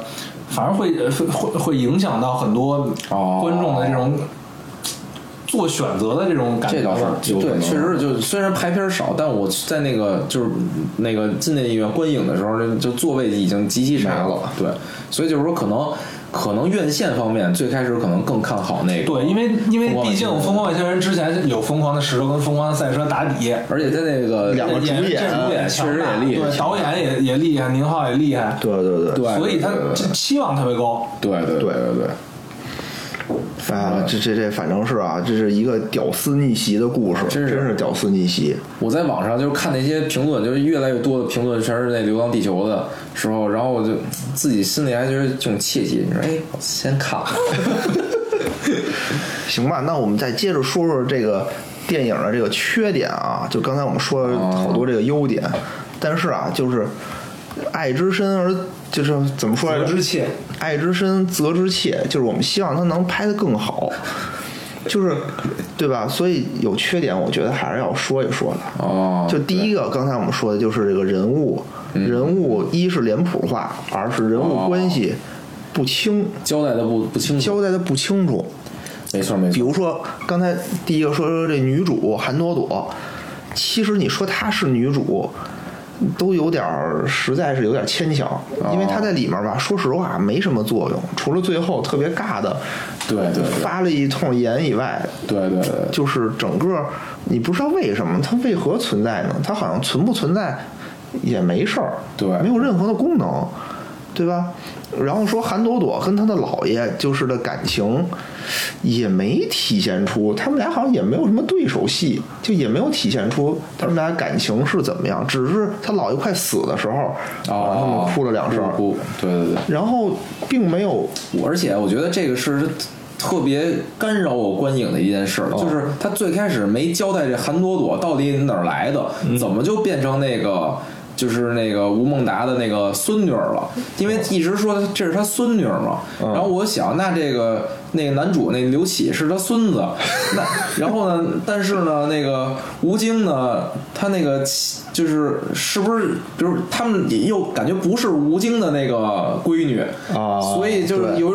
Speaker 3: 反而会呃会会会影响到很多
Speaker 2: 哦
Speaker 3: 观众的这种做选择的这种感觉
Speaker 2: 这倒
Speaker 3: 吧。
Speaker 2: 是，对，确实是就虽然排片儿少，但我在那个就是那个进那影院观影的时候，那就座位已经极其少了。对，所以就是说，可能可能院线方面最开始可能更看好那个，
Speaker 3: 对，因为因为毕竟
Speaker 2: 疯狂外星人
Speaker 3: 《疯狂外星人》之前有《疯狂的石头》跟《疯狂的赛车》打底，
Speaker 2: 而且在那个啊
Speaker 4: 两个主
Speaker 3: 演
Speaker 4: 演
Speaker 3: 这主演
Speaker 2: 确实也
Speaker 3: 强大
Speaker 2: 厉害
Speaker 3: 对，导演也也厉害，宁浩也厉害，
Speaker 4: 对对对，
Speaker 2: 对
Speaker 3: 所以他
Speaker 2: 对对
Speaker 3: 这期望特别高。
Speaker 2: 对对对对对，
Speaker 4: 啊，这这这反正是啊，这是一个屌丝逆袭的故事，
Speaker 2: 真
Speaker 4: 真
Speaker 2: 是
Speaker 4: 是屌丝逆袭。
Speaker 2: 我在网上就是看那些评论，就是越来越多的评论全是那《流浪地球》的时候，然后我就自己心里还觉得这种窃喜，你说哎，我先看吧。
Speaker 4: 行吧，那我们再接着说说这个电影的这个缺点啊，就刚才我们说了好多这个优点，但是啊，就是爱之深而就是怎么说来
Speaker 3: 我
Speaker 4: 着？
Speaker 3: 之切，
Speaker 4: 爱之深，责之切，就是我们希望它能拍得更好，就是对吧？所以有缺点，我觉得还是要说一说的。
Speaker 2: 哦，
Speaker 4: 就第一个，刚才我们说的就是这个人物，人物一是脸谱化，二是人物关系不清，
Speaker 2: 交代的不不清楚，
Speaker 4: 交代的不清楚。
Speaker 2: 没错没
Speaker 4: 比
Speaker 2: 错，
Speaker 4: 如说刚才第一个说说这女主韩朵朵，其实你说她是女主，都有点儿，实在是有点儿牵强，因为她在里面吧，说实话没什么作用，除了最后特别尬的
Speaker 2: 对对对
Speaker 4: 发了一通言以外，
Speaker 2: 对对对，
Speaker 4: 就是整个你不知道为什么它为何存在呢？它好像存不存在也没事儿，
Speaker 2: 对
Speaker 4: 没有任何的功能，对吧？然后说韩朵朵跟她的姥爷就是的感情也没体现出，他们俩好像也没有什么对手戏，就也没有体现出他们俩感情是怎么样，只是他姥爷快死的时候，啊，他
Speaker 2: 哦
Speaker 4: 们，哭了两声，
Speaker 2: 哭，对对
Speaker 4: 然后并没有
Speaker 2: 对，而且我觉得这个是特别干扰我观影的一件事
Speaker 4: 哦
Speaker 2: 儿，就是他最开始没交代这韩朵朵到底哪儿来的，
Speaker 4: 嗯
Speaker 2: 怎么就变成那个。就是那个吴孟达的那个孙女儿了，因
Speaker 4: 哦
Speaker 2: 为一直说这是他孙女儿嘛，
Speaker 4: 嗯
Speaker 2: 然后我想那这个那个男主那刘启是他孙 子，那然后呢，但是呢，那个吴京呢，他那个妻就是是不是，比如他们也又感觉不是吴京的那个闺女
Speaker 4: 啊
Speaker 2: 所以就是
Speaker 4: 对
Speaker 2: 有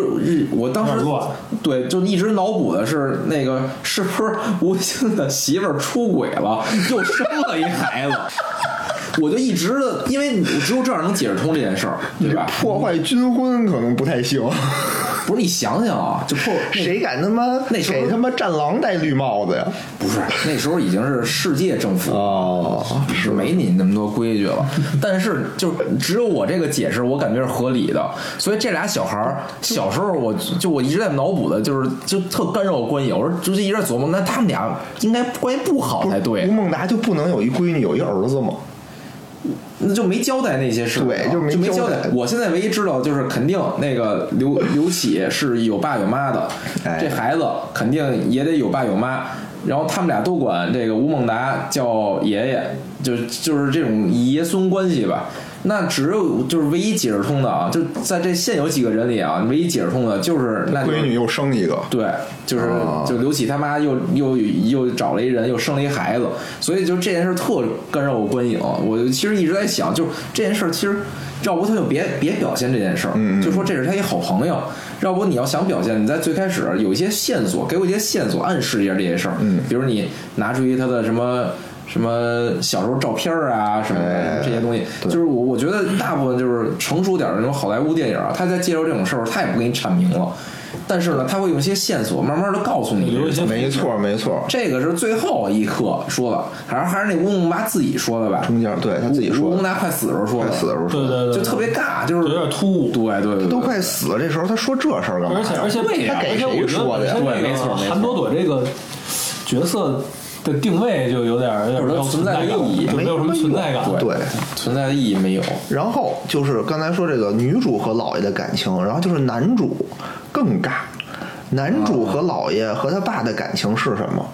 Speaker 2: 我当时
Speaker 3: 有点乱
Speaker 2: 对，就一直脑补的是那个是不是吴京的媳妇儿出轨了，又生了一孩子。我就一直的，因为我只有这样能解释通这件事儿，对吧？
Speaker 4: 破坏军婚，可能不太行。
Speaker 2: 不是你想想啊，就破那
Speaker 4: 谁敢他妈
Speaker 2: 那时候
Speaker 4: 给他妈战狼戴绿帽子呀？
Speaker 2: 不是那时候已经是世界政府了
Speaker 4: 哦，
Speaker 2: 是没你那么多规矩了，但是就只有我这个解释，我感觉是合理的。所以这俩小孩儿小时候我，就我一直在脑补的，就是就特干扰我观影。我说就是一直在琢磨，那他们俩应该关系不好才
Speaker 4: 吴
Speaker 2: 对，
Speaker 4: 孟达就不能有一闺女有一儿子吗？
Speaker 2: 那就没交代那些事儿啊，
Speaker 4: 对
Speaker 2: 就
Speaker 4: 就没
Speaker 2: 没
Speaker 4: 交代
Speaker 2: 代。我现在唯一知道就是肯定那个刘刘启是有爸有妈的，
Speaker 4: 哎
Speaker 2: 这孩子肯定也得有爸有妈。然后他们俩都管这个吴孟达叫爷爷，就就是这种爷孙关系吧。那只有就是唯一解释通的啊，就在这现有几个人里啊，唯一解释通的就是那就是
Speaker 4: 闺女又生一个，
Speaker 2: 对，就是就刘启他妈又又又找了一人，又生了一孩子，所以就这件事儿特干扰我观影。我其实一直在想，就是这件事儿，其实要不他就别别表现这件事儿，就说这是他一好朋友。要不你要想表现，你在最开始有一些线索，给我一些线索，暗示一下这些事儿。嗯，比如你拿出一他的什么。什么小时候照片儿啊，什么
Speaker 4: 哎
Speaker 2: 的这些东西，就是我我觉得大部分就是成熟点儿的那种好莱坞电影啊，他在介绍这种事儿，他也不给你阐明了，但是呢，他会用一些线索慢慢的告诉你。
Speaker 3: 留一些
Speaker 4: 没错没错，
Speaker 2: 这个是最后一刻说的，好像还是那乌木巴自己说的吧？
Speaker 4: 中间对他自己说
Speaker 2: 乌
Speaker 4: 的
Speaker 2: 木巴快死的时候说的，
Speaker 4: 快死的时候
Speaker 3: 对
Speaker 4: 说，
Speaker 3: 对对，
Speaker 2: 就
Speaker 3: 对
Speaker 2: 特别尬，就是
Speaker 3: 有点突兀
Speaker 2: 对对对，
Speaker 4: 都快死了，这时候他说这事儿干嘛
Speaker 3: 而
Speaker 4: 呀？
Speaker 3: 且而且
Speaker 2: 对呀
Speaker 4: 他给
Speaker 3: 而且
Speaker 4: 谁
Speaker 3: 我觉得
Speaker 4: 说的呀？
Speaker 3: 本身
Speaker 2: 对
Speaker 3: 这
Speaker 2: 没
Speaker 3: 个
Speaker 2: 错没错
Speaker 3: 韩朵朵这个角色的定位就有点儿有
Speaker 2: 或
Speaker 3: 点
Speaker 2: 者
Speaker 3: 没
Speaker 2: 说
Speaker 3: 有
Speaker 2: 存在
Speaker 3: 感
Speaker 2: 意义
Speaker 3: 就没有什么存在感。
Speaker 2: 对
Speaker 4: 对。
Speaker 2: 存在的意义没有。
Speaker 4: 然后就是刚才说这个女主和姥爷的感情，然后就是男主更尬，男主和姥爷和他爸的感情是什么？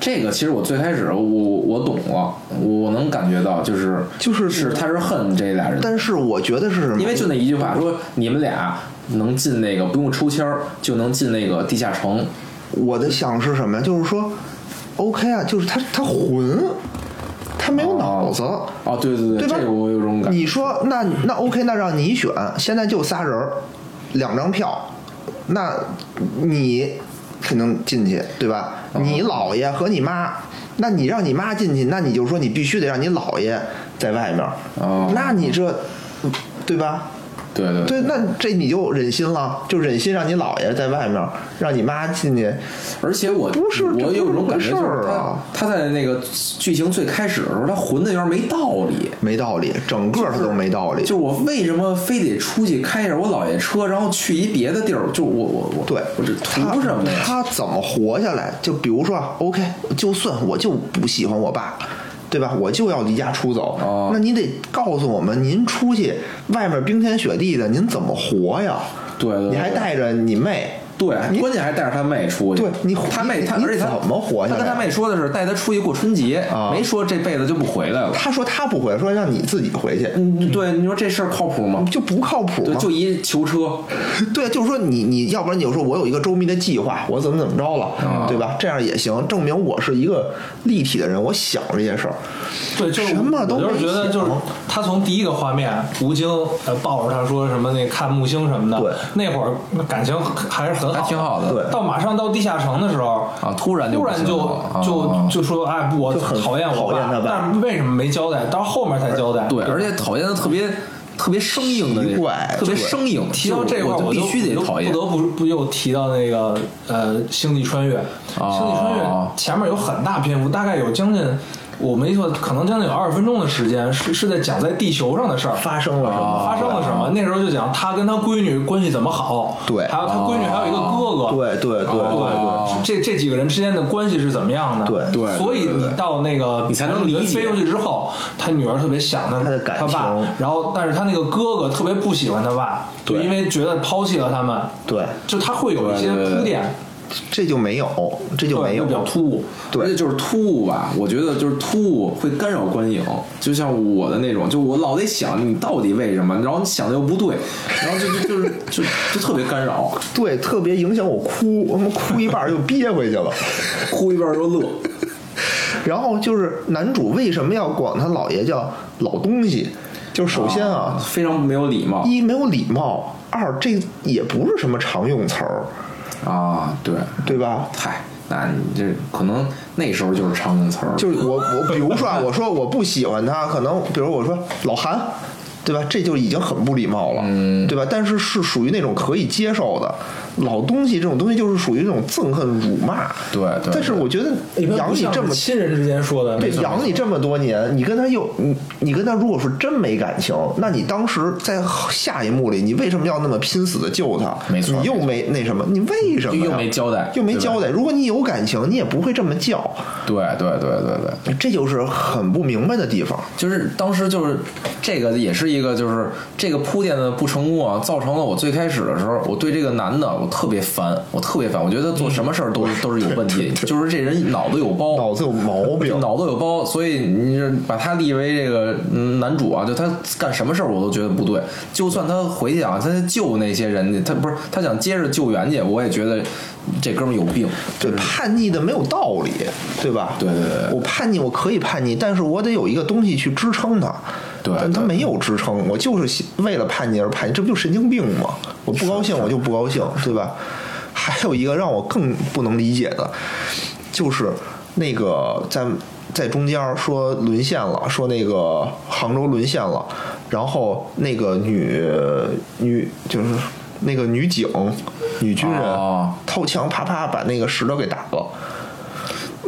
Speaker 2: 这个其实我最开始我我懂了，我能感觉到就是
Speaker 4: 就是
Speaker 2: 是他是恨这俩人的，
Speaker 4: 但是我觉得是什么？
Speaker 2: 因为就那一句话说你们俩能进那个不用抽签儿就能进那个地下城，
Speaker 4: 我的想是什么呀？就是说，OK 啊，就是他他混，他没有脑子。
Speaker 2: 哦，对对
Speaker 4: 对吧
Speaker 2: 这个我有种感觉。
Speaker 4: 你说那那 OK，那让你选，现在就仨人儿，两张票，那你肯定进去，对吧？你姥爷和你妈，那你让你妈进去，那你就说你必须得让你姥爷在外面儿，
Speaker 2: 哦
Speaker 4: 那你这对吧？
Speaker 2: 对对
Speaker 4: 对，那这你就忍心了，就忍心让你姥爷在外面儿，让你妈进去，
Speaker 2: 而且我
Speaker 4: 不是这
Speaker 2: 我
Speaker 4: 不是
Speaker 2: 有种感觉
Speaker 4: 这么
Speaker 2: 就
Speaker 4: 回
Speaker 2: 是
Speaker 4: 事儿
Speaker 2: 他
Speaker 4: 啊
Speaker 2: 他在那个剧情最开始的时候，他混的有点没道理。
Speaker 4: 没道理，整个他都没道理。
Speaker 2: 就是我为什么非得出去开着我姥爷车，然后去一别的地儿？就我我我，
Speaker 4: 对，
Speaker 2: 我这
Speaker 4: 他
Speaker 2: 图什么呀？
Speaker 4: 他怎么活下来？就比如说啊，OK，就算我就不喜欢我爸，对吧？我就要离家出走。
Speaker 2: 哦
Speaker 4: 那你得告诉我们，您出去外面冰天雪地的，您怎么活呀？
Speaker 2: 对对对
Speaker 4: 你还带着你妹，
Speaker 2: 对，
Speaker 4: 你
Speaker 2: 关键还带着他妹出去。
Speaker 4: 对你
Speaker 2: 他妹他，
Speaker 4: 你你
Speaker 2: 而且他
Speaker 4: 怎么活下
Speaker 2: 他
Speaker 4: 来
Speaker 2: 跟他妹说的是带他出去过春节，
Speaker 4: 啊
Speaker 2: 没说这辈子就不回来了。
Speaker 4: 他说他不回，说让你自己回去，
Speaker 2: 嗯，对，你说这事儿靠谱吗？
Speaker 4: 就不靠谱
Speaker 2: 对，
Speaker 4: 嘛。
Speaker 2: 就一囚车，
Speaker 4: 对，就是说你你要不然你就说我有一个周密的计划，我怎么怎么着了，对吧？这样也行，证明我是一个立体的人，我想这些事儿。
Speaker 3: 对，就是
Speaker 4: 什么都
Speaker 3: 我就是
Speaker 4: 没
Speaker 3: 觉得就是
Speaker 4: 想
Speaker 3: 他从第一个画面，吴京呃抱着他说什么那看木星什么的，
Speaker 4: 对
Speaker 3: 那会儿感情还是很好，
Speaker 2: 还挺好的
Speaker 4: 对
Speaker 3: 到马上到地下城的时候
Speaker 2: 啊突然就
Speaker 3: 突
Speaker 2: 不
Speaker 3: 然
Speaker 2: 行
Speaker 3: 就
Speaker 2: 了
Speaker 3: 就
Speaker 2: 啊
Speaker 3: 就说哎，我
Speaker 4: 就很
Speaker 3: 讨厌我
Speaker 4: 讨厌他爸
Speaker 3: 但是为什么没交代？到后面才交代。
Speaker 2: 对，而且讨厌的特别特别生硬的那
Speaker 4: 奇怪
Speaker 2: 特别
Speaker 4: 对
Speaker 2: 生硬。
Speaker 3: 提到这块
Speaker 2: 我
Speaker 3: 儿，
Speaker 2: 就
Speaker 3: 我
Speaker 2: 必须得
Speaker 3: 就
Speaker 2: 讨厌
Speaker 3: 不。得不不又提到那个呃《星际穿越》，《星际穿越
Speaker 2: 哦》
Speaker 3: 前面有很大篇幅，大概有将近我没错，可能将近有二十分钟的时间是是在讲在地球上的事儿。啊
Speaker 4: 发生了什么？
Speaker 3: 发生了什
Speaker 2: 哦
Speaker 3: 么？那时候就讲他跟他闺女关系怎么好，
Speaker 4: 对
Speaker 3: 还有他
Speaker 2: 哦
Speaker 3: 闺女还有一个哥哥，
Speaker 4: 对对对对
Speaker 3: 对，这这几个人之间的关系是怎么样的？
Speaker 4: 对
Speaker 2: 对
Speaker 3: 所以你到那个
Speaker 2: 你才能理解
Speaker 3: 飞出去之后，他女儿特别想他
Speaker 4: 他的
Speaker 3: 他
Speaker 4: 感
Speaker 3: 爸
Speaker 4: 情，
Speaker 3: 然后但是他那个哥哥特别不喜欢他爸，
Speaker 4: 对
Speaker 3: 因为觉得抛弃了他们，
Speaker 4: 对，
Speaker 3: 就他会有一些铺垫，
Speaker 4: 这就没有，这就
Speaker 3: 对
Speaker 4: 没有
Speaker 3: 会比。较突兀。
Speaker 2: 而
Speaker 4: 对
Speaker 2: 且就是突兀吧，我觉得就是突兀会干扰观影。就像我的那种，就我老得想你到底为什么，然后你想的又不对，然后就就就是 就就特别干扰，
Speaker 4: 对，特别影响我哭，我他妈哭一半儿就憋回去了。
Speaker 2: 哭一半儿就乐。
Speaker 4: 然后就是男主为什么要管他姥爷叫老东西？就是首先啊，
Speaker 2: 非常没有礼貌
Speaker 4: 一没有礼貌，二这也不是什么常用词儿，
Speaker 2: 啊！对，
Speaker 4: 对吧？
Speaker 2: 嗨，那你这可能那时候就是常用词儿，
Speaker 4: 就是 我我比如说啊，我说我不喜欢他，可能比如我说老韩，对吧？这就已经很不礼貌了，
Speaker 2: 嗯
Speaker 4: 对吧？但是是属于那种可以接受的。老东西这种东西就是属于那种憎恨、辱骂。
Speaker 2: 对对
Speaker 4: 但是我觉得养你这么
Speaker 3: 亲人之间说的，
Speaker 4: 对，
Speaker 3: 没错
Speaker 4: 养你这么多年，你跟他又你你跟他如果是真没感情，那你当时在下一幕里，你为什么要那么拼死的救他？
Speaker 2: 没错
Speaker 4: 你又没那什么，你为什么呀
Speaker 2: 又没交代
Speaker 4: 又没
Speaker 2: 对吧
Speaker 4: 交代。如果你有感情，你也不会这么叫，
Speaker 2: 对对对对对。
Speaker 4: 这就是很不明白的地方。
Speaker 2: 就是当时就是这个也是一个就是这个铺垫的不成功啊，造成了我最开始的时候，我对这个男的我特别烦，我特别烦，我觉得做什么事儿 都是都是有问题，就是这人脑子有包，
Speaker 4: 脑子有毛病
Speaker 2: 哦就，脑子有包，所以你这把他立为这个嗯男主啊，就他干什么事儿我都觉得不对。就算他回去啊，他救那些人去，他不是他想接着救援去，我也觉得这哥们儿有病。
Speaker 4: 对叛逆的没有道理，对吧？
Speaker 2: 对对对
Speaker 4: 我叛逆，我可以叛逆，但是我得有一个东西去支撑它。
Speaker 2: 对
Speaker 4: 但他
Speaker 2: 对
Speaker 4: 没有支撑，我就是喜为了叛逆而叛逆，这不就神经病吗？我不高兴我就不高兴，对吧？还有一个让我更不能理解的，就是那个在在中间说沦陷了，说那个杭州沦陷了，然后那个女呃女就是那个女警女军人、
Speaker 2: 哦
Speaker 4: 掏枪啪啪把那个石头给打了，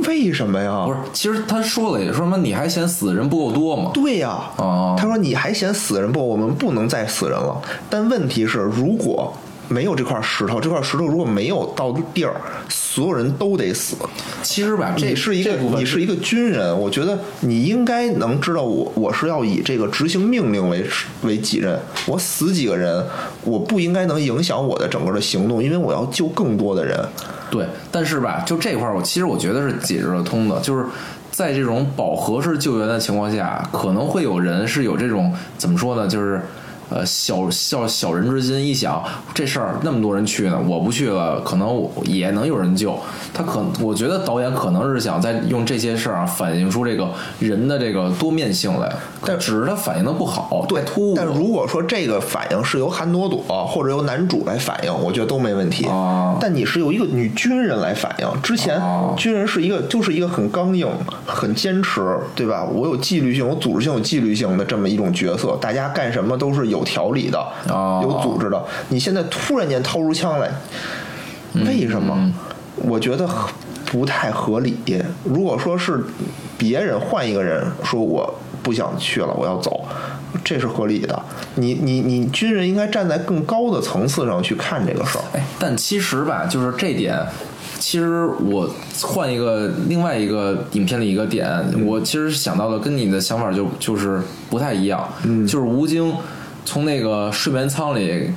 Speaker 4: 为什么呀？
Speaker 2: 不是，其实他说了也说什么，你还嫌死的人不够多吗？
Speaker 4: 对呀、
Speaker 2: 哦
Speaker 4: 他说你还嫌死人不？我们不能再死人了。但问题是，如果没有这块石头，这块石头如果没有到地儿，所有人都得死。
Speaker 2: 其实吧，这
Speaker 4: 你是一个
Speaker 2: 这部分
Speaker 4: 你是一个军人，我觉得你应该能知道我我是要以这个执行命令为为己任，我死几个人，我不应该能影响我的整个的行动，因为我要救更多的人。
Speaker 2: 对，但是吧，就这块儿，我其实我觉得是解释得通的，就是在这种饱和式救援的情况下，可能会有人是有这种怎么说呢，就是。呃，小小小人之心一想，这事儿那么多人去呢，我不去了，可能我也能有人救。他可，我觉得导演可能是想在用这些事儿啊，反映出这个人的这个多面性来，但只是他反映的不好，
Speaker 4: 对
Speaker 2: 太突兀了。
Speaker 4: 但如果说这个反应是由韩朵朵或者由男主来反应，我觉得都没问题。
Speaker 2: 哦
Speaker 4: 但你是由一个女军人来反应，之前
Speaker 2: 哦
Speaker 4: 军人是一个就是一个很刚硬、很坚持，对吧？我有纪律性，我组织性，有纪律性的这么一种角色，大家干什么都是有条理的、
Speaker 2: 哦
Speaker 4: 有组织的。你现在突然间掏出枪来，为什么？我觉得很不太合理。如果说是别人换一个人说我不想去了，我要走，这是合理的。你你你军人应该站在更高的层次上去看这个事儿。
Speaker 2: 哎，但其实吧，就是这点，其实我换一个另外一个影片的一个点，我其实想到的跟你的想法就就是不太一样，嗯，就是吴京从那个睡眠舱里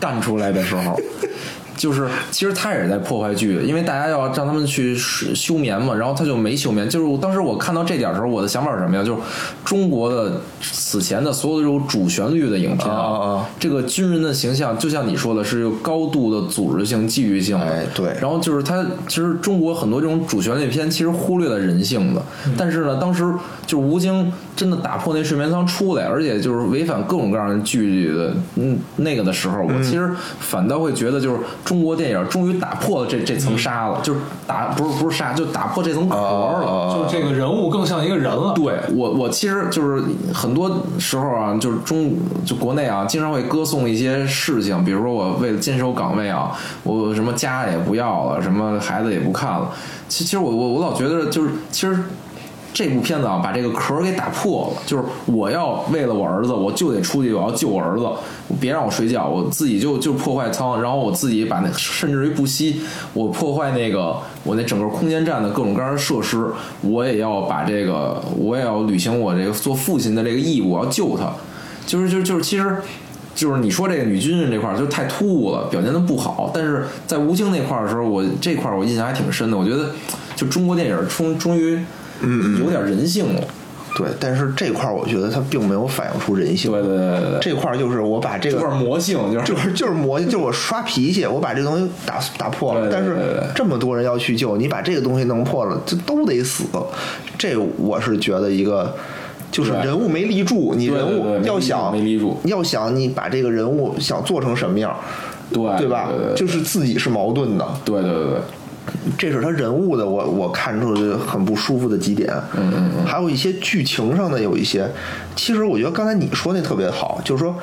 Speaker 2: 干出来的时候。就是，其实他也是在破坏剧，因为大家要让他们去睡休眠嘛，然后他就没休眠。就是我当时我看到这点的时候，我的想法是什么呀？就是中国的此前的所有的这种主旋律的影片
Speaker 4: 啊啊啊
Speaker 2: 这个军人的形象，就像你说的，是有高度的组织性、纪律性的。
Speaker 4: 哎对
Speaker 2: 然后就是他，其实中国很多这种主旋律片其实忽略了人性的，但是呢，当时就是吴京真的打破那睡眠舱出来，而且就是违反各种各样的纪律的嗯那个的时候，我其实反倒会觉得就是中国电影终于打破了这这层纱了，就是打不是不是纱，就打破这层壳了。
Speaker 3: 哦
Speaker 1: 就
Speaker 4: 啊
Speaker 1: 这个人物更像一个人了。
Speaker 2: 对我，我其实就是很多时候啊，就是中就国内啊，经常会歌颂一些事情，比如说我为了坚守岗位啊，我什么家也不要了，什么孩子也不看了。其其实我我我老觉得就是其实。这部片子啊，把这个壳儿给打破了。就是我要为了我儿子，我就得出去，我要救我儿子，别让我睡觉，我自己就就破坏舱，然后我自己把那甚至于不惜我破坏那个我那整个空间站的各种各样的设施，我也要把这个，我也要履行我这个做父亲的这个义务，我要救他。就是就是就是，其实就是你说这个女军人这块儿就太突兀了，表现的不好。但是在吴京那块儿的时候，我这块儿我印象还挺深的。我觉得就中国电影终终于嗯有点人性了。
Speaker 4: 对，但是这块儿我觉得它并没有反映出人性。
Speaker 2: 对对对对，
Speaker 4: 这块儿就是我把这
Speaker 2: 这
Speaker 4: 个
Speaker 2: 块儿魔性就是
Speaker 4: 就是就是磨，就是我刷脾气，我把这东西打打破了。
Speaker 2: 对对
Speaker 4: 但
Speaker 2: 对对
Speaker 4: 是这么多人要去救，你把这个东西弄破了，这都得死。这我是觉得一个，就是
Speaker 2: 对
Speaker 4: 人物没立住，你
Speaker 2: 对对
Speaker 4: 人
Speaker 2: 对
Speaker 4: 物
Speaker 2: 没
Speaker 4: 要
Speaker 2: 立住
Speaker 4: 想
Speaker 2: 没立住
Speaker 4: 要想你把这个人物想做成什么样，
Speaker 2: 对
Speaker 4: 对吧？
Speaker 2: 哎对对对
Speaker 4: 就是自己是矛盾的，
Speaker 2: 对对对对。
Speaker 4: 这是他人物的我我看出来很不舒服的几点，嗯嗯嗯，还有一些剧情上的有一些，其实我觉得刚才你说那特别好，就是说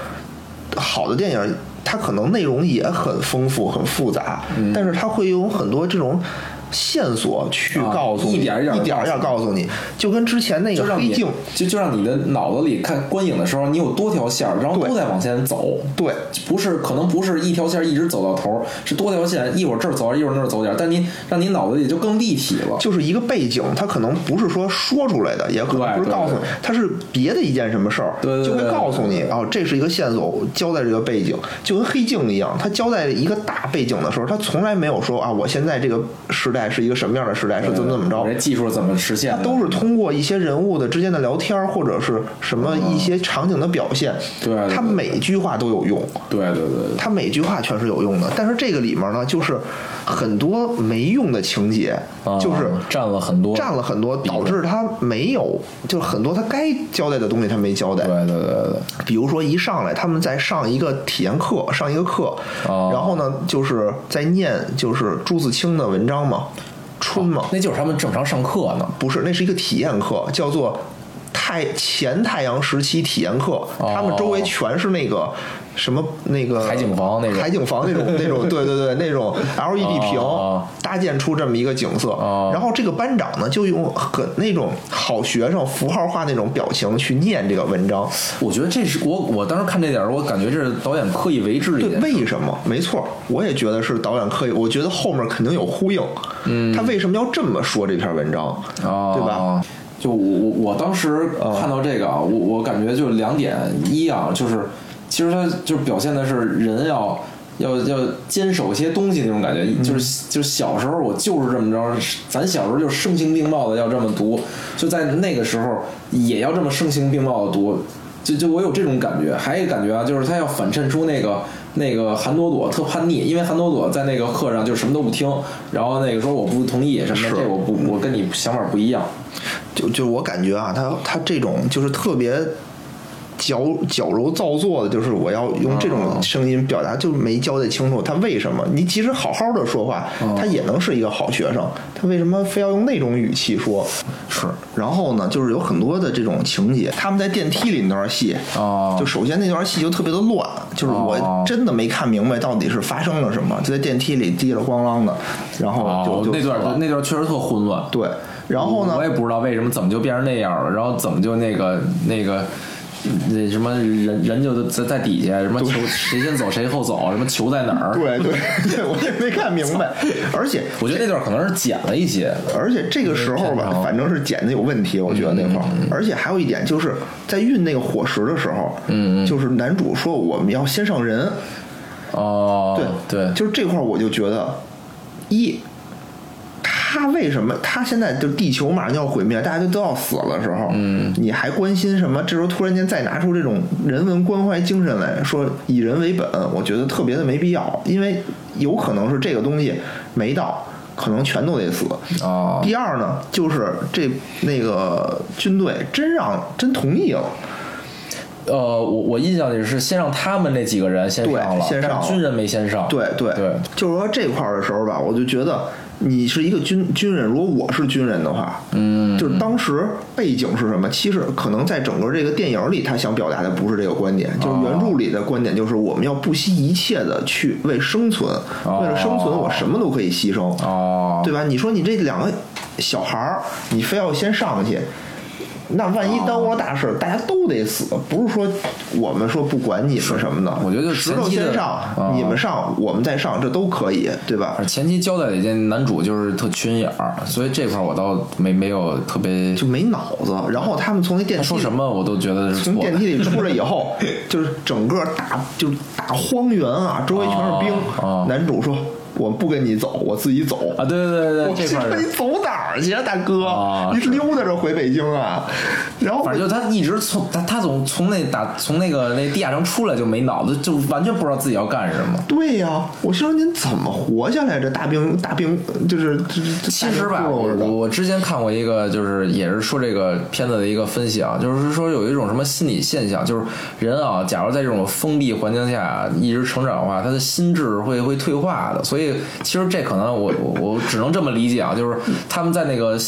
Speaker 4: 好的电嗯影它可能内容也很丰富很复杂，但是它会有很多这种线索去
Speaker 2: 啊
Speaker 4: 告诉你，
Speaker 2: 一点儿一点儿
Speaker 4: 一点儿一点儿告诉你，就跟之前那
Speaker 2: 就
Speaker 4: 个
Speaker 2: 让
Speaker 4: 黑
Speaker 2: 你
Speaker 4: 镜，
Speaker 2: 就就让你的脑子里看观影的时候，你有多条线儿，然后
Speaker 4: 对
Speaker 2: 都在往前走。
Speaker 4: 对，
Speaker 2: 不是，可能不是一条线儿一直走到头儿，是多条线，一会儿这儿走点儿，一会儿那儿走点儿，但你让你脑子里就更立体了。
Speaker 4: 就是一个背景，它可能不是说说出来的，也可能
Speaker 2: 对
Speaker 4: 不是告诉你
Speaker 2: 对，
Speaker 4: 它是别的一件什么事儿，
Speaker 2: 对对对
Speaker 4: 就会
Speaker 2: 对
Speaker 4: 告诉你哦，这是一个线索，交代这个背景，就跟黑镜一样，它交代一个大背景的时候，它从来没有说啊，我现在这个时代是一个什么样的时代，是怎么怎么着
Speaker 2: 我，这技术怎么实现
Speaker 4: 它
Speaker 2: 的？
Speaker 4: 都是通过一些人物的之间的聊天儿，或者是什么一些场景的表现，
Speaker 2: 对对对
Speaker 4: 它每句话都有用，
Speaker 2: 对对对对。
Speaker 4: 它每句话全是有用的。但是这个里面呢，就是很多没用的情节，
Speaker 3: 啊
Speaker 4: 就是
Speaker 3: 占了很多，
Speaker 4: 占了很多，导致他没有，就是很多他该交代的东西他没交代。
Speaker 3: 对对对对，
Speaker 4: 比如说一上来他们在上一个体验课，上一个课，
Speaker 3: 哦
Speaker 4: 然后呢就是在念就是朱自清的文章嘛，春
Speaker 3: 哦
Speaker 4: 嘛，
Speaker 2: 那就是他们正常上课呢，
Speaker 4: 不是，那是一个体验课，叫做太前太阳时期体验课。他们周围全是那个什么那个
Speaker 3: 哦海景房那种
Speaker 4: 海景房那种 那种，对对对，那种 LED 屏、
Speaker 3: 哦
Speaker 4: 搭建出这么一个景色。
Speaker 3: 哦
Speaker 4: 然后这个班长呢，就用很那种好学生符号化那种表情去念这个文章。
Speaker 2: 我觉得这是我我当时看这点儿，我感觉这是导演刻意为之的一
Speaker 4: 对，
Speaker 2: 点。
Speaker 4: 为什么？没错，我也觉得是导演刻意，我觉得后面肯定有呼应。嗯，他为什么要这么说这篇文章？
Speaker 2: 哦
Speaker 4: 对吧？
Speaker 2: 就我我我当时看到这个啊，我我感觉就两点，一啊，就是其实它就是表现的是人要。要要坚守一些东西那种感觉，就是就是小时候我就是这么着，咱小时候就声情并茂的要这么读，就在那个时候也要这么声情并茂的读，就就我有这种感觉。还有一个感觉啊，就是他要反衬出那个那个韩朵朵特叛逆，因为韩朵朵在那个课上就什么都不听，然后那个说我不同意什么
Speaker 4: 是
Speaker 2: 的，这我不我跟你想法不一样。
Speaker 4: 就就我感觉啊，他他这种就是特别矫矫揉造作的，就是我要用这种声音表达，就没交代清楚他为什么。你即使好好的说话，他也能是一个好学生，他为什么非要用那种语气说？是。然后呢，就是有很多的这种情节，他们在电梯里那段戏，
Speaker 1: 啊
Speaker 3: 哦
Speaker 4: 就首先那段戏就特别的乱，就是我真的没看明白到底是发生了什么，就在电梯里滴了咣啷的，然后就就
Speaker 2: 哦那段
Speaker 4: 死了
Speaker 2: 那段确实特混乱。
Speaker 4: 对，然后呢
Speaker 2: 我，也不知道为什么怎么就变成那样了，然后怎么就那个那个。那什么人人就在在底下，什么球谁先走谁后走，什么球在哪儿？
Speaker 4: 对对对，我也没看明白。而且
Speaker 2: 我觉得那段可能是剪了一些，
Speaker 4: 而且这个时候
Speaker 3: 嗯
Speaker 4: 吧，反正是剪的有问题，我觉得那块儿。而且还有一点就是在运那个火石的时候，嗯，就是男主说我们要先上人，
Speaker 2: 哦，
Speaker 4: 对
Speaker 2: 对，
Speaker 4: 就是这块儿我就觉得一。他为什么他现在就地球马上就要毁灭，大家就都要死了的时候，嗯，你还关心什么？这时候突然间再拿出这种人文关怀精神来说以人为本，我觉得特别的没必要，因为有可能是这个东西没到，可能全都得死。
Speaker 2: 哦，
Speaker 4: 第二呢，就是这那个军队真让真同意了，
Speaker 2: 呃，我我印象里是先让他们那几个人先
Speaker 4: 对
Speaker 2: 上了，
Speaker 4: 先上
Speaker 2: 但
Speaker 4: 了
Speaker 2: 是军人没先上，
Speaker 4: 对对
Speaker 2: 对，
Speaker 4: 就是说这块儿的时候吧，我就觉得你是一个军军人，如果我是军人的话，嗯，就是当时背景是什么？其实可能在整个这个电影里，他想表达的不是这个观点，就是原著里的观点就是我们要不惜一切的去为生存，为了生存我什么都可以牺牲，
Speaker 2: 哦，
Speaker 4: 对吧？你说你这两个小孩儿，你非要先上去，那万一耽误了大事，大家都得死。不是说我们说不管你们什么的，
Speaker 2: 我觉得就是
Speaker 4: 石
Speaker 2: 前
Speaker 4: 头
Speaker 2: 期的
Speaker 4: 先上，
Speaker 2: 啊
Speaker 4: 你们上，我们再上，这都可以，对吧？
Speaker 2: 前期交代的这男主就是特群眼儿，所以这块儿我倒没没有特别
Speaker 4: 就没脑子。然后他们从那电
Speaker 2: 他
Speaker 4: 梯
Speaker 2: 说什么我都觉得是
Speaker 4: 从
Speaker 2: 错
Speaker 4: 电
Speaker 2: 的。
Speaker 4: 梯里出来以后，就是整个大就是大荒原啊，周围全是兵。
Speaker 2: 啊
Speaker 4: 男主说：“我不跟你走，我自己走。”
Speaker 2: 啊，对对对
Speaker 4: 我
Speaker 2: 对，这块儿
Speaker 4: 你走哪儿去啊，大哥？
Speaker 2: 啊
Speaker 4: 你溜达着回北京啊？然后
Speaker 2: 反正就他一直从他他总从那打从那个那地下城出来就没脑子，就完全不知道自己要干什么。
Speaker 4: 对呀、我心说您怎么活下来？这大兵大兵就是这这
Speaker 2: 其实吧，
Speaker 4: 大兵
Speaker 2: 我
Speaker 4: 窟窿似
Speaker 2: 我
Speaker 4: 的
Speaker 2: 我之前看过一个，就是也是说这个片子的一个分析啊，就是说有一种什么心理现象，就是人啊，假如在这种封闭环境下一直成长的话，他的心智会会退化的。所以其实这可能我我我只能这么理解啊，就是他们在那个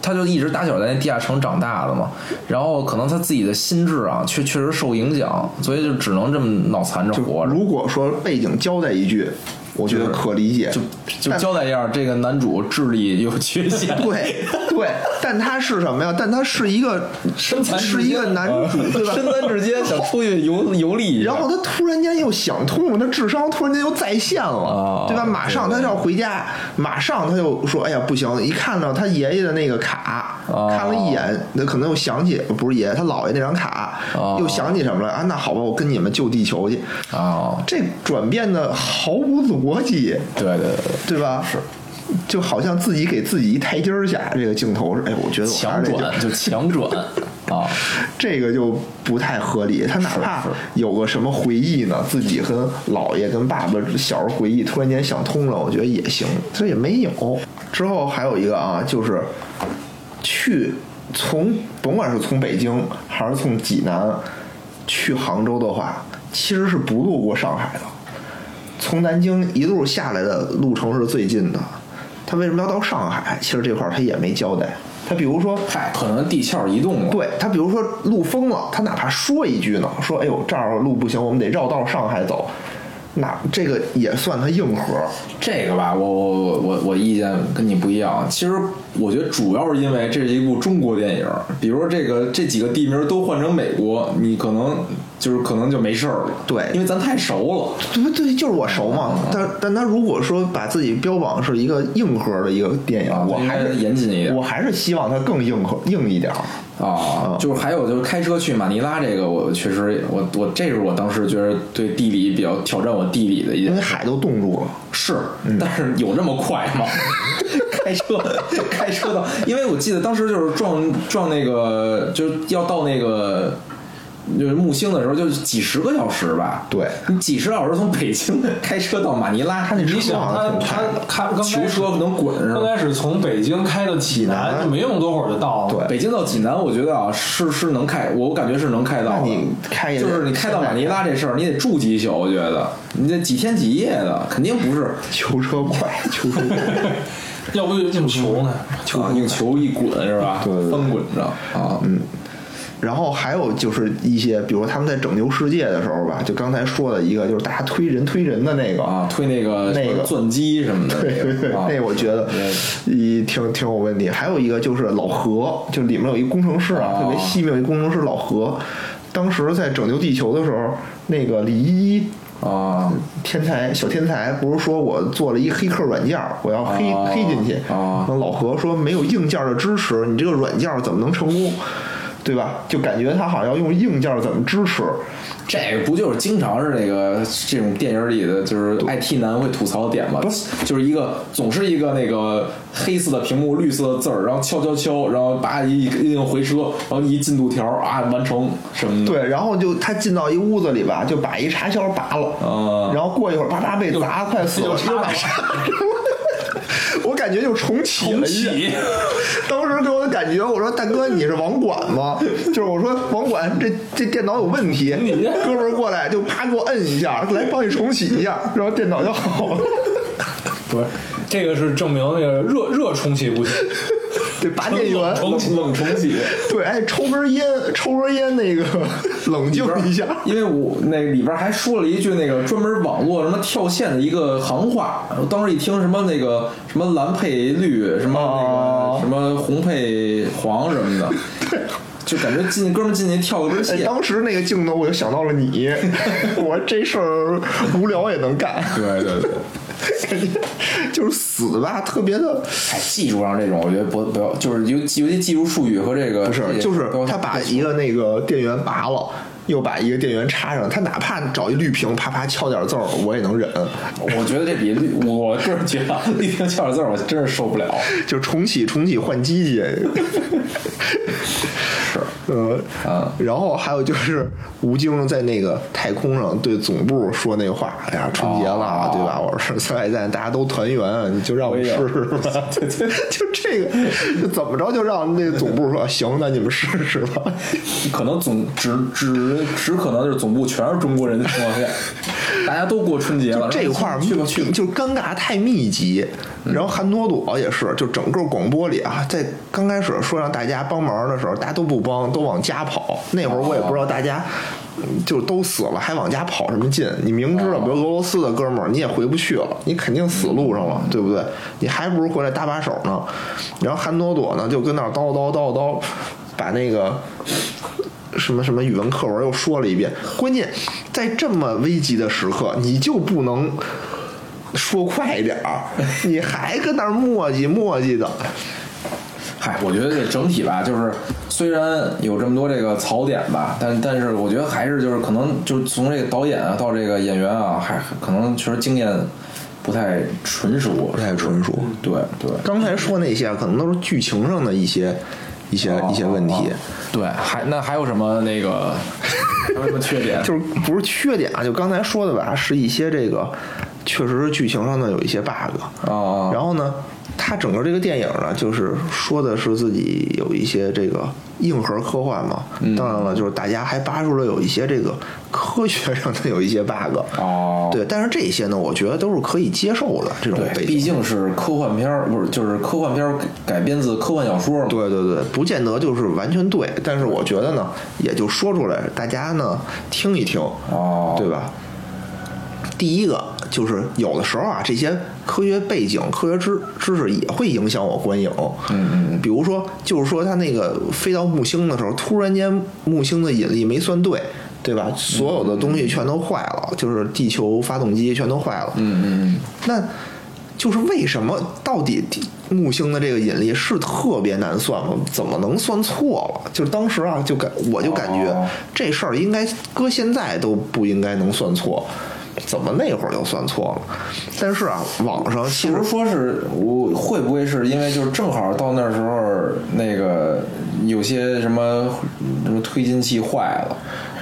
Speaker 2: 他就一直打小在那地下城长大的嘛，然后可能他自己的心智啊，确确实受影响，所以就只能这么脑残着活着。
Speaker 4: 如果说背景交代一句，我觉得可理解。
Speaker 2: 就交代一下，这个男主智力有缺 陷，
Speaker 4: 对对，但他是什么呀？但他是 一个是一个男主，对吧？
Speaker 2: 深三之间想出去游 游历一下，
Speaker 4: 然后他突然间又想通了，他智商突然间又在线了，
Speaker 2: 哦
Speaker 4: 啊对吧？马上他就要回家，马上他就说：“哎呀，不行！”一看到他爷爷的那个卡，
Speaker 2: 哦
Speaker 4: 看了一眼，那可能又想起不是爷爷，他姥爷那张卡，
Speaker 2: 哦
Speaker 4: 又想起什么了啊？那好吧，我跟你们救地球去。
Speaker 2: 哦，
Speaker 4: 这转变的毫无逻辑，
Speaker 2: 对对对对，
Speaker 4: 对吧？是。就好像自己给自己一台阶儿下，这个镜头是，哎，我觉得我还
Speaker 2: 强
Speaker 4: 是得
Speaker 2: 转就强转啊，
Speaker 4: 这个就不太合理。他哪怕有个什么回忆呢，自己跟姥爷、跟爸爸小时候回忆，突然间想通了，我觉得也行。这也没有。之后还有一个啊，就是去从甭管是从北京还是从济南去杭州的话，其实是不路过上海的。从南京一路下来的路程是最近的。他为什么要到上海？其实这块儿他也没交代。他比如说，哎嗨，
Speaker 2: 可能地壳移动了，
Speaker 4: 对他，比如说路封了，他哪怕说一句呢，说哎呦这儿路不行，我们得绕道上海走，那这个也算他硬核。
Speaker 2: 这个吧，我我我我我意见跟你不一样。其实我觉得主要是因为这是一部中国电影，比如说这个这几个地名都换成美国，你可能就是可能就没事儿了。
Speaker 4: 对
Speaker 2: 因为咱太熟了。
Speaker 4: 对对，就是我熟嘛。但但他如果说把自己标榜是一个硬核的一个电影，我
Speaker 2: 应
Speaker 4: 还
Speaker 2: 该
Speaker 4: 是
Speaker 2: 严谨一点
Speaker 4: 我还是希望他更硬核硬一点儿。嗯
Speaker 2: 啊，就是还有就是开车去马尼拉这个，我确实我我这是我当时觉得对地理比较挑战我地理的一
Speaker 4: 因
Speaker 2: 件
Speaker 4: 为
Speaker 2: 事。
Speaker 4: 海都冻住了，
Speaker 2: 是，但是有这么快吗？嗯 开车， 开车到，因为我记得当时就是撞撞那个，就是要到那个。就是木星的时候，就是几十个小时吧。
Speaker 4: 对
Speaker 2: 你几十个小时从北京开车到马尼拉，
Speaker 4: 那
Speaker 2: 你
Speaker 4: 车
Speaker 3: 你想
Speaker 4: 好
Speaker 3: 他
Speaker 4: 像挺
Speaker 3: 他
Speaker 4: 快的
Speaker 3: 他刚
Speaker 2: 囚
Speaker 3: 开始
Speaker 2: 车能滚是
Speaker 3: 刚
Speaker 2: 吧？
Speaker 3: 开始从北京开到济
Speaker 4: 济南
Speaker 3: 南，没用多会儿就到了。
Speaker 4: 对
Speaker 2: 北京到济南，我觉得啊，是是能开，我感觉是能开到的。
Speaker 4: 那你开也得
Speaker 2: 就是你开到马尼拉这事儿，你得住几宿，我觉得你得几天几夜的，肯定不是啊
Speaker 4: 囚车快，囚车快。
Speaker 3: 要不就这么穷呢？
Speaker 2: 啊，用球一滚是吧？
Speaker 4: 对对对
Speaker 2: 翻滚着啊，嗯，
Speaker 4: 然后还有就是一些，比如他们在拯救世界的时候吧，就刚才说的一个，就是大家推人推人的那个
Speaker 2: 啊，推那个
Speaker 4: 那个
Speaker 2: 钻机什么的，
Speaker 4: 对对对，
Speaker 2: 啊
Speaker 4: 那哎我觉得也挺挺有问题。还有一个就是老何，就里面有一工程师啊，
Speaker 2: 哦
Speaker 4: 特别细命一工程师老何，当时在拯救地球的时候，那个李依依。
Speaker 2: 啊，
Speaker 4: 天才小天才不是说我做了一黑客软件儿，我要黑、
Speaker 2: 哦
Speaker 4: 黑进去。
Speaker 2: 哦
Speaker 4: 那老何说没有硬件儿的支持，你这个软件儿怎么能成功？对吧？就感觉他好像要用硬件儿怎么支持？
Speaker 2: 这个不就是经常是那个这种电影里的就是 IT 男会吐槽的点吗？就是一个总是一个那个黑色的屏幕，绿色的字儿，然后敲敲敲，然后叭一摁回车，然后一进度条啊完成什么的，，
Speaker 4: 对，然后就他进到一屋子里吧，就把一插销拔了，
Speaker 2: 啊
Speaker 4: 然后过一会儿啪啪被砸，快死了，
Speaker 3: 又
Speaker 4: 又把插 我感觉就重启了一下
Speaker 2: 重启。
Speaker 4: 当时给我的感觉，我说大哥你是网管吗？就是我说网管这这电脑有问题，哥们儿过来就啪给我摁一下，来帮你重启一下，然后电脑就好了。
Speaker 3: 不是，这个是证明那个热热重启不行，
Speaker 4: 对，拔 电源，
Speaker 2: 冷冷重启。
Speaker 4: 对，哎，抽根烟，抽根烟，那个冷静一下。
Speaker 2: 因为我那里边还说了一句那个专门网络什么跳线的一个行话，我当时一听什么那个什么蓝配绿，什么那个、
Speaker 4: 哦
Speaker 2: 什么红配黄什么的，就感觉进哥们进去跳了根
Speaker 4: 哎，
Speaker 2: 线。
Speaker 4: 当时那个镜头我就想到了你， 我说这事儿无聊也能干，
Speaker 2: 对对对，
Speaker 4: 感觉就是死吧，特别的
Speaker 2: 哎，技术上这种我觉得不不要，就是尤尤其技术术语和这个
Speaker 4: 不是，就是
Speaker 2: 不要
Speaker 4: 他把一个那个电源拔了。又把一个电源插上，他哪怕找一绿屏，啪啪敲点字儿，我也能忍。
Speaker 2: 我觉得这比绿，我个人觉得绿屏翘点字儿我真是受不了。
Speaker 4: 就重启、重启换机器。 是，呃
Speaker 2: 啊，
Speaker 4: 然后还有就是吴京在那个太空上对总部说那话，哎呀，春节了，
Speaker 2: 哦
Speaker 4: 对吧？我说三外战，大家都团圆，你就让我们
Speaker 2: 哎呀
Speaker 4: 试试吧。 对对，就这个，就怎么着就让那总部说行，那你们试试吧。
Speaker 2: 可能总只只只可能就是总部全是中国人的情况 下，大家都过春节了，
Speaker 4: 这
Speaker 2: 然后
Speaker 4: 块儿
Speaker 2: 去吧去吧，
Speaker 4: 就是尴尬太密集。然后韩多朵也是，就整个广播里啊，在刚开始说让大家帮忙的时候，大家都不帮，都往家跑。那会儿我也不知道大家嗯就都死了，还往家跑什么劲？你明知道，比如俄罗斯的哥们儿，你也回不去了，你肯定死路上了，对不对？你还不如回来搭把手呢。然后韩朵朵呢，就跟那儿叨叨叨叨，把那个什么什么语文课文又说了一遍。关键在这么危急的时刻，你就不能说快点儿，你还跟那儿磨叽磨叽的。
Speaker 2: 嗨，我觉得这整体吧，就是虽然有这么多这个槽点吧，但但是我觉得还是就是可能就是从这个导演啊到这个演员啊，还可能确实经验不太纯熟，不
Speaker 4: 太纯熟。
Speaker 2: 对对
Speaker 4: 刚才说那些啊可能都是剧情上的一些一些一些问题，
Speaker 2: 对，还那还有什么那个 还有什么缺点？
Speaker 4: 就是不是缺点啊，就刚才说的吧，是一些这个确实是剧情上的有一些 bug。
Speaker 2: 啊
Speaker 4: 然后呢，它整个这个电影呢，就是说的是自己有一些这个硬核科幻嘛。当然了，就是大家还扒出了有一些这个科学上的有一些 bug。
Speaker 2: 哦
Speaker 4: 对，但是这些呢，我觉得都是可以接受的这种背
Speaker 2: 对，
Speaker 4: 景
Speaker 2: 毕。竟是科幻片儿，不是就是科幻片儿改编自科幻小说嘛。
Speaker 4: 对对对，不见得就是完全对，但是我觉得呢，也就说出来，大家呢听一听，
Speaker 2: 哦
Speaker 4: 对吧？第一个就是有的时候啊，这些科学背景、科学知知识也会影响我观影。嗯嗯，比如说，就是说他那个飞到木星的时候，突然间木星的引力没算对，对吧？所有的东西全都坏了，就是地球发动机全都坏了。嗯嗯，那就是为什么到底地木星的这个引力是特别难算吗？怎么能算错了？就是当时啊，就感我就感觉
Speaker 2: 哦
Speaker 4: 这事儿应该搁现在都不应该能算错，怎么那会儿就算错了？但是啊，网上其
Speaker 2: 比
Speaker 4: 实
Speaker 2: 如说是我会不会是因为就是正好到那时候那个有些什么什么推进器坏了，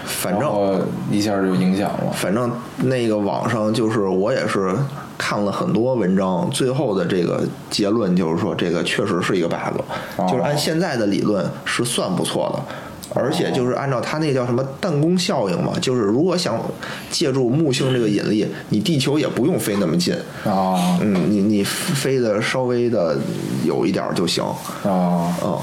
Speaker 4: 反正
Speaker 2: 然后一下就影响了。
Speaker 4: 反正那个网上就是我也是看了很多文章，最后的这个结论就是说，这个确实是一个 bug，、
Speaker 2: 哦
Speaker 4: 就是按现在的理论是算不错的。而且就是按照它那叫什么弹弓效应嘛，就是如果想借助木星这个引力，你地球也不用飞那么近，
Speaker 2: 啊
Speaker 4: 嗯，你你飞的稍微的有一点儿就行，
Speaker 2: 啊
Speaker 4: 嗯，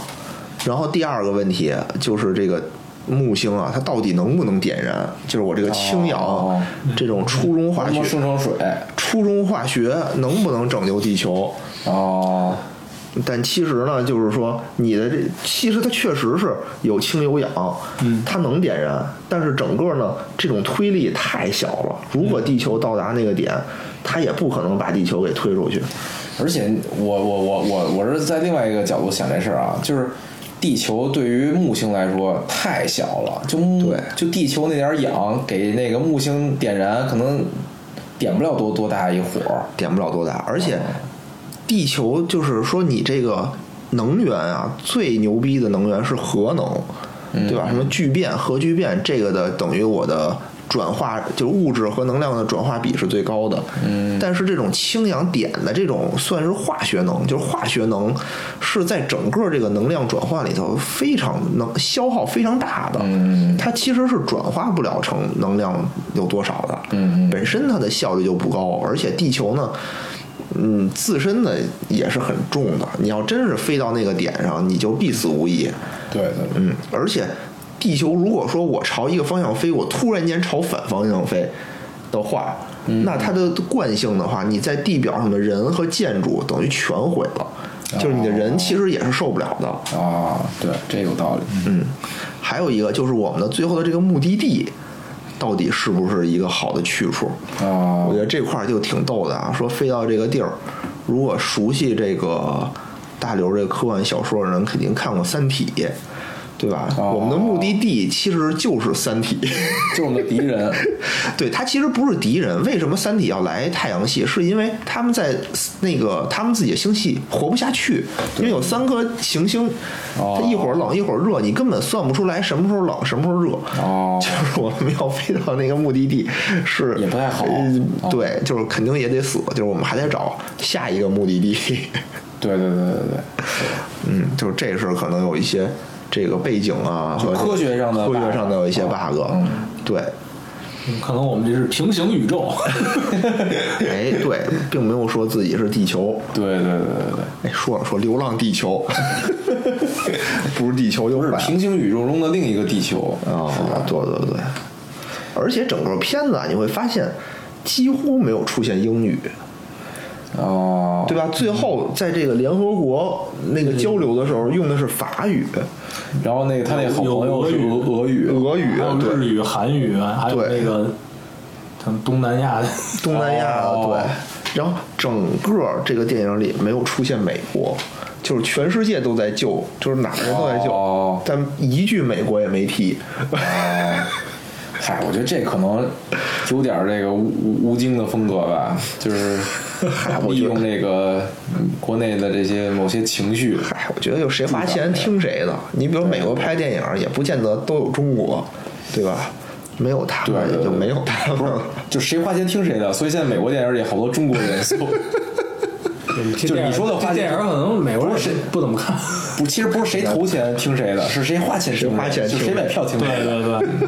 Speaker 4: 然后第二个问题就是这个木星啊，它到底能不能点燃？就是我这个氢氧、
Speaker 2: 哦
Speaker 4: 这种初中化
Speaker 2: 什么
Speaker 4: 学
Speaker 2: 生，成水
Speaker 4: 嗯初中化学能不能拯救地球？
Speaker 2: 哦
Speaker 4: 但其实呢，就是说你的这，其实它确实是有氢有氧，嗯，它能点燃，但是整个呢，这种推力太小了。如果地球到达那个点，它也不可能把地球给推出去。
Speaker 2: 而且我我我我我是在另外一个角度想这事儿啊，就是地球对于木星来说太小了，就木
Speaker 4: 对
Speaker 2: 就地球那点儿氧给那个木星点燃，可能点不了多多大一火。
Speaker 4: 点不了多大，而且地球就是说你这个能源啊，最牛逼的能源是核能，对吧？什么聚变、核聚变，这个的等于我的转化，就是物质和能量的转化比是最高的。嗯，但是这种氢氧点的这种算是化学能，就是化学能是在整个这个能量转换里头非常能消耗非常大的。嗯，它其实是转化不了成能量有多少的。嗯，本身它的效率就不高，而且地球呢。嗯，自身的也是很重的。你要真是飞到那个点上，你就必死无疑。
Speaker 2: 对对对。
Speaker 4: 嗯，而且地球如果说我朝一个方向飞，我突然间朝反方向飞的话，那它的惯性的话，你在地表上的人和建筑等于全毁了，就是你的人其实也是受不了的。
Speaker 2: 啊，对，这有道理。
Speaker 4: 嗯，还有一个就是我们的最后的这个目的地，到底是不是一个好的去处？
Speaker 2: 啊
Speaker 4: 我觉得这块儿就挺逗的啊，说飞到这个地儿，如果熟悉这个大刘这个科幻小说的人，肯定看过《三体》，对吧？
Speaker 2: 哦
Speaker 4: 我们的目的地其实就是《三体》
Speaker 2: 就是我们的敌人，
Speaker 4: 对，它其实不是敌人。为什么《三体》要来太阳系？是因为他们在那个他们自己的星系活不下去，因为有三颗行星，
Speaker 2: 哦
Speaker 4: 它一会儿冷一会儿热，你根本算不出来什么时候冷什么时候热。
Speaker 2: 哦
Speaker 4: 就是我们要飞到那个目的地是
Speaker 2: 也不太好哦
Speaker 4: 呃对，就是肯定也得死，就是我们还得找下一个目的地。
Speaker 2: 对对对对对，
Speaker 4: 嗯，就是这事儿可能有一些这个背景啊和
Speaker 2: 科学上的
Speaker 4: 科
Speaker 2: bug
Speaker 4: 学上的有一些 bug，、
Speaker 2: 嗯
Speaker 4: 对。
Speaker 3: 可能我们这是平行宇宙，
Speaker 4: 哎，对，并没有说自己是地球。
Speaker 2: 对对对对对，
Speaker 4: 哎，说了说流浪地球， 不是地球就是白
Speaker 2: 平行宇宙中的另一个地球。
Speaker 4: 啊、对对对，而且整个片子啊，你会发现几乎没有出现英语，
Speaker 2: 哦，
Speaker 4: 对吧？最后在这个联合国那个交流的时候，用的是法语、
Speaker 2: 然后那个他那好朋友是
Speaker 3: 有
Speaker 2: 俄俄语，啊
Speaker 4: 俄语
Speaker 3: 还有，
Speaker 4: 对，
Speaker 3: 日语、韩语，啊还有
Speaker 4: 对
Speaker 3: 那个他们东南亚的，
Speaker 4: 东南亚的，
Speaker 2: 哦
Speaker 4: 对。然后整个这个电影里没有出现美国，就是全世界都在救，就是哪儿人都在救，
Speaker 2: 哦
Speaker 4: 但一句美国也没提。
Speaker 2: 哎嗨，我觉得这可能有点儿这个吴吴吴京的风格吧，就是
Speaker 4: 嗨 我
Speaker 2: 利
Speaker 4: 觉得
Speaker 2: 用这个嗯国内的这些某些情绪。
Speaker 4: 嗨，我觉得就哎谁花钱听谁的。你比如美国拍电影，也不见得都有中国，啊对吧？没有他们
Speaker 2: 对对
Speaker 4: 也就
Speaker 2: 对
Speaker 4: 没有他们了。
Speaker 2: 就谁花钱听谁的，所以现在美国电影里好多中国元素，
Speaker 3: 就是
Speaker 2: 你说的话
Speaker 3: 这电影可能美国人
Speaker 2: 是
Speaker 3: 不怎 么看，
Speaker 2: 不，其实不是谁投钱听谁的，是谁花钱听
Speaker 4: 谁花钱
Speaker 2: 就
Speaker 4: 听
Speaker 2: 谁
Speaker 4: 谁
Speaker 2: 买票听
Speaker 3: 对
Speaker 2: 谁的。
Speaker 3: 对对，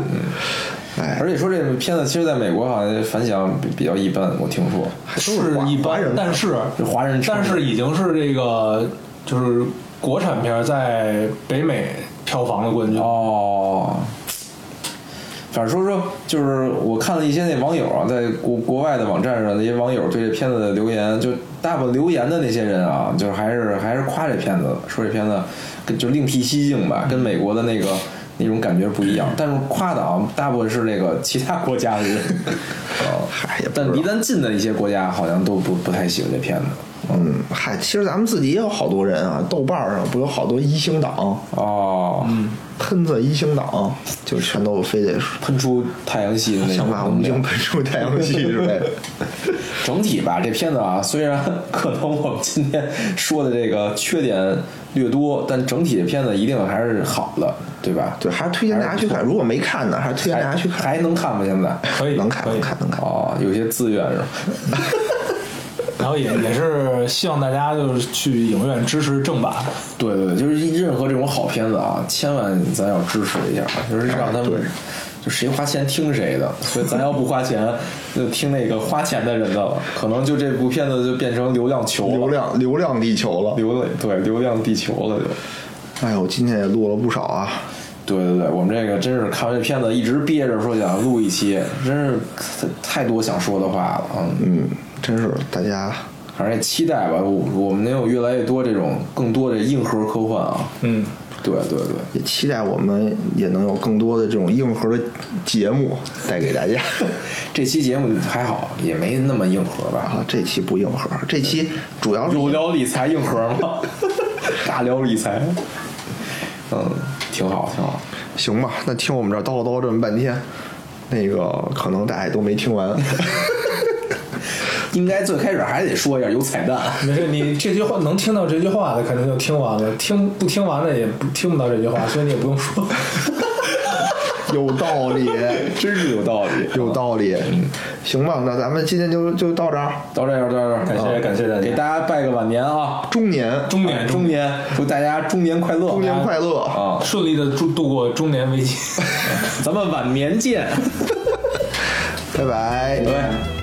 Speaker 4: 哎，
Speaker 2: 而且说这个片子，其实在美国好像反响比比较一般，我听说。
Speaker 4: 都
Speaker 3: 是
Speaker 4: 华
Speaker 3: 一
Speaker 4: 华
Speaker 3: 般
Speaker 4: 人，
Speaker 3: 但是
Speaker 2: 就华人
Speaker 3: 但是已经是这个就是国产片在北美票房的冠军。
Speaker 2: 哦，反正说说，就是我看了一些那网友啊，在国国外的网站上，那些网友对这片子的留言，就大部分留言的那些人啊，就是还是还是夸这片子，说这片子跟就另辟蹊径吧，跟美国的那个。那种感觉不一样， 但是夸的啊，大部分是这个其他国家的人，哦，
Speaker 4: 嗨也哎不知道
Speaker 2: 但离咱近的一些国家好像都不不太喜欢这片子，
Speaker 4: 嗯，嗨，其实咱们自己也有好多人啊，豆瓣儿上不有好多一星党，
Speaker 2: 哦，
Speaker 4: 嗯喷子一星党，就全都非得
Speaker 2: 喷出太阳系的那种
Speaker 4: 想把我们
Speaker 2: 能量
Speaker 4: 京喷出太阳系 之类的。
Speaker 2: 整体吧，这片子啊，虽然可能我们今天说的这个缺点略多，但整体的片子一定还是好的，对吧？
Speaker 4: 对，还是推荐大家去看，如果没看呢，还是推荐
Speaker 2: 还
Speaker 4: 大家去看，
Speaker 2: 还能看吗？现在？
Speaker 3: 可以
Speaker 4: 能看
Speaker 3: 可
Speaker 4: 能
Speaker 3: 以
Speaker 4: 看能看。
Speaker 2: 哦，有些资源是吧？
Speaker 3: 然后也也是希望大家就是去影院支持正版，
Speaker 2: 对对对，就是任何这种好片子啊，千万咱要支持一下，就是让他们
Speaker 4: 对。
Speaker 2: 就谁花钱听谁的，所以咱要不花钱，就听那个花钱的人的了。可能就这部片子就变成流量球了，
Speaker 4: 流量流量地球了，
Speaker 2: 流量对流量地球了就。
Speaker 4: 哎呦，今天也录了不少啊，
Speaker 2: 对对对，我们这个真是看完这片子一直憋着说想录一期，真是太太多想说的话了，嗯，
Speaker 4: 嗯，真是大家
Speaker 2: 反正也期待吧，我我们能有越来越多这种更多的硬核科幻啊，
Speaker 3: 嗯，
Speaker 2: 对对对，
Speaker 4: 也期待我们也能有更多的这种硬核的节目带给大家
Speaker 2: 这期节目还好，也没那么硬核吧，
Speaker 4: 啊。这期不硬核，这期主要是
Speaker 2: 有聊理财硬核吗？尬聊理财，嗯，挺好挺好，
Speaker 4: 行吧？那听我们这儿叨叨这么半天，那个可能大家也都没听完。
Speaker 2: 应该最开始还得说一下有彩蛋。
Speaker 3: 没事，你这句话能听到这句话的肯定就听完了，听不听完的也不听不到这句话，所以你也不用 说。
Speaker 4: 有道理，嗯
Speaker 2: 真是有道理，
Speaker 4: 有道理。行吧，那咱们今天就就到这儿。
Speaker 2: 到这儿，到这儿，
Speaker 3: 感谢感谢大家
Speaker 2: 给大家拜个晚年啊！
Speaker 4: 中年，
Speaker 3: 中年
Speaker 2: 中年，祝大家中年快乐，
Speaker 4: 中年快乐啊！
Speaker 2: 啊！
Speaker 3: 顺利的度度过中年危机。
Speaker 2: 咱们晚年见，
Speaker 4: 拜拜。
Speaker 2: 拜拜。